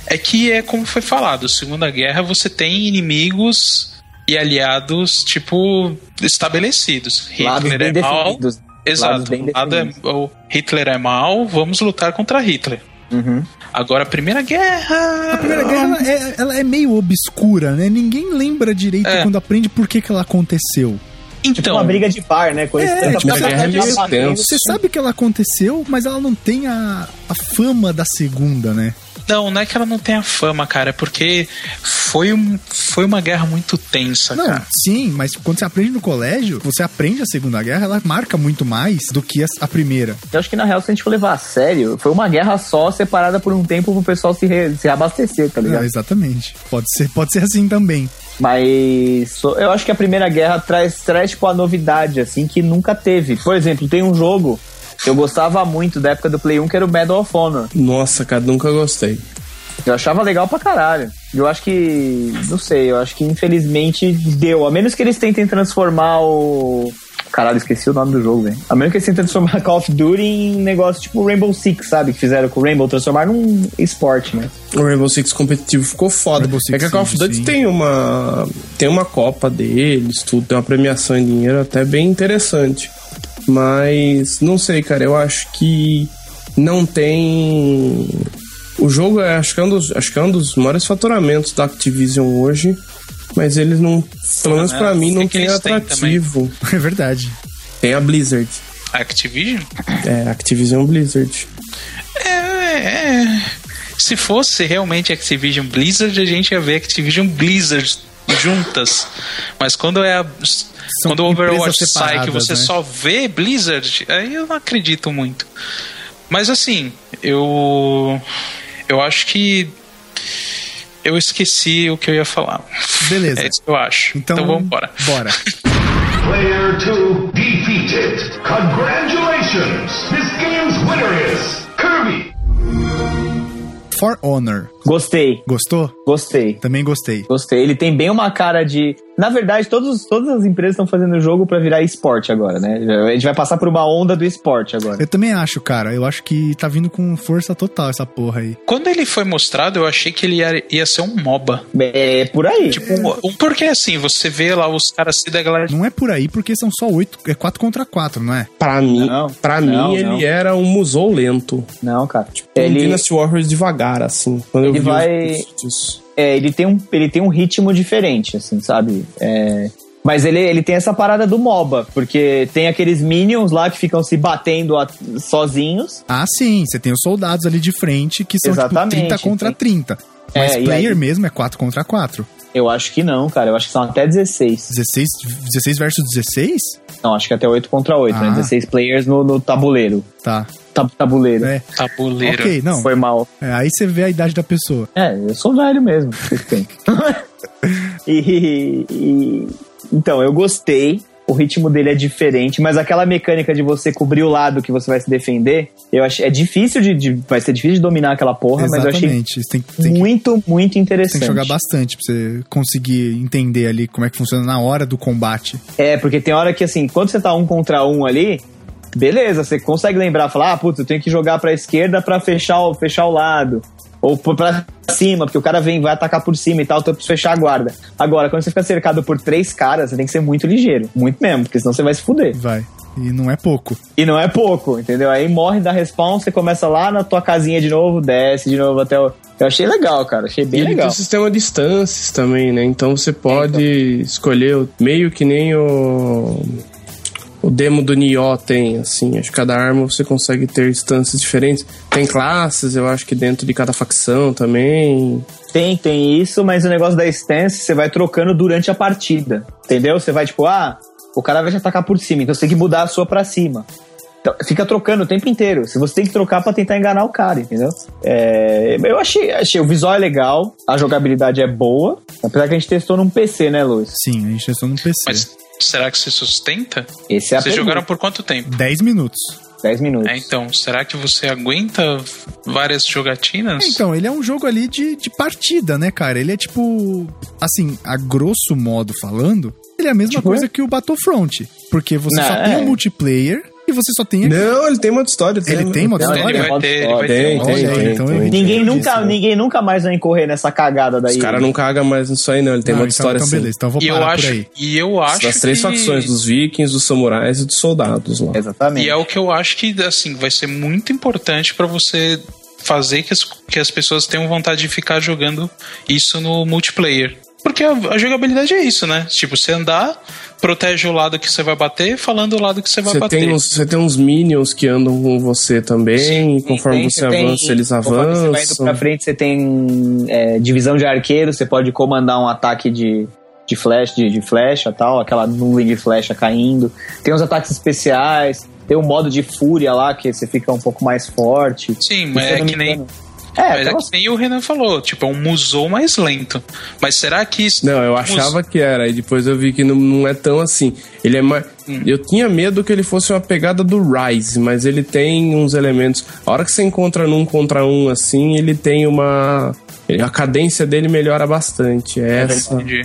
S4: É que é como foi falado, Segunda Guerra você tem inimigos e aliados, tipo, estabelecidos.
S1: lados
S4: Hitler
S1: bem
S4: é mal.
S1: definidos. lados
S4: Exato.
S1: bem
S4: um lado é,
S1: definidos.
S4: o Hitler é mal, vamos lutar contra Hitler.
S1: Uhum.
S4: Agora, a Primeira Guerra.
S2: A Primeira Guerra ela é, ela é meio obscura, né? Ninguém lembra direito
S4: É.
S2: quando aprende por que, que ela aconteceu.
S1: Tipo
S4: Então,
S1: uma briga de bar, né? Quando
S2: É,
S1: eles tentam
S2: tipo,
S1: matar,
S2: a guerra
S1: tá
S2: de
S1: batendo.
S3: Deus.
S2: Você sabe que ela aconteceu, mas ela não tem a, a fama da segunda, né?
S4: não, não é que ela não tenha fama, cara, é porque foi, um, foi uma guerra muito tensa,
S1: é.
S2: Não,
S4: cara.
S2: sim, mas quando você aprende no colégio, você aprende a Segunda Guerra, ela marca muito mais do que a, a primeira.
S1: Eu acho que na real, se a gente for levar a sério, foi uma guerra só separada por um tempo pro pessoal se, re- se abastecer, tá
S2: Não,
S4: É.
S1: ligado?
S2: exatamente. Pode ser, pode ser assim também. (laughs)
S1: Mas so- eu acho que a Primeira Guerra traz, traz tipo, a novidade, assim, que nunca teve. Por exemplo, tem um jogo que eu gostava muito da época do Play 1, que era o Medal of Honor.
S3: Nossa, cara, nunca gostei.
S1: Eu achava legal pra caralho. Eu acho que. Não sei, eu acho que infelizmente deu. A menos que eles tentem transformar o. Caralho, esqueci o nome do jogo, velho. A menos que eles tentem transformar (laughs) Call of Duty em negócio tipo Rainbow Six, sabe? Que fizeram com o Rainbow, transformar num esporte, né?
S3: O Rainbow Six competitivo ficou foda.
S2: Rainbow Six
S3: é que a Call of
S2: Siege,
S3: Duty
S2: sim.
S3: tem uma tem uma copa deles, tudo, tem uma premiação em dinheiro até bem interessante. Mas não sei, cara, eu acho que não tem o jogo é, acho que é um dos, acho que é um dos maiores faturamentos da Activision hoje, mas eles não, pelo menos pra
S4: eu
S3: mim
S4: sei
S3: não
S4: que
S3: tem
S4: eles têm
S3: atrativo.
S2: É verdade.
S3: Tem a Blizzard.
S4: Activision?
S3: É, Activision Blizzard.
S4: É, é. Se fosse realmente Activision Blizzard, a gente ia ver Activision Blizzard juntas. Mas quando é a, quando o Overwatch
S2: empresas
S4: sai que você
S2: separadas, né?
S4: só vê Blizzard, aí eu não acredito muito. Mas assim, eu eu acho que eu esqueci o que eu ia falar.
S2: Beleza.
S4: É isso que eu acho. Então,
S2: Então,
S4: vamos embora.
S2: Bora.
S5: Player 2 defeated. Congratulations! This game's winner is Kirby!
S2: For Honor.
S1: Gostei,
S2: Gostou?
S1: gostei.
S2: Também gostei.
S1: Gostei. Ele tem bem uma cara de. Na verdade, todos, todas as empresas estão fazendo o jogo pra virar esporte agora, né? A gente vai passar por uma onda do esporte agora.
S2: Eu também acho, cara. Eu acho que tá vindo com força total essa porra aí.
S4: Quando ele foi mostrado, eu achei que ele ia, ia ser um MOBA.
S1: É por aí.
S4: Tipo, um- um- porque assim, você vê lá os caras se degladiando.
S2: Não é por aí porque são só oito, é quatro contra quatro, não é?
S3: Pra mim,
S1: Não,
S3: pra
S1: não,
S3: mim
S1: não.
S3: ele era um musou lento.
S1: Não, cara.
S3: Ele...
S1: Ele,
S3: Dynasty Warriors devagar, assim. Quando
S1: Ele
S3: eu vi
S1: vai-
S3: os posts.
S1: é, ele, tem um, ele tem um ritmo diferente, assim, sabe? É, Mas ele, ele tem essa parada do MOBA, porque tem aqueles minions lá que ficam se batendo a- sozinhos.
S2: Ah, sim. Você tem os soldados ali de frente que são
S1: Exatamente,
S2: tipo 30 contra
S1: tem.
S2: 30. Mas
S1: É, e
S2: player
S1: aí-
S2: mesmo é 4 contra 4.
S1: Eu acho que não, cara. Eu acho que são até 16.
S2: 16, 16 versus 16?
S1: Não, acho que até 8 contra 8, né?
S2: Ah.
S1: 16 players no, no tabuleiro.
S2: Tá.
S1: Tab- tabuleiro.
S2: É.
S4: Tabuleiro.
S2: Ok, não.
S1: Foi mal.
S2: É, aí você vê a idade da pessoa.
S1: É, eu sou velho mesmo. vocês têm. (laughs) e, e- então, eu gostei. O ritmo dele é diferente, mas aquela mecânica de você cobrir o lado que você vai se defender, eu acho é difícil de, de- vai ser difícil de dominar aquela porra, mas eu achei
S2: Exatamente. Você tem, que- tem que,
S1: muito, muito
S2: tem
S1: interessante.
S2: que jogar bastante pra você conseguir entender ali como é que funciona na hora do combate.
S1: É, porque tem hora que assim, quando você tá um contra um ali, beleza, você consegue lembrar, falar, ah, putz, eu tenho que jogar pra esquerda pra fechar o, fechar o lado. Ou pô- pra cima, porque o cara vem, vai atacar por cima e tal, então eu preciso fechar a guarda. Agora, quando você fica cercado por três caras, você tem que ser muito ligeiro. Muito mesmo, porque senão você vai se fuder.
S2: Vai. E não é pouco.
S1: E não é pouco, entendeu? Aí morre da respawn, você começa lá na tua casinha de novo, desce de novo até o. Eu achei legal, cara. Achei
S3: E
S1: bem
S3: ele tem
S1: legal.
S3: o sistema de instâncias também, né? Então você pode escolher o- meio que nem o. O demo do Nioh tem, assim. Acho que cada arma você consegue ter instâncias diferentes. Tem classes, eu acho que dentro de cada facção também.
S1: Tem, tem isso, mas o negócio da stance você vai trocando durante a partida. Entendeu? Você vai tipo, ah, o cara vai te atacar por cima, então você tem que mudar a sua pra cima. Então, fica trocando o tempo inteiro. Se você tem que trocar pra tentar enganar o cara, entendeu? É, eu achei, achei, o visual é legal, a jogabilidade é boa. Apesar que a gente testou num PC, né, Luiz?
S2: Sim, a gente testou no PC.
S4: Mas será que se sustenta?
S1: Esse é a
S4: Vocês
S1: pergunta.
S4: jogaram por quanto tempo?
S2: 10 minutos.
S1: 10 minutos.
S4: É, então, será que você aguenta várias jogatinas?
S2: É, Então, ele é um jogo ali de, de partida, né, cara? Ele é tipo. Assim, a grosso modo falando, Ele é a mesma
S1: Tipo?
S2: coisa que o Battlefront. Porque você
S1: Não,
S2: só
S1: é.
S2: tem o multiplayer e você só tem.
S3: Não, ele tem uma história.
S2: Ele tem uma
S1: Não,
S4: Ele
S2: história?
S4: vai ter, ele vai ter.
S3: Tem,
S4: um-
S2: Olha
S3: tem,
S2: aí,
S3: tem,
S2: então
S3: tem.
S2: eu entendi
S1: Ninguém nunca,
S2: disso.
S1: ninguém nunca mais vai incorrer nessa cagada daí.
S3: Os caras não cagam mais nisso aí, não. Ele tem
S2: Não,
S3: uma
S2: então,
S3: história
S2: então
S3: assim.
S2: beleza, então eu vou
S4: E
S2: parar
S4: eu
S2: por
S4: acho,
S2: aí.
S4: e eu acho
S3: das três
S4: que-
S3: facções, dos vikings, dos samurais e dos soldados lá.
S1: Exatamente.
S4: E é o que eu acho que assim vai ser muito importante pra você fazer que as, que as pessoas tenham vontade de ficar jogando isso no multiplayer. Porque a, a jogabilidade é isso, né? Tipo, você andar, protege o lado que você vai bater, falando o lado que você vai
S3: Você
S4: bater.
S3: tem, uns, você tem uns minions que andam com você também, e conforme
S1: Tem-
S3: você
S1: tem-
S3: avança,
S1: Conforme
S3: eles
S1: você vai indo pra
S3: avançam.
S1: frente, você tem é, divisão de arqueiro, você pode comandar um ataque de, de flash, de, de flecha tal, aquela nuvem de flecha caindo. Tem os ataques especiais, tem um modo de fúria lá, que você fica um pouco mais forte.
S4: Sim,
S1: Se
S4: mas
S1: eu
S4: é
S1: não me
S4: que nem.
S1: engano. É,
S4: mas é
S1: aquelas-
S4: que nem o Renan falou, tipo, é um musou mais lento. Mas será que isso.
S3: Não, eu
S4: musou-
S3: achava que era, e depois eu vi que não, não é tão assim. Ele é mais.
S1: Hum.
S3: Eu tinha medo que ele fosse uma pegada do Rise, mas ele tem uns elementos. A hora que você encontra num contra um assim, ele tem uma. A cadência dele melhora bastante. É essa.
S4: Entendi.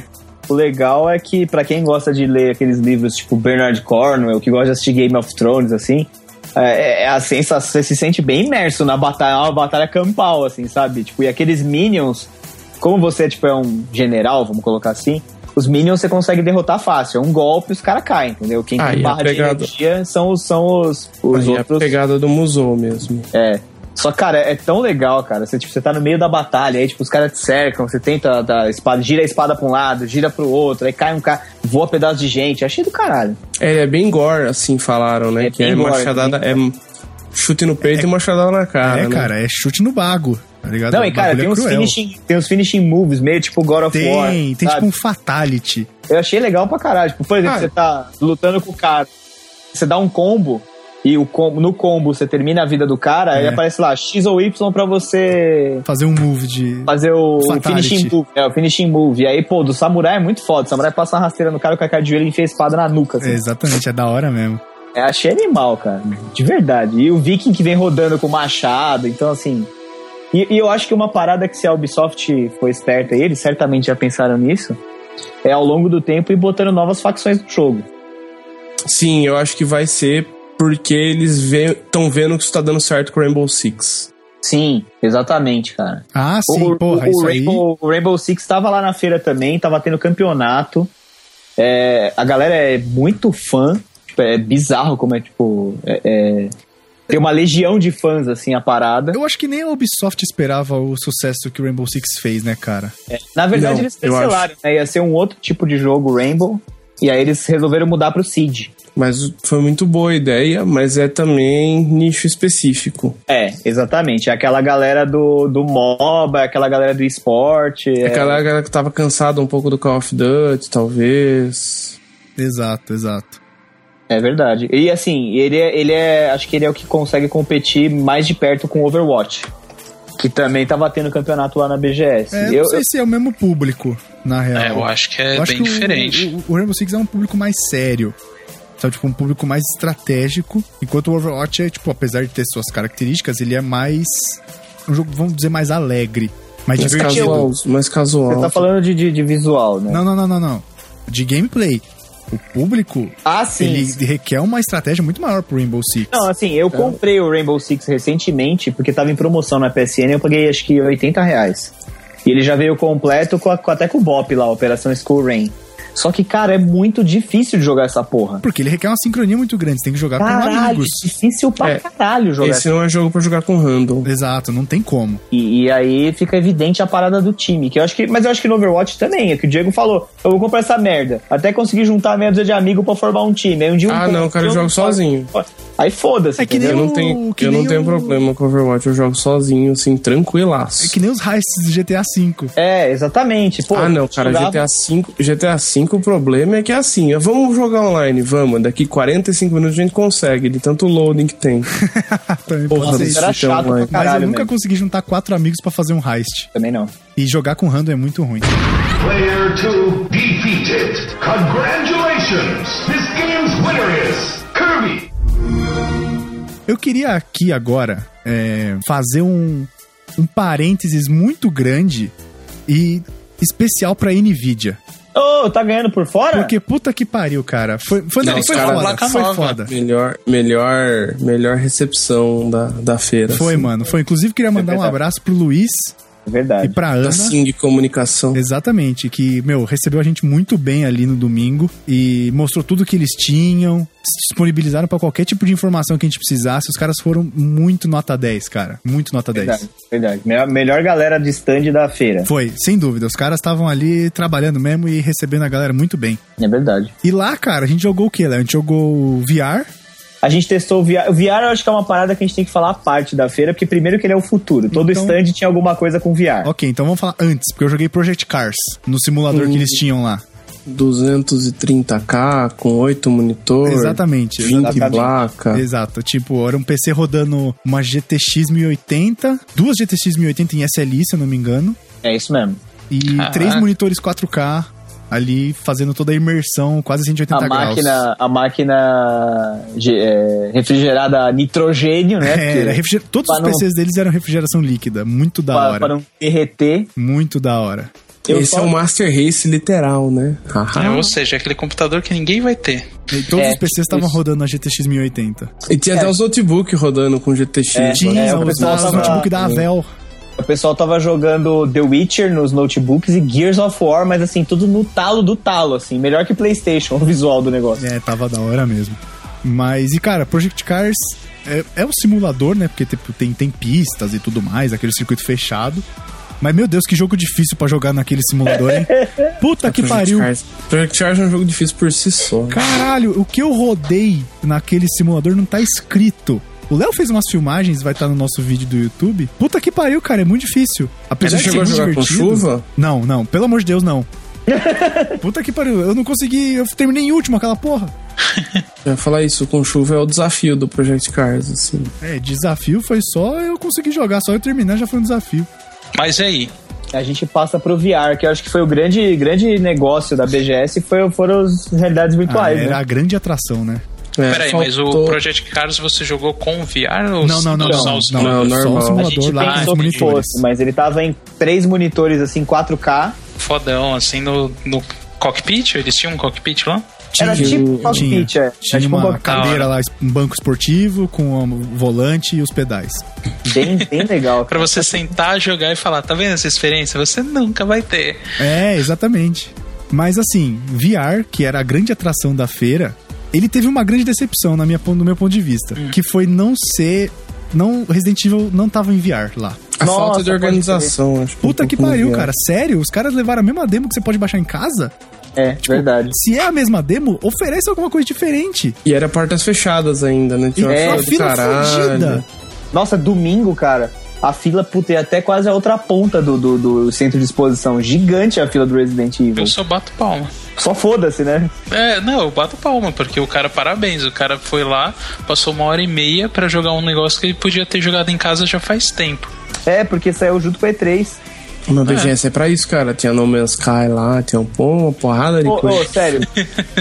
S1: o legal é que, pra quem gosta de ler aqueles livros tipo Bernard Cornwell, que gosta de assistir Game of Thrones, assim. É, é a sensação, você se sente bem imerso na batalha, é uma batalha campal, assim, sabe? Tipo, e aqueles minions, como você tipo, é um general, vamos colocar assim, os minions você consegue derrotar fácil. É um golpe e os caras caem, entendeu? Quem
S3: Ah,
S1: tem
S3: e a
S1: barra de
S3: pegada?
S1: energia são os, são os, os
S3: Aí é a
S1: outros.
S3: pegada do museu mesmo.
S1: É. Só, cara, é tão legal, cara. Você, tipo, você tá no meio da batalha, aí, tipo, os caras te cercam, você tenta dar espada, gira a espada pra um lado, gira pro outro, aí cai um cara, voa pedaço de gente. Achei do caralho.
S3: É, ele é bem gore, assim falaram, né?
S1: É
S3: que
S1: bem
S3: é
S1: gore,
S3: machadada. É chute no peito e machadada na cara.
S2: É,
S3: né?
S2: cara, é chute no bago, tá ligado?
S1: Não,
S2: O
S1: e cara,
S2: bagulho
S1: tem
S2: é
S1: uns,
S2: cruel.
S1: finishing, tem uns finishing moves, meio tipo God of War.
S2: Tem, tem
S1: sabe?
S2: tipo um fatality.
S1: Eu achei legal pra caralho. Tipo, por exemplo,
S3: Ah.
S1: você tá lutando com o cara, você dá um combo, e o combo, no combo você termina a vida do cara, aí
S2: É.
S1: aparece lá X ou Y pra você
S2: Fazer um move de.
S1: fazer o, o
S2: Fatality.
S1: finishing move. É, o finishing move. E aí, pô, do samurai é muito foda. O samurai passa uma rasteira no cara com a cara de joelho e enfia a espada na nuca.
S2: É,
S1: Assim.
S2: exatamente, é da hora mesmo.
S1: É, achei animal, cara. De verdade. E o viking que vem rodando com o machado. Então, assim... E, e eu acho que uma parada que se a Ubisoft foi esperta, e eles certamente já pensaram nisso, é ao longo do tempo ir botando novas facções no jogo.
S3: Sim, eu acho que vai ser porque eles estão vendo que isso tá dando certo com Rainbow Six.
S1: Sim, exatamente, cara.
S2: Ah, sim,
S1: o,
S2: porra,
S1: o-
S2: isso
S1: o
S2: aí.
S1: Rainbow, o Rainbow Six tava lá na feira também, tava tendo campeonato. É, a galera é muito fã. tipo, é bizarro como é, tipo. é- é- tem uma legião de fãs, assim, a parada.
S2: Eu acho que nem a Ubisoft esperava o sucesso que o Rainbow Six fez, né, cara?
S1: Na verdade,
S3: Não,
S1: eles
S3: eu
S1: cancelaram, né? Ia ser um outro tipo de jogo, Rainbow. E aí eles resolveram mudar pro Seed.
S3: Mas foi muito boa a ideia, mas é também nicho específico.
S1: É, exatamente. É aquela galera do, do MOBA, é aquela galera do esporte.
S3: É.
S1: É,
S3: Aquela galera que tava cansada um pouco do Call of Duty, talvez.
S2: Exato, exato.
S1: é verdade. E assim, ele é, ele é. Acho que ele é o que consegue competir mais de perto com o Overwatch. Que também tava tendo campeonato lá na BGS.
S2: É,
S1: eu,
S2: não sei se é o mesmo público, na real.
S4: É, eu acho que é
S2: Eu acho
S4: bem
S2: que o-
S4: diferente.
S2: O, o Rainbow Six é um público mais sério. Sabe, tipo, um público mais estratégico. Enquanto o Overwatch é, tipo, apesar de ter suas características, ele é mais. Um jogo, vamos dizer, mais alegre. Mais
S3: Mais
S2: É divertido.
S3: casual. Mais
S1: você
S3: casual.
S1: tá falando de, de, de visual, né?
S2: Não, não, não, não, não. De gameplay. O público,
S1: Ah, sim.
S2: ele Então.
S1: sim.
S2: requer uma estratégia muito maior pro Rainbow Six.
S1: Não, assim, eu comprei o Rainbow Six recentemente, porque tava em promoção na PSN, eu paguei acho que 80 reais. E ele já veio completo com, a- com- até com o Bop lá, Operação School Rain. Só que, cara, é muito difícil de jogar essa porra.
S2: Porque ele requer uma sincronia muito grande, você tem que jogar Tá com
S1: Caralho,
S2: amigos.
S1: difícil pra
S3: É,
S1: caralho jogar.
S3: Esse não é jogo pra jogar com random.
S2: Exato, não tem como.
S1: E, e aí fica evidente a parada do time. Que eu acho que, mas eu acho que no Overwatch também, é que o Diego falou, eu vou comprar essa merda. Até conseguir juntar meia dúzia de amigo pra formar um time. Aí um dia um
S3: Ah,
S1: compra,
S3: não, cara, eu
S1: um
S3: jogo
S1: fora.
S3: sozinho.
S1: Aí foda-se.
S2: É que nem
S1: entendeu?
S3: Eu não
S2: o-
S3: tenho,
S2: que
S3: eu não
S2: nem
S3: tenho
S2: o-
S3: problema com Overwatch, eu jogo sozinho, assim, tranquilaço.
S2: É que nem os heists de GTA V. (laughs)
S1: É, exatamente. Pô,
S3: ah, não, cara,
S1: jogava-
S3: GTA V, GTA V, o problema é que é assim, é, vamos jogar online, vamos, daqui 45 minutos a gente consegue, de tanto loading que
S1: (laughs)
S3: tem.
S2: Também
S3: Porra,
S2: pode ser
S1: Isso
S2: isso.
S1: era chato
S3: Então, mas-
S1: pra
S2: Mas
S3: mas
S1: caralho.
S2: eu nunca
S1: velho.
S2: consegui juntar quatro amigos pra fazer um heist.
S1: Também não.
S2: E jogar com random é muito ruim.
S5: Player 2 defeated. Congratulations! This game's winner is Kirby!
S2: Eu queria aqui agora é, fazer um, um parênteses muito grande e especial pra NVIDIA.
S1: Ô, tá ganhando por fora?
S2: Porque puta que pariu, cara. Foi, foi,
S3: Não,
S2: não, foi
S3: os caras-
S2: foda.
S4: placa
S2: Foi
S4: nova.
S2: foda.
S3: Melhor, melhor, melhor recepção da, da feira.
S2: Foi,
S3: assim.
S2: mano. Foi. Inclusive, queria mandar um
S1: verdade.
S2: abraço pro Luiz
S1: É
S2: e
S1: Verdade.
S2: pra
S3: Da
S2: Ana.
S3: Sing Tá assim
S2: É.
S3: Comunicação.
S2: Exatamente, que, meu, recebeu a gente muito bem ali no domingo e mostrou tudo que eles tinham, se disponibilizaram pra qualquer tipo de informação que a gente precisasse. Os caras foram muito nota 10, cara. Muito nota
S1: é
S2: 10.
S1: Verdade, verdade. Melhor, melhor galera de stand da feira.
S2: Foi, sem dúvida. Os caras estavam ali trabalhando mesmo e recebendo a galera muito bem.
S1: É verdade.
S2: E lá, cara, a gente jogou o quê, Léo? A gente jogou VR.
S1: A gente testou o VR. O VR eu acho que é uma parada que a gente tem que falar à parte da feira, porque primeiro que ele é o futuro. Todo
S2: Então-
S1: stand tinha alguma coisa com VR.
S2: Ok, então vamos falar antes, porque eu joguei Project Cars no simulador que eles tinham lá.
S3: 230k com 8 monitor.
S2: Exatamente,
S3: 20
S1: exatamente.
S3: placa.
S2: Exato, tipo, era um PC rodando uma GTX 1080, duas GTX 1080 em SLI, se eu não me engano,
S1: É isso mesmo.
S2: e
S4: Caraca.
S2: três monitores 4K ali fazendo toda a imersão, quase 180
S1: A
S2: graus.
S1: máquina, a máquina ge- é, refrigerada a nitrogênio, né?
S2: (laughs) É,
S1: Porque-
S2: era refriger... Todos os
S1: pra não-
S2: PCs deles eram refrigeração líquida, muito da
S1: pra, pra
S2: hora.
S1: não derreter.
S2: Muito da hora.
S1: Eu
S3: Esse
S1: só-
S3: é o Master Race literal, né?
S2: Ah.
S4: É,
S3: Haha.
S4: ou seja, aquele computador que ninguém vai ter.
S2: E todos
S1: É,
S2: os PCs estavam
S1: isso.
S2: rodando a GTX 1080.
S3: E tinha até os notebooks rodando com GTX. né?
S2: Tinha
S1: é, o
S2: os, os
S1: pessoal tava-
S2: notebook da
S3: É.
S2: Avel.
S1: O pessoal tava jogando The Witcher nos notebooks e Gears of War, mas assim, tudo no talo do talo, assim. Melhor que PlayStation, (laughs) o visual do negócio.
S2: É, tava da hora mesmo. Mas, e cara, Project Cars é, é um simulador, né? Porque tipo, tem, tem pistas e tudo mais, aquele circuito fechado. Mas, meu Deus, que jogo difícil pra jogar naquele simulador,
S1: (laughs)
S2: hein? Puta que
S3: Project
S2: pariu.
S3: Cars. Project Cars é um jogo difícil por si só.
S2: Caralho, o que eu rodei naquele simulador não tá escrito. O Léo fez umas filmagens, vai estar no nosso vídeo do YouTube. Puta que pariu, cara, é muito difícil. Apesar
S3: Você
S2: de ser
S3: chegou a
S2: muito
S3: jogar com
S2: divertido-
S3: chuva?
S2: Não, não, pelo amor de Deus,
S3: (laughs)
S2: não. Puta que pariu, eu não consegui, eu terminei em último aquela porra.
S3: Eu ia falar isso, com chuva é o desafio do Project Cars, assim.
S2: É, desafio foi só eu conseguir jogar, só eu terminar já foi um desafio.
S4: Mas e aí?
S1: A gente passa pro VR, que eu acho que foi o grande, grande negócio da BGS, foi, foram as realidades
S2: Ah,
S1: virtuais,
S2: era
S1: né?
S2: a grande atração, né?
S3: É,
S4: Peraí, mas o
S3: faltou-
S4: Project Cars você jogou com VR ou
S2: não, não, não,
S4: ou só
S2: não,
S4: os
S2: não, é
S3: não, é
S2: só o
S3: normal.
S1: A
S2: simulador
S1: gente
S2: lá com
S1: pensou
S2: os
S1: que
S2: monitores.
S1: fosse, mas ele tava em três monitores, assim, 4K.
S4: fodão assim no, no cockpit? Eles tinham um cockpit lá?
S1: Era
S3: Tinha-
S1: tipo
S2: Tinha,
S1: cockpit, é.
S2: tinha
S1: Era tipo um
S2: uma
S1: cockpit.
S2: cadeira lá, um banco esportivo com um volante e os pedais.
S1: Bem, bem
S2: (laughs)
S1: legal.
S4: Pra você sentar, jogar e falar, tá vendo essa experiência? Você nunca vai ter.
S2: É, exatamente. Mas assim, VR, que era a grande atração da feira, ele teve uma grande decepção na minha, pon- no meu ponto de vista, que foi não ser não Resident Evil não tava em VR lá.
S3: A
S1: Nossa,
S3: falta de
S1: pode
S3: organização, acho.
S2: Puta
S3: um
S2: que
S3: pouco
S2: pariu,
S3: no
S2: cara. Sério? Os caras levaram a mesma demo que você pode baixar em casa?
S1: É, verdade.
S2: Se é a mesma demo, oferece alguma coisa diferente.
S3: E era portas fechadas ainda, né? Tinha uma
S1: É,
S3: fila
S2: Uma
S3: do
S2: fila fodida.
S3: caralho.
S1: Nossa, domingo, cara, a fila, puta, é até quase a outra ponta do, do, do centro de exposição. Gigante a fila do Resident Evil.
S4: Eu só bato palma.
S1: Só foda-se, né?
S4: É, não, eu bato palma, porque o cara, parabéns, o cara foi lá, passou uma hora e meia pra jogar um negócio que ele podia ter jogado em casa já faz tempo.
S1: É, porque saiu junto com a E3.
S3: Uma BGS é. pra isso, cara. Tinha No Man's Sky lá, tinha um pô, uma porrada de
S1: Ô,
S3: coisa.
S1: ô,
S4: (laughs)
S1: sério,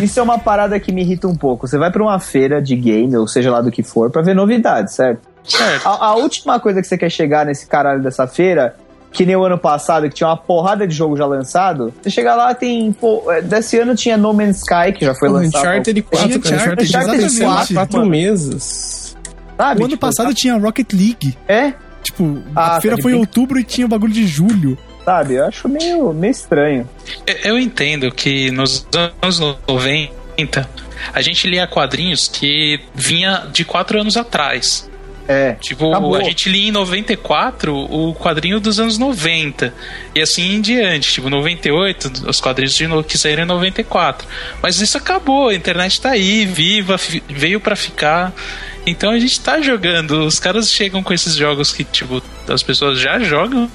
S1: isso é uma parada que me irrita um pouco. Você vai pra uma feira de game, ou seja lá do que for, pra ver novidades, certo?
S4: Certo.
S1: A, a última coisa que você quer chegar nesse caralho dessa feira, que nem o ano passado, que tinha uma porrada de jogo já lançado, você chega lá, tem. Pô, é, desse ano tinha No Man's Sky, que já foi
S3: Pô,
S1: lançado.
S3: Uncharted 4,
S2: Tinha
S3: cara. Uncharted
S1: Uncharted
S3: já tem
S2: exatamente.
S3: 4
S1: Mano.
S3: meses.
S1: sabe?
S2: O ano
S1: Tipo,
S2: passado tinha a Rocket League.
S1: É,
S2: Tipo,
S1: Ah,
S2: a
S1: tá
S2: feira
S1: de
S2: foi em
S1: brinca-
S2: outubro e tinha o bagulho de julho.
S1: sabe? Eu acho meio, meio estranho.
S4: Eu- Eu entendo que nos anos 90, a gente lia quadrinhos que vinha de quatro anos atrás.
S1: É.
S4: Tipo,
S1: Acabou.
S4: a gente lia em 94 o quadrinho dos anos 90. E assim em diante. Tipo, 98, os quadrinhos de no- que saíram em 94. Mas isso acabou, a internet tá aí, viva, fi- veio pra ficar. Então a gente tá jogando. Os caras chegam com esses jogos que, tipo, as pessoas já jogam.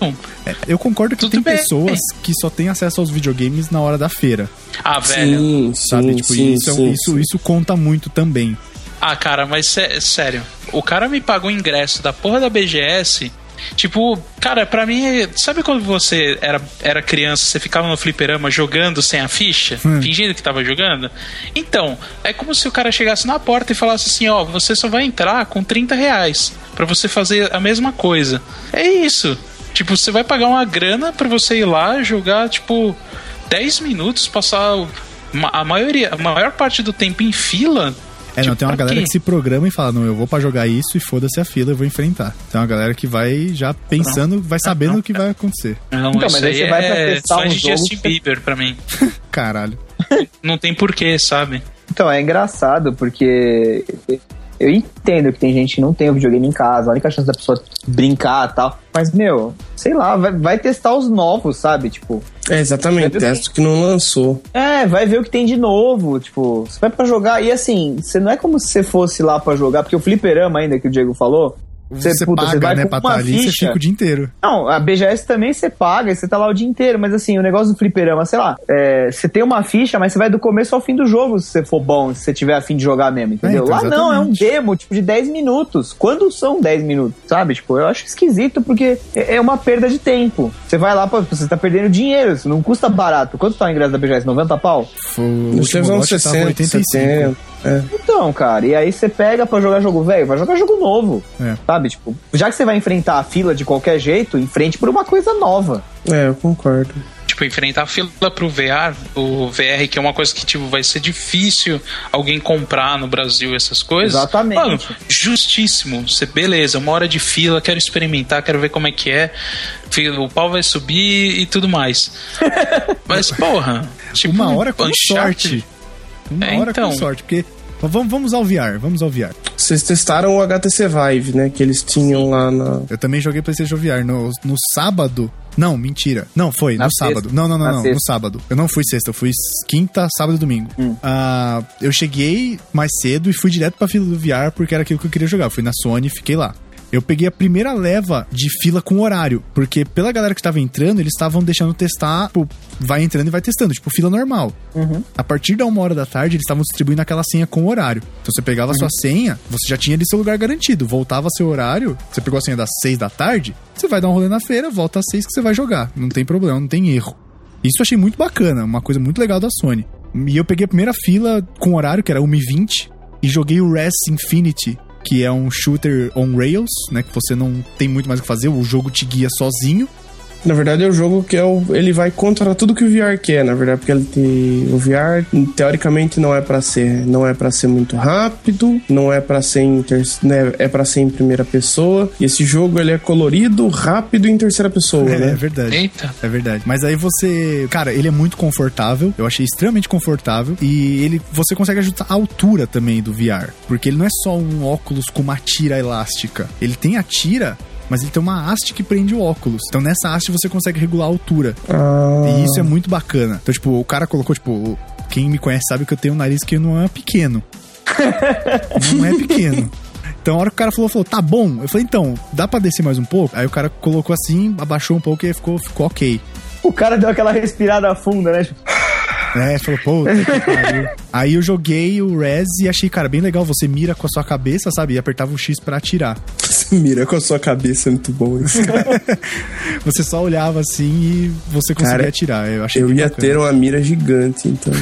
S2: Eu concordo que
S4: Tudo
S2: tem
S4: bem.
S2: pessoas que só têm acesso aos videogames na hora da feira.
S4: Ah, velho.
S3: Sim, sim,
S2: Sabe? tipo,
S3: sim,
S2: isso, é um-
S3: sim,
S2: isso,
S3: sim.
S2: isso conta muito também.
S4: Ah, cara, mas sé- sério, o cara me pagou o ingresso da porra da BGS. Tipo, cara, pra mim, é- sabe quando você era, era criança, você ficava no fliperama jogando sem a ficha,
S2: Hum.
S4: fingindo que tava jogando? Então, é como se o cara chegasse na porta e falasse assim: ó, você só vai entrar com 30 reais pra você fazer a mesma coisa. É isso. Tipo, você vai pagar uma grana pra você ir lá jogar, tipo, 10 minutos, passar o- ma- a maioria, a maior parte do tempo em fila.
S2: É, não,
S4: Tipo,
S2: tem uma
S4: pra
S2: galera
S4: quê?
S2: que se programa e fala, não, eu vou pra jogar isso e foda-se a fila, eu vou enfrentar. Tem uma galera que vai já pensando, vai sabendo o que vai acontecer.
S4: Não,
S1: Então,
S4: isso
S1: mas aí você
S4: é
S1: vai pra testar
S4: fã
S1: um
S4: de
S1: jogo
S4: Justin
S2: é
S1: que-
S4: Bieber pra mim.
S2: Caralho.
S4: Não tem porquê, sabe?
S1: Então, é engraçado, porque eu entendo que tem gente que não tem o videogame em casa, a única chance da pessoa brincar e tal. Mas, meu, sei lá, vai, vai testar os novos, sabe? Tipo,
S3: É, exatamente. Testo que não lançou.
S1: é, vai ver o que tem de novo. Tipo, você vai pra jogar e assim, você não é como se você fosse lá pra jogar, porque o fliperama ainda que o Diego falou.
S2: Você,
S1: puta, você
S2: paga,
S1: vai
S2: né,
S1: com
S2: pra
S1: uma
S2: estar ali, você
S1: ficha.
S2: fica o dia inteiro.
S1: Não, a BGS também você paga, você tá lá o dia inteiro, mas assim, o negócio do fliperama, sei lá, é, você tem uma ficha, mas você vai do começo ao fim do jogo se você for bom, se você tiver afim de jogar mesmo, entendeu?
S2: então,
S1: lá não, é um
S2: exatamente.
S1: demo, tipo, de 10 minutos. Quando são 10 minutos, sabe? Tipo, eu acho esquisito porque é é uma perda de tempo. Você vai lá, pô, você tá perdendo dinheiro, isso não custa barato. Quanto tá o ingresso da BGS? 90 pau?
S2: O
S3: Nos
S2: último
S3: teve é uns
S2: lote tava
S3: 60,
S2: 85.
S3: 70. É.
S1: Então, cara, e aí você pega pra jogar jogo velho, vai jogar jogo novo.
S2: É.
S1: Sabe? Tipo, já que você vai enfrentar a fila de qualquer jeito, enfrente por uma coisa nova.
S3: É, eu concordo.
S4: Tipo, enfrentar a fila pro VR, o VR, que é uma coisa que tipo, vai ser difícil alguém comprar no Brasil essas coisas.
S1: Exatamente.
S4: Mano, justíssimo. Você, beleza, uma hora de fila, quero experimentar, quero ver como é que é. Fila, O pau vai subir e
S2: (laughs)
S4: tudo mais. Mas, porra, tipo,
S2: Uma hora com
S4: Uncharted-
S2: sorte. Uma
S4: É,
S2: hora
S4: então.
S2: com sorte, porque... Mas Vamos, vamos ao VR, vamos ao VR.
S3: Vocês testaram o HTC Vive, né? Que eles tinham lá na.
S2: Eu também joguei PlayStation VR no, no sábado. Não, mentira. Não, foi,
S1: Na
S2: no
S1: sexta.
S2: sábado. Não, não, não,
S1: Na
S2: não, no
S1: sexta.
S2: sábado. Eu não fui sexta, eu fui quinta, sábado e domingo. Ah, eu cheguei mais cedo e fui direto pra fila do VR porque era aquilo que eu queria jogar. Eu fui na Sony e fiquei lá. Eu peguei a primeira leva de fila com horário, porque pela galera que tava entrando, eles estavam deixando testar, tipo, vai entrando e vai testando, tipo, fila normal. A partir da uma hora da tarde, eles estavam distribuindo aquela senha com horário. Então você pegava a sua senha, você já tinha ali seu lugar garantido. Voltava seu horário, você pegou a senha das seis da tarde, você vai dar um rolê na feira, volta às seis que você vai jogar. Não tem problema, não tem erro. Isso eu achei muito bacana, uma coisa muito legal da Sony. E eu peguei a primeira fila com horário, que era 1h20, e joguei o Res Infinity, que é um shooter on rails, né? Que você não tem muito mais o que fazer, o jogo te guia sozinho.
S3: Na verdade, é o jogo que é o... ele vai contra tudo que o VR quer, na verdade, porque ele te... o VR teoricamente não é pra ser, não é para ser muito rápido, não é pra ser em ter... né? é para ser em primeira pessoa. E esse jogo ele é colorido, rápido e em terceira pessoa,
S2: É, é
S3: né?
S2: verdade.
S4: Eita.
S2: É verdade. Mas aí você. Cara, ele é muito confortável. Eu achei extremamente confortável. E ele. Você consegue ajustar a altura também do VR. Porque ele não é só um óculos com uma tira elástica. Ele tem a tira. Mas ele tem uma haste que prende o óculos. Então nessa haste você consegue regular a altura.
S3: Ah,
S2: E isso é muito bacana. Então, tipo, o cara colocou, tipo, quem me conhece sabe que eu tenho um nariz que não é pequeno. não é pequeno. Então, a hora que o cara falou, falou, tá bom. Eu falei, então, dá pra descer mais um pouco? Aí o cara colocou assim, abaixou um pouco e ficou, ficou ok.
S1: O cara deu aquela respirada funda, né? Tipo,
S2: É, falou, puta
S1: (laughs)
S2: que pariu. Aí eu joguei o Rez e achei, cara, bem legal. Você mira com a sua cabeça, sabe? E apertava o X pra atirar.
S3: você mira com a sua cabeça, é
S2: (laughs)
S3: muito bom isso.
S2: Você só olhava assim e você conseguia
S3: Cara,
S2: atirar. Eu achei
S3: Eu
S2: bem
S3: ia
S2: bacana.
S3: ter uma mira gigante, então.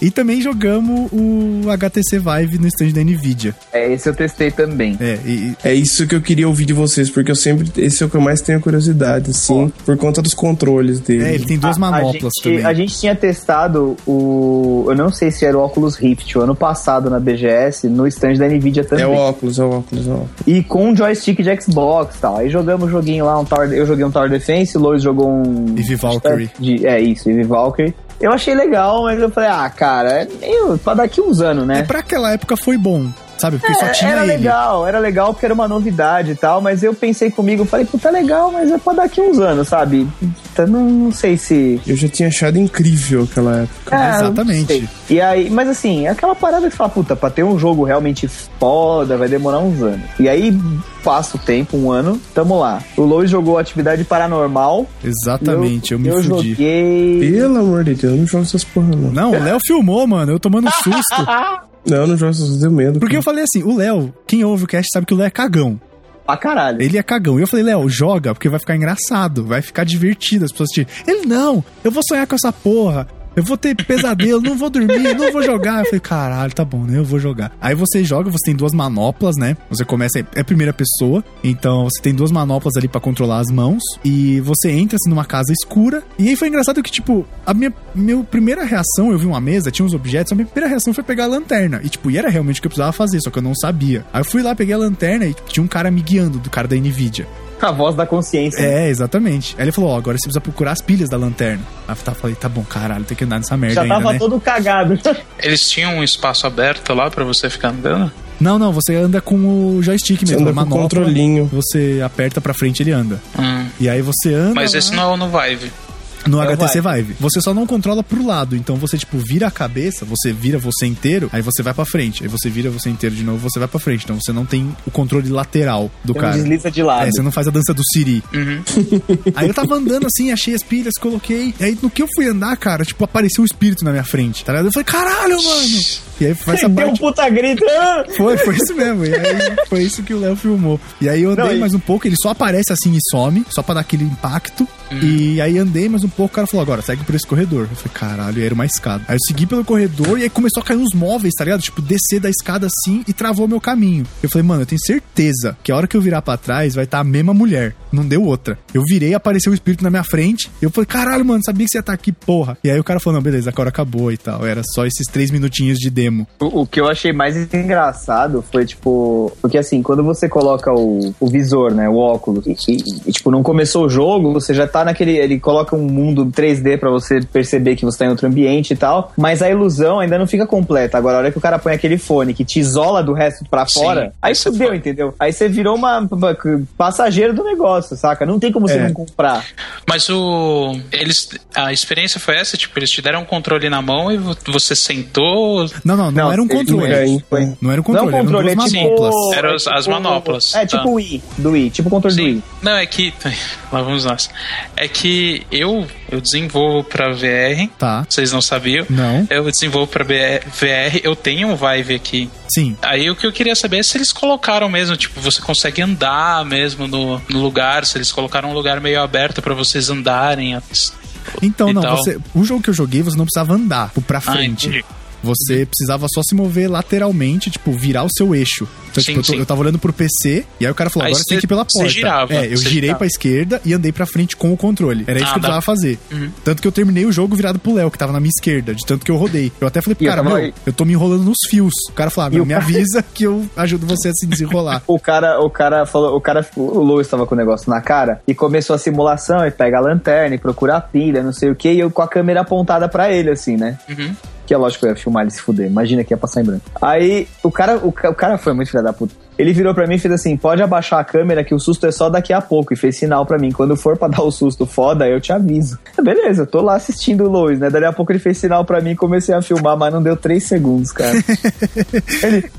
S2: E também jogamos o HTC Vive no stand da NVIDIA.
S1: é, esse eu testei também.
S2: É, e, e-
S3: É isso que eu queria ouvir de vocês, porque eu sempre. Esse é o que eu mais tenho curiosidade, assim, por conta dos controles dele.
S2: É, ele tem duas
S1: A-
S2: manoplas
S1: a gente,
S2: também.
S1: A gente tinha testado o. Eu não sei se era o Oculus Rift o ano passado na BGS, no stand da Nvidia também.
S3: É o óculos, é o óculos, é o óculos.
S1: E com um joystick de Xbox e tal. Aí jogamos um joguinho lá, um Tower, eu joguei um Tower Defense, o Lois jogou um.
S2: Eve Valkyrie.
S1: De, é isso, Eve Valkyrie. Eu achei legal, mas eu falei, ah, cara, é meio pra daqui uns anos,
S2: É,
S1: né?
S2: pra aquela época foi bom, sabe? Porque só
S1: É,
S2: tinha
S1: era
S2: ele.
S1: legal, era legal porque era uma novidade e tal, mas eu pensei comigo, falei, puta, é legal, mas é pra daqui uns anos, sabe? Puta, Não, não sei se.
S3: Eu já tinha achado incrível aquela época.
S1: É,
S2: Exatamente.
S1: não sei. E aí, mas assim, é aquela parada que você fala, puta, pra ter um jogo realmente foda, vai demorar uns anos. E aí passa o tempo, um ano, tamo lá. O Lois jogou atividade paranormal.
S2: Exatamente, eu, me
S1: eu
S2: fudi.
S1: joguei.
S3: Pelo amor de Deus, eu não jogo essas porra, não.
S2: Não, o Léo filmou, mano. Eu tomando um susto.
S1: (laughs)
S3: Não, eu não jogo essas deu medo.
S2: Porque eu
S3: cara.
S2: falei assim, o Léo, quem ouve o cast sabe que o Léo é cagão.
S1: Pra caralho.
S2: Ele é cagão. E eu falei, Léo, joga, porque vai ficar engraçado, vai ficar divertido, as pessoas te. Ele não, eu vou sonhar com essa porra. Eu vou ter pesadelo, não vou dormir, não vou jogar. Eu falei, caralho, tá bom, né? Eu vou jogar. Aí você joga, você tem duas manoplas, né? Você começa, é primeira pessoa, então você tem duas manoplas ali pra controlar as mãos. E você entra assim, numa casa escura. E aí foi engraçado que, tipo, a minha, minha primeira reação, eu vi uma mesa, tinha uns objetos, a minha primeira reação foi pegar a lanterna. E, tipo, e era realmente o que eu precisava fazer, só que eu não sabia. Aí eu fui lá, peguei a lanterna e tipo, tinha um cara me guiando, do cara da Nvidia.
S1: A voz da consciência.
S2: É, exatamente. Aí ele falou, ó, agora você precisa procurar as pilhas da lanterna. Aí eu falei, tá bom, caralho, tem que andar nessa merda
S7: Já
S2: ainda,
S7: tava
S2: né?
S7: todo
S1: (laughs)
S7: cagado.
S4: Eles tinham um espaço aberto lá pra você ficar andando?
S2: Não, não, você anda com o joystick
S3: Você
S2: mesmo,
S3: anda
S2: a
S3: com o
S2: manopla,
S3: controlinho.
S2: Você aperta pra frente ele anda.
S4: Hum.
S2: E aí você anda
S4: Mas
S2: lá
S4: esse não é o no Vive.
S2: no
S7: é o
S2: HTC Vive. Você só não controla pro lado, então você tipo vira a cabeça, você vira você inteiro, aí você vai pra frente. Aí você vira você inteiro de novo, você vai pra frente. Então você não tem o controle lateral do
S7: Então
S2: cara.
S7: desliza de lado.
S2: É, você não faz a dança do Siri.
S7: Uhum.
S2: (laughs) aí eu tava andando assim, achei as pilhas, coloquei. E aí no que eu fui andar, cara, tipo, apareceu um espírito na minha frente, tá ligado? Eu falei, caralho, mano! E aí foi essa
S7: Deu um
S2: parte.
S7: puta grito. ah!
S2: Foi, foi isso mesmo. E aí foi isso que o Léo filmou. E aí eu andei
S7: Não, e-
S2: mais um pouco, ele só aparece assim e some, só pra dar aquele impacto.
S7: Hum.
S2: E aí andei mais um pouco, o cara falou, agora segue por esse corredor. Eu falei, caralho, e era uma escada. Aí eu segui pelo corredor e aí começou a cair uns móveis, tá ligado? Tipo, descer da escada assim e travou meu caminho. Eu falei, mano, eu tenho certeza que a hora que eu virar pra trás vai estar a mesma mulher. Não deu outra. Eu virei, apareceu o espírito na minha frente. Eu falei, caralho, mano, sabia que você ia estar aqui, porra. E aí o cara falou, não, beleza, agora acabou e tal. Era só esses três minutinhos de demo.
S1: O, o que eu achei mais engraçado foi, tipo, porque assim, quando você coloca o, o visor, né, o óculos, e, e- e, tipo, não começou o jogo, você já tá naquele, ele coloca um mundo 3D pra você perceber que você tá em outro ambiente e tal, mas a ilusão ainda não fica completa. Agora, a hora que o cara põe aquele fone que te isola do resto pra
S4: Sim,
S1: fora, aí
S4: isso é
S1: fudeu,
S4: foda.
S1: entendeu? Aí você virou uma uma- passageiro do negócio, saca? Não tem como você
S2: É.
S1: não comprar.
S4: Mas o. Eles. A experiência foi essa, tipo, eles te deram um controle na mão e vo- você sentou.
S2: Não, não, não,
S1: Não,
S2: era um
S1: ele-
S2: controle.
S3: Olha aí, foi.
S2: Não era um
S1: Não é um
S2: controle,
S1: controle, é
S2: eram duas
S4: tipo-
S2: manoplas.
S4: Eram as- as manoplas,
S1: É
S4: tá.
S1: tipo o Wii, do Wii, tipo o controle do
S4: Sim.
S1: Wii.
S4: Não, é que. (laughs) Lá vamos nós. É que eu, eu desenvolvo pra VR.
S2: Tá.
S4: Vocês não sabiam.
S2: Não.
S4: Eu desenvolvo pra BR VR, eu tenho um Vive aqui.
S2: Sim.
S4: Aí o que eu queria saber é se eles colocaram mesmo, tipo, você consegue andar mesmo no, no lugar, se eles colocaram um lugar meio aberto pra vocês andarem.
S2: Então,
S4: E
S2: não,
S4: tal.
S2: você, o jogo que eu joguei, você não precisava andar tipo, pra frente.
S4: Ah, entendi.
S2: você precisava só se mover lateralmente, tipo, virar o seu eixo. Então,
S4: Sim,
S2: tipo, eu, tô-
S4: sim.
S2: eu tava olhando pro PC, e aí o cara falou,
S4: Aí
S2: agora você tem
S4: você-
S2: que ir pela
S4: você
S2: porta.
S4: girava,
S2: é, eu
S4: você
S2: girei
S4: girava.
S2: pra esquerda e andei pra frente com o controle. Era isso
S4: Ah,
S2: que eu precisava
S4: dá-
S2: fazer. Tanto que eu terminei o jogo virado pro Léo, que tava na minha esquerda, de tanto que eu rodei. Eu até falei pro
S1: E eu
S2: cara,
S1: tava
S2: meu,
S1: aí.
S2: eu tô me enrolando nos fios. O cara falou, ah, meu,
S1: o
S2: me
S1: cara-
S2: avisa que eu ajudo você a se desenrolar.
S1: O cara, o cara falou, o cara, o Lou estava com o negócio na cara e começou a simulação e pega a lanterna e procura a pilha, não sei o que, e eu com a câmera apontada pra ele, assim, né?
S4: Uhum.
S1: Que é lógico que eu ia filmar ele se fuder, imagina que ia passar em branco. Aí o cara, o, ca- o cara foi muito filha da puta. Ele virou pra mim e fez assim: pode abaixar a câmera que o susto é só daqui a pouco. E fez sinal pra mim: quando for pra (laughs) dar o susto foda, eu te aviso. É, Beleza, eu tô lá assistindo o Lois, né? Daí a pouco ele fez sinal pra mim e comecei a filmar, mas não deu três segundos, cara. Ele. (laughs)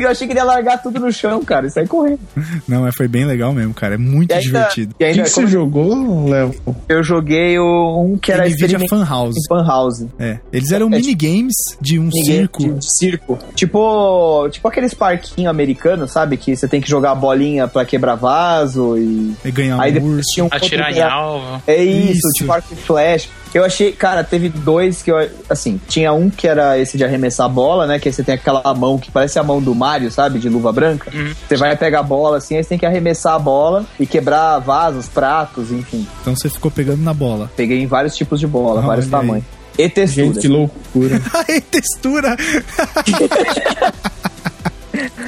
S1: Eu achei que ele ia largar tudo no chão, cara, e sair correndo.
S2: não, mas foi bem legal mesmo, cara. É muito
S1: E tá ainda, E
S2: divertido.
S3: O que,
S1: ainda
S3: que você
S1: como
S3: jogou, Léo?
S1: eu joguei o- um que era
S2: Nvidia
S1: experimento
S2: Fan House.
S1: em Fan House.
S2: É. Eles eram minigames de um
S1: Ninguém-
S2: circo.
S1: de- de circo. Tipo, tipo aqueles parquinhos americanos, sabe? Que você tem que jogar a bolinha pra quebrar vaso e.
S2: E ganhar
S1: Aí
S2: um
S1: depois
S2: urso.
S1: tinha um
S4: Atirar em
S1: outro-
S4: alvo.
S1: É isso,
S2: Isso.
S1: tipo arco e flash. Eu achei, cara, teve dois que eu. Assim, tinha um que era esse de arremessar a bola, né? Que aí você tem aquela mão que parece a mão do Mario, sabe? De luva branca.
S2: Uhum.
S1: Você vai pegar a bola assim, aí você tem que arremessar a bola e quebrar vasos, pratos, enfim.
S2: Então você ficou pegando na bola. (laughs)
S1: Peguei em vários tipos de bola,
S2: Ah,
S1: vários
S2: olha aí.
S1: tamanhos. E textura.
S3: Gente, que loucura.
S2: Ai, textura!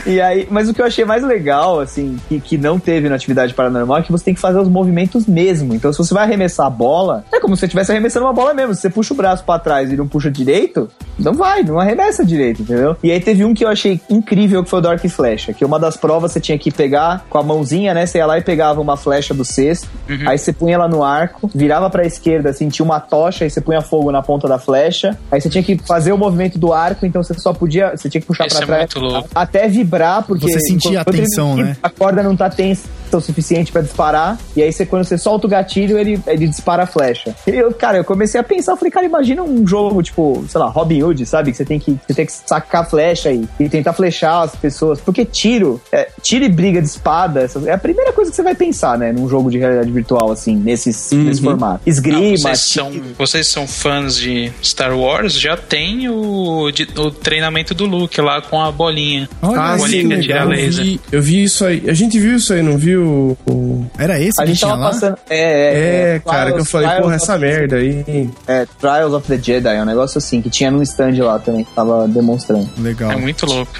S1: E aí, mas o que eu achei mais legal, assim, que, que não teve na atividade paranormal é que você tem que fazer os movimentos mesmo. Então, se você vai arremessar a bola, é como se você estivesse arremessando uma bola mesmo. Se você puxa o braço pra trás e não puxa direito, não vai, não arremessa direito, entendeu? E aí teve um que eu achei incrível, que foi o Dark Flecha, que uma das provas você tinha que pegar com a mãozinha, né? Você ia lá e pegava uma flecha do cesto,
S4: Uhum.
S1: aí você punha ela no arco, virava pra esquerda, sentia uma tocha, aí você punha fogo na ponta da flecha, aí você tinha que fazer o movimento do arco, então você só podia, você tinha que puxar
S4: Esse
S1: pra
S4: é
S1: trás
S4: muito louco.
S1: até vibrar, porque.
S2: Você sentia a
S1: enquanto ele
S2: tensão,
S1: não-
S2: né?
S1: A corda não tá tensa. o suficiente pra disparar. E aí, você, quando você solta o gatilho, ele, ele dispara a flecha. E eu, cara, eu comecei a pensar, eu falei, cara, imagina um jogo, tipo, sei lá, Robin Hood, sabe? Que você tem que, você tem que sacar a flecha e, e tentar flechar as pessoas. Porque tiro, é, tiro e briga de espada, essas- é a primeira coisa que você vai pensar, né? Num jogo de realidade virtual, assim, nesses, nesse formato.
S4: Uhum. Não,
S1: Esgrima,
S4: vocês, são, vocês são fãs de Star Wars, já tem o, de- o treinamento do Luke lá com a bolinha.
S2: Olha
S3: Ah,
S2: aí,
S4: sim,
S3: sim,
S2: que
S4: que atira
S2: legal.
S3: eu
S4: laser.
S3: vi, eu vi isso aí. A gente viu isso aí, não viu? o-
S2: Era esse
S1: A
S2: que
S1: gente
S2: tinha
S1: tava
S2: lá?
S1: passando. É,
S3: É, cara, que eu
S1: Trials-
S3: falei,
S1: Trials
S3: porra,
S1: of-
S3: essa merda aí.
S1: É, Trials of the Jedi, é um negócio assim, que tinha num stand lá também, que tava demonstrando.
S2: Legal.
S4: É muito louco.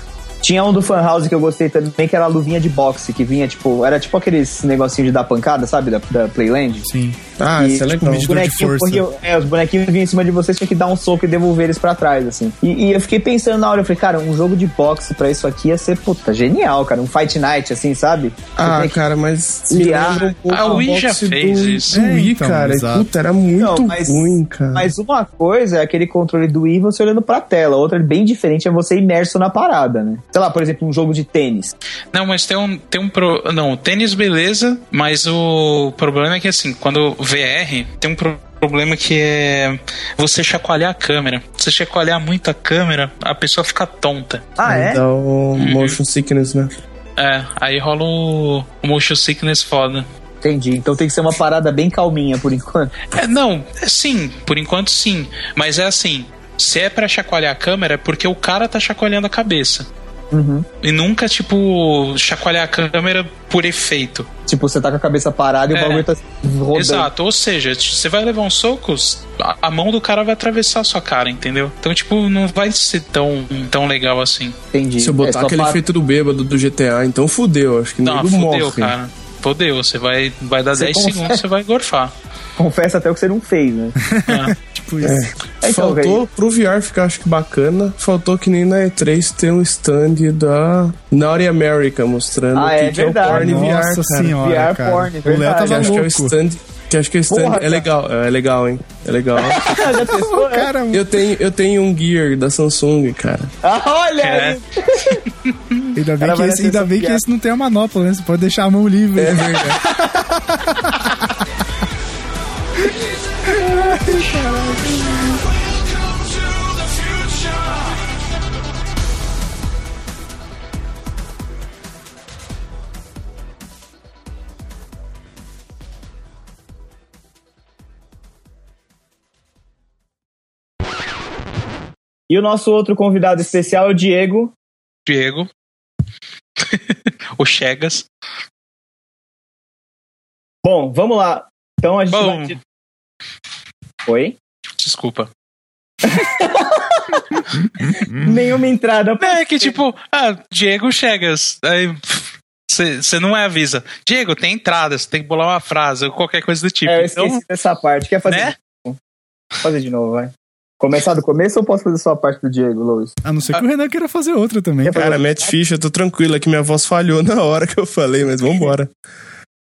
S1: Tinha um do Fan House que eu gostei também, que era a luvinha de boxe, que vinha tipo. Era tipo aqueles negocinho de dar pancada, sabe? Da, da Playland.
S2: Sim.
S3: Ah,
S1: E,
S3: isso
S1: tipo,
S3: é legal.
S1: Os
S2: medidor de
S1: bonequinhos,
S2: força.
S1: corriam- é, os bonequinhos vinham em cima de você, tinha que dar um soco e devolver eles pra trás, assim. E, e eu fiquei pensando na hora, eu falei, cara, um jogo de boxe pra isso aqui ia ser, puta, genial, cara. Um Fight Night, assim, sabe?
S3: Ah,
S1: Você tem que-
S3: cara, mas me
S1: desviar.
S3: lembra um pouco
S4: A
S3: do
S4: Wii já
S3: boxe
S4: fez
S3: do,
S4: isso.
S3: do
S2: É,
S3: Wii,
S2: então,
S3: cara.
S2: exato.
S3: Puta, era muito
S1: Não, mas-
S3: ruim, cara.
S1: Mas uma coisa é aquele controle do Wii você olhando pra tela, outra bem diferente é você imerso na parada, né? Sei lá, por exemplo, um jogo de tênis.
S4: Não, mas tem um, tem um pro... não, o tênis beleza, mas o problema é que assim, quando o VR tem um pro- problema que é você chacoalhar a câmera. Você chacoalhar muito a câmera, a pessoa fica tonta.
S1: Ah,
S3: Aí Dá o motion sickness, né?
S4: É, aí rola o, o motion sickness foda.
S1: Entendi. Então tem que ser uma parada bem calminha por enquanto. (laughs)
S4: É, não, é sim, por enquanto sim, mas é assim, se é pra chacoalhar a câmera é porque o cara tá chacoalhando a cabeça.
S1: Uhum.
S4: E nunca, tipo, chacoalhar a câmera por efeito.
S1: Tipo, você tá com a cabeça parada e
S4: É.
S1: o bagulho tá rodando.
S4: Exato, ou seja, t- você vai levar uns socos, a- a mão do cara vai atravessar a sua cara, entendeu? Então, tipo, não vai ser tão, tão legal assim.
S1: Entendi.
S3: Se eu botar
S1: é só
S3: aquele
S1: para-
S3: efeito do bêbado do GTA, então fudeu. Acho que
S4: Não,
S3: nego
S4: fodeu,
S3: morre.
S4: cara. Fodeu, você vai, vai dar
S1: Você
S4: 10
S1: consegue?
S4: segundos, você vai gorfar. (laughs)
S1: Confessa até o que você não fez, né? (laughs)
S2: Tipo isso.
S1: É, então,
S3: Faltou pro VR ficar, acho que bacana. Faltou que nem na E3 ter um stand da Naughty America mostrando
S1: Ah,
S3: o que,
S1: é
S3: que é o
S1: verdade.
S3: porn VR.
S2: Nossa
S3: cara.
S2: senhora,
S1: VR
S2: cara.
S1: porn,
S2: o Léo
S1: verdade.
S3: Que
S2: tava
S3: acho que é o
S2: louco.
S3: stand. Que acho que é o stand.
S1: Porra,
S3: é
S1: cara.
S3: legal, é legal, hein? É legal.
S1: Já testou, né?
S2: Cara,
S3: eu, tenho, eu tenho um Gear da Samsung, cara.
S1: Ah, olha
S4: É.
S1: aí!
S2: ainda bem,
S1: cara
S2: que
S1: vai
S2: esse,
S1: ser
S2: ainda
S1: essa
S2: bem que
S1: piada.
S2: esse não tem a manopla, né? Você pode deixar a mão livre. É verdade.
S1: E o nosso outro convidado especial é o Diego.
S4: Diego. (laughs) o Chegas.
S1: Bom, vamos lá. Então a gente
S4: Bom,
S1: vai... Oi?
S4: desculpa. Hum.
S1: Nenhuma entrada. (laughs)
S4: É que tipo, ah, Diego Chegas. Aí. Você não é avisa. Diego, tem entrada, você tem que bolar uma frase, ou qualquer coisa do tipo.
S1: É, eu
S4: então,
S1: esqueci dessa parte. Quer fazer?
S4: né?
S1: Fazer de novo, vai. Começar do começo ou posso fazer só a parte do Diego, Luiz?
S2: A não ser que o Renan queira fazer outra também.
S1: Quer fazer?
S3: é (laughs) Cara, Matt Fish, eu tô tranquilo, é que minha voz falhou na hora que eu falei, mas vambora.